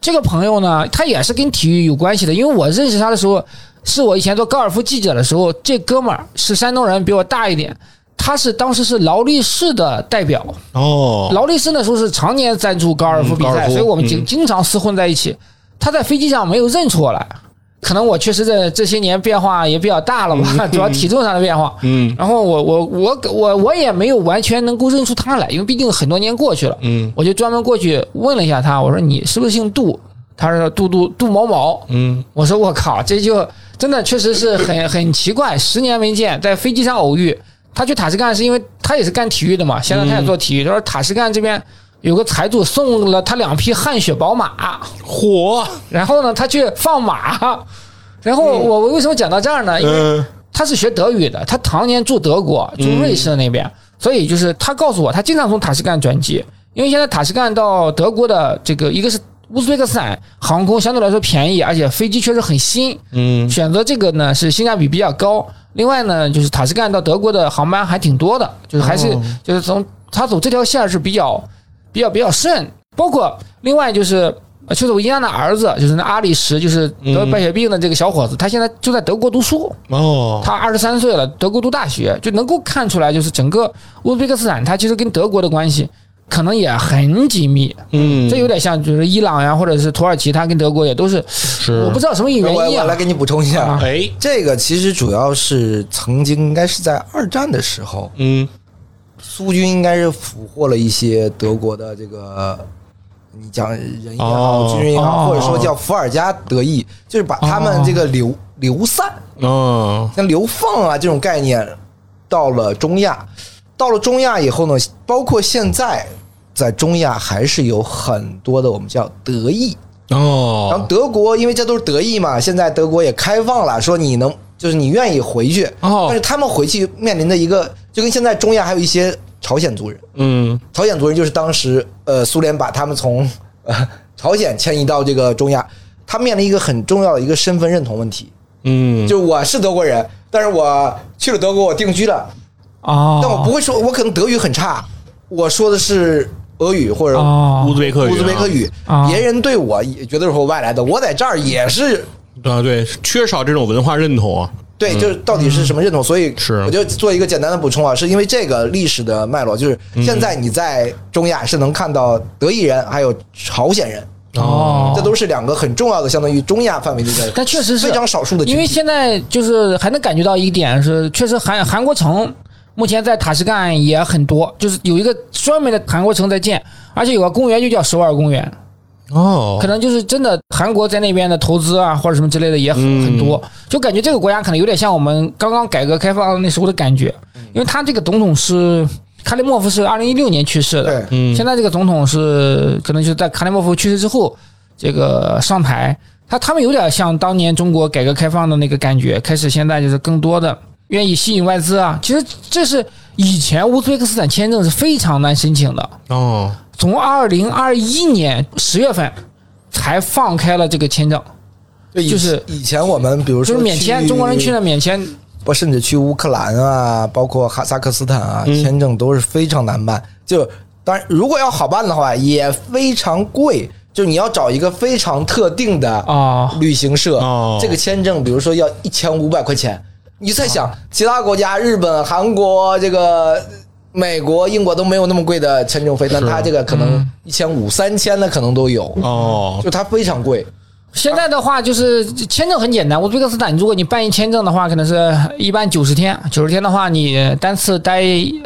Speaker 2: 这个朋友呢，他也是跟体育有关系的，因为我认识他的时候，是我以前做高尔夫记者的时候，这哥们儿是山东人，比我大一点，他是当时是劳力士的代表，
Speaker 1: 哦，
Speaker 2: 劳力士那时候是常年赞助高尔夫比
Speaker 1: 嗯高尔
Speaker 2: 赛，
Speaker 1: 夫
Speaker 2: 所以我们
Speaker 1: 嗯
Speaker 2: 经经常厮混在一起。他在飞机上没有认出我来，可能我确实这这些年变化也比较大了吧， 主要体重上的变化。
Speaker 1: 嗯，
Speaker 2: 然后我我我我我也没有完全能够认出他来，因为毕竟很多年过去了。
Speaker 1: 嗯，
Speaker 2: 我就专门过去问了一下他，我说你是不是姓杜？他说杜杜杜某某。
Speaker 1: 嗯，
Speaker 2: 我说我靠，这就真的确实是很很奇怪，十年没见，在飞机上偶遇。他去塔什干是因为他也是干体育的嘛，现在他也做体育。他说塔什干这边有个财主送了他两匹汗血宝马，
Speaker 1: 火，
Speaker 2: 然后呢，他去放马。然后我我为什么讲到这儿呢？因为
Speaker 1: 嗯
Speaker 2: 他是学德语的，他常年住德国，住瑞士那边，所以就是他告诉我，他经常从塔什干转机，因为现在塔什干到德国的这个一个是乌兹别克斯坦航空相对来说便宜，而且飞机确实很新，
Speaker 1: 嗯
Speaker 2: 选择这个呢是性价比比较高。另外呢，就是塔什干到德国的航班还挺多的，就是还是、就是从他走这条线是比较比较比较顺。包括另外就是呃就是我姨丈的儿子，就是那阿里什，就是得白血病的这个小伙子，他现在就在德国读书，
Speaker 1: 哦，
Speaker 2: 他二十三岁了，德国读大学，就能够看出来，就是整个乌兹别克斯坦，它其实跟德国的关系可能也很紧密，
Speaker 1: 嗯
Speaker 2: 这有点像就是伊朗呀，或者是土耳其，它跟德国也都是，
Speaker 1: 是
Speaker 2: 我不知道什么
Speaker 3: 我
Speaker 2: 原因
Speaker 3: 我来
Speaker 2: 啊。
Speaker 3: 给你补充一下，
Speaker 2: 啊
Speaker 1: 哎，
Speaker 3: 这个其实主要是曾经应该是在二战的时候，
Speaker 1: 嗯
Speaker 3: 苏军应该是俘获了一些德国的这个，你讲人也好，
Speaker 1: 哦
Speaker 3: 军人也好，
Speaker 2: 哦
Speaker 3: 或者说叫伏尔加德裔，就是把他们这个流、流散，
Speaker 1: 哦，
Speaker 3: 像流放啊这种概念，到了中亚，到了中亚以后呢，包括现在在中亚还是有很多的我们叫德裔，然后
Speaker 1: 哦，
Speaker 3: 德国因为这都是德裔嘛，现在德国也开放了，说你能就是你愿意回去，
Speaker 1: 哦
Speaker 3: 但是他们回去面临的一个就跟现在中亚还有一些朝鲜族人，
Speaker 1: 嗯
Speaker 3: 朝鲜族人就是当时呃苏联把他们从呃 朝鲜迁移到这个中亚，他面临一个很重要的一个身份认同问题，
Speaker 1: 嗯，
Speaker 3: 就是我是德国人，但是我去了德国我定居了，
Speaker 2: 哦，
Speaker 3: 但我不会说，我可能德语很差，我说的是俄语或者
Speaker 2: 哦，
Speaker 1: 乌兹别克语，哦
Speaker 3: 乌兹别克，语
Speaker 2: 啊，
Speaker 3: 别人对我也觉得是我外来的，我在这儿也是
Speaker 1: 啊，对，缺少这种文化认同啊，
Speaker 3: 对，就是到底是什么认同？所以
Speaker 1: 是
Speaker 3: 我就做一个简单的补充啊，是因为这个历史的脉络，就是现在你在中亚是能看到德裔人还有朝鲜人，
Speaker 2: 哦，
Speaker 3: 这都是两个很重要的，相当于中亚范围内的，
Speaker 2: 但确实是
Speaker 3: 非常少数的群
Speaker 2: 因为
Speaker 3: 体。
Speaker 2: 现在就是还能感觉到一点是，确实韩韩国城目前在塔什干也很多，就是有一个专门的韩国城在建，而且有个公园就叫首尔公园，
Speaker 1: 哦
Speaker 2: 可，能就是真的韩国在那边的投资啊或者什么之类的也很、
Speaker 1: 嗯
Speaker 2: 很多，就感觉这个国家可能有点像我们刚刚改革开放那时候的感觉，
Speaker 1: 嗯
Speaker 2: 因为他这个总统是卡列莫夫是二零一六年去世的，
Speaker 3: 对，
Speaker 1: 嗯
Speaker 2: 现在这个总统是可能就是在卡列莫夫去世之后，这个上台，他他们有点像当年中国改革开放的那个感觉，开始现在就是更多的愿意吸引外资啊。其实这是以前乌兹别克斯坦签证是非常难申请的，
Speaker 1: 哦，
Speaker 2: 从二零二一年十月份才放开了这个签证，
Speaker 3: 就以
Speaker 2: 就是
Speaker 3: 以前我们比如
Speaker 2: 就
Speaker 3: 说
Speaker 2: 是免签，中国人去那，免签，
Speaker 3: 不甚至去乌克兰啊，包括哈萨克斯坦啊，签证都是非常难办。就当然，如果要好办的话，也非常贵。就你要找一个非常特定的
Speaker 2: 哦
Speaker 3: 旅行社，
Speaker 1: 哦
Speaker 3: 这个签证，比如说要一千五百块钱，你在想、其他国家，日本、韩国、这个美国、英国都没有那么贵的签证费，但他这个可能一千五、三千的可能都有，
Speaker 1: 哦，
Speaker 3: 就它非常贵。
Speaker 2: 现在的话就是签证很简单，乌兹别克斯坦，如果你办一签证的话，可能是一般九十天，九十天的话你单次待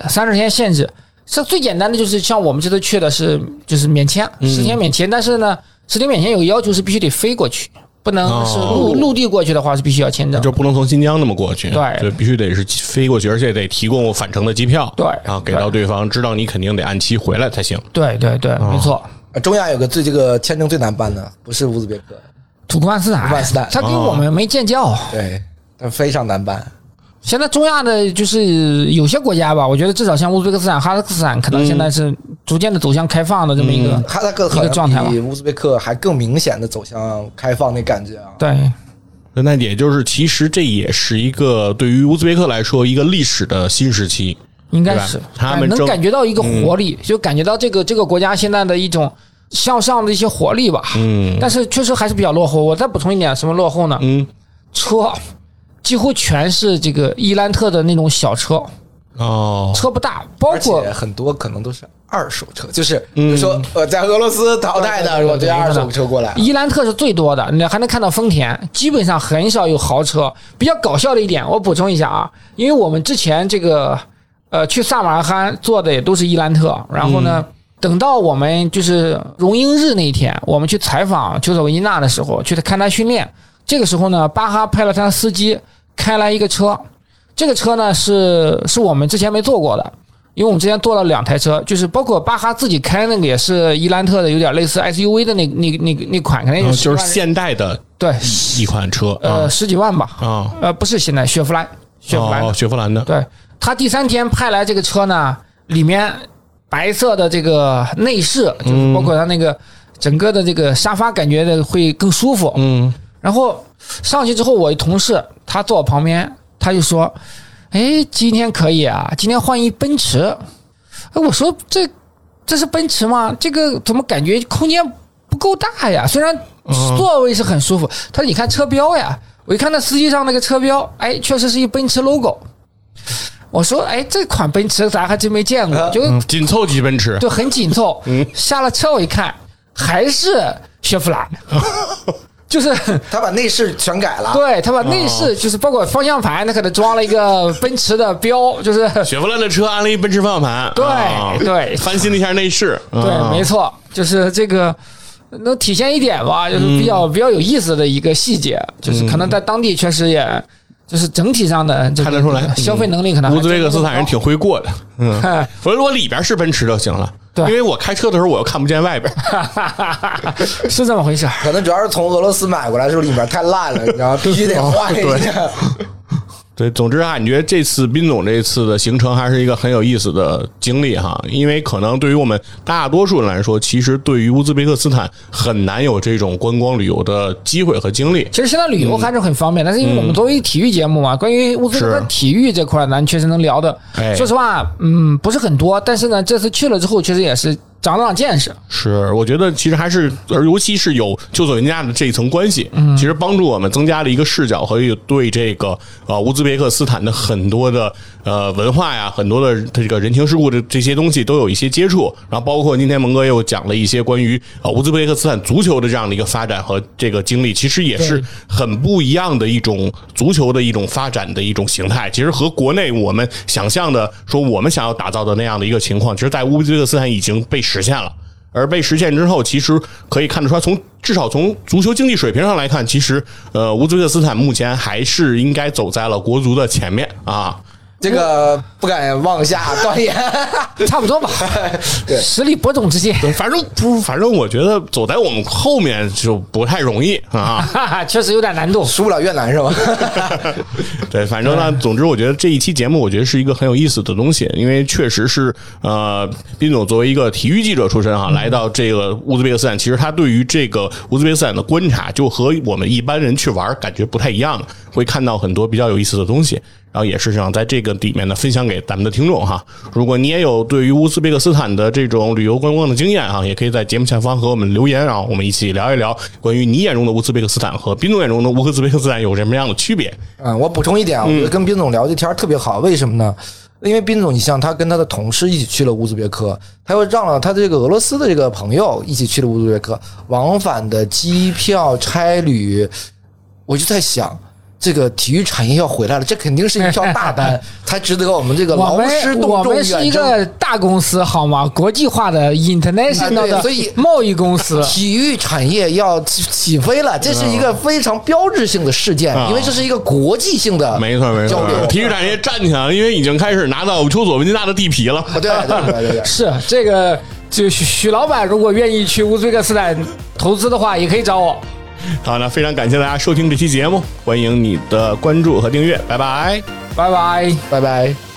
Speaker 2: 三十天限制。像最简单的就是像我们这次去的是就是免签，
Speaker 3: 嗯
Speaker 2: 十天免签，但是呢，十天免签有个要求是必须得飞过去，不能是陆、
Speaker 1: 哦
Speaker 2: 陆地过去的话是必须要签证。
Speaker 1: 就不能从新疆那么过去，
Speaker 2: 对
Speaker 1: 就必须得是飞过去，而且得提供返程的机票，
Speaker 2: 对
Speaker 1: 然后给到对方，知道你肯定得按期回来才行。
Speaker 2: 对对对，没错。
Speaker 3: 呃中亚有个最这个签证最难办的，不是乌兹别克，
Speaker 2: 土库曼斯坦，
Speaker 3: 土库曼斯坦
Speaker 2: 他跟我们没建交。
Speaker 3: 对，但非常难办。
Speaker 2: 现在中亚的就是有些国家吧，我觉得至少像乌兹别克斯坦、哈萨克斯坦，可能现在是逐渐的走向开放的这么一个。
Speaker 1: 嗯
Speaker 3: 哈萨克
Speaker 2: 一
Speaker 3: 好
Speaker 2: 个状态吧
Speaker 3: 像比乌兹别克还更明显的走向开放那感觉啊。
Speaker 2: 对，
Speaker 1: 那也就是，其实这也是一个对于乌兹别克来说一个历史的新时期。
Speaker 2: 应该
Speaker 1: 对吧
Speaker 2: 是
Speaker 1: 他
Speaker 2: 哎
Speaker 1: 们嗯
Speaker 2: 能
Speaker 1: 正
Speaker 2: 感觉到一个活力，就感觉到这个这个国家现在的一种向上的一些活力吧。
Speaker 1: 嗯
Speaker 2: 但是确实还是比较落后。我再补充一点，什么落后呢？
Speaker 1: 嗯，
Speaker 2: 车几乎全是这个伊兰特的那种小车，
Speaker 1: 哦，
Speaker 2: 车不大，包
Speaker 3: 而且
Speaker 2: 括
Speaker 3: 很多可能都是二手车，就是比如说呃，在俄罗斯淘汰的，
Speaker 2: 对对对
Speaker 3: 我这
Speaker 2: 对
Speaker 3: 二
Speaker 2: 对
Speaker 3: 手车过来，
Speaker 2: 伊兰特是最多的，你还能看到丰田，基本上很少有豪车。比较搞笑的一点，我补充一下啊，因为我们之前这个呃去萨马尔罕坐的也都是伊兰特，然后呢。等到我们就是荣膺日那一天，我们去采访丘索维尼娜的时候，去看他训练。这个时候呢，巴哈派了他的司机开来一个车，这个车呢是是我们之前没坐过的，因为我们之前坐了两台车，就是包括巴哈自己开那个也是伊兰特的，有点类似 SUV 的那那那那款，可能
Speaker 1: 然
Speaker 2: 也
Speaker 1: 后
Speaker 2: 是
Speaker 1: 就是
Speaker 2: 10万
Speaker 1: 现代的
Speaker 2: 对，
Speaker 1: 一款车
Speaker 2: 呃
Speaker 1: 啊
Speaker 2: 十几万吧，
Speaker 1: 啊，
Speaker 2: 呃不是现代雪佛兰，雪佛兰
Speaker 1: 哦，雪佛兰的，
Speaker 2: 对他第三天派来这个车呢，里面白色的这个内饰，就是包括它那个整个的这个沙发，感觉的会更舒服。
Speaker 1: 嗯，
Speaker 2: 然后上去之后，我一同事他坐我旁边，他就说：“哎，今天可以啊，今天换一奔驰。”哎，我说这这是奔驰吗？这个怎么感觉空间不够大呀？虽然座位是很舒服，他说你看车标呀，我一看那司机上那个车标，哎，确实是一奔驰 logo。我说，哎，这款奔驰咱还真没见过，就
Speaker 1: 嗯紧凑级奔驰，
Speaker 2: 就很紧凑。下了车我一看，还是雪佛兰，就是
Speaker 3: 他把内饰全改
Speaker 1: 啊
Speaker 3: 了，
Speaker 2: 对他把内饰就是包括方向盘，他可能装了一个奔驰的标，就是
Speaker 1: 雪佛兰的车安了一奔驰方向盘，
Speaker 2: 对
Speaker 1: 啊
Speaker 2: 对
Speaker 1: 翻新了一下内饰，啊
Speaker 2: 对，没
Speaker 1: 错，
Speaker 2: 错，就是这个能体现一点吧，
Speaker 1: 嗯
Speaker 2: 就是比较比较有意思的一个细节，就是可能在当地确实也。就是整体上的这个
Speaker 1: 看得出来，嗯
Speaker 2: 消费能力可能还
Speaker 1: 乌兹别克斯坦人
Speaker 2: 真
Speaker 1: 挺会过的，
Speaker 2: 不
Speaker 1: 我
Speaker 2: 高
Speaker 1: 说我里边是奔驰就行了，
Speaker 2: 对
Speaker 1: 因为我开车的时候我又看不见外边，
Speaker 2: 是这么回事儿。
Speaker 3: 可能主要是从俄罗斯买过来的时候里面太烂了，你知道吗？必须得换一下。
Speaker 1: 对，总之啊，你觉得这次斌总这次的行程还是一个很有意思的经历哈，因为可能对于我们大多数人来说，其实对于乌兹别克斯坦很难有这种观光旅游的机会和经历。
Speaker 2: 其实现在旅游还是很方便，但是因为我们作为体育节目嘛，关于乌兹别克
Speaker 1: 嗯是
Speaker 2: 体育这块儿，咱确实能聊的
Speaker 1: 哎，
Speaker 2: 说实话，嗯，不是很多。但是呢，这次去了之后，确实也是长了长见识。
Speaker 1: 是，我觉得其实还是，而尤其是有救索人家的这一层关系，其实帮助我们增加了一个视角和有对这个呃乌兹别克斯坦的很多的呃文化呀，很多的这个人情世故的这些东西都有一些接触。然后包括今天蒙哥又讲了一些关于呃乌兹别克斯坦足球的这样的一个发展和这个经历，其实也是很不一样的一种足球的一种发展的一种形态。其实和国内我们想象的说我们想要打造的那样的一个情况，其实在乌兹别克斯坦已经被实现了。而被实现之后，其实可以看得出来，从至少从足球经济水平上来看，其实呃，乌兹别克斯坦目前还是应该走在了国足的前面啊。
Speaker 3: 这个不敢妄下断言，
Speaker 2: 差不多吧，
Speaker 3: 对
Speaker 2: 十里伯仲之间，
Speaker 1: 反正不，反正我觉得走在我们后面就不太容易啊。
Speaker 2: 哈哈，确实有点难度。
Speaker 3: 输不了越南是吧？
Speaker 1: 对，反正呢，总之我觉得这一期节目，我觉得是一个很有意思的东西，因为确实是呃，斌总作为一个体育记者出身哈、来到这个乌兹别克斯坦，其实他对于这个乌兹别克斯坦的观察，就和我们一般人去玩儿感觉不太一样，会看到很多比较有意思的东西。然后也是想在这个里面呢分享给咱们的听众哈。如果你也有对于乌兹别克斯坦的这种旅游观光的经验啊，也可以在节目下方和我们留言啊，我们一起聊一聊关于你眼中的乌兹别克斯坦和斌总眼中的乌兹别克斯坦有什么样的区别。
Speaker 3: 嗯，我补充一点啊，我觉得跟斌总聊这天儿特别好，为什么呢？因为斌总，你像他跟他的同事一起去了乌兹别克，他又让了他的这个俄罗斯的这个朋友一起去了乌兹别克，往返的机票、差旅，我就在想，这个体育产业要回来了，这肯定是一票大单，才值 得我们这个
Speaker 2: 我
Speaker 3: 劳
Speaker 2: 们
Speaker 3: 师动
Speaker 2: 我
Speaker 3: 众
Speaker 2: 们是一
Speaker 3: 远征。
Speaker 2: 个大公司好吗？国际化的
Speaker 3: 啊
Speaker 2: international
Speaker 3: 对所以
Speaker 2: 的贸易公 司，
Speaker 3: 体育产业要起起飞了，这是一个非常标志性的事件，
Speaker 1: 嗯
Speaker 3: 因为这是一个国际性的
Speaker 1: 没错没
Speaker 3: 交
Speaker 1: 错
Speaker 3: 流，。
Speaker 1: 体育产业站起来了，因为已经开始拿到丘索维尼娜的地皮了。
Speaker 3: 啊对对对 对对。
Speaker 2: 是这个。就许许老板如果愿意去乌兹别克斯坦投资的话，也可以找我。
Speaker 1: 好，那非常感谢大家收听这期节目，欢迎你的关注和订阅，拜拜。
Speaker 2: 拜拜。
Speaker 3: 拜拜。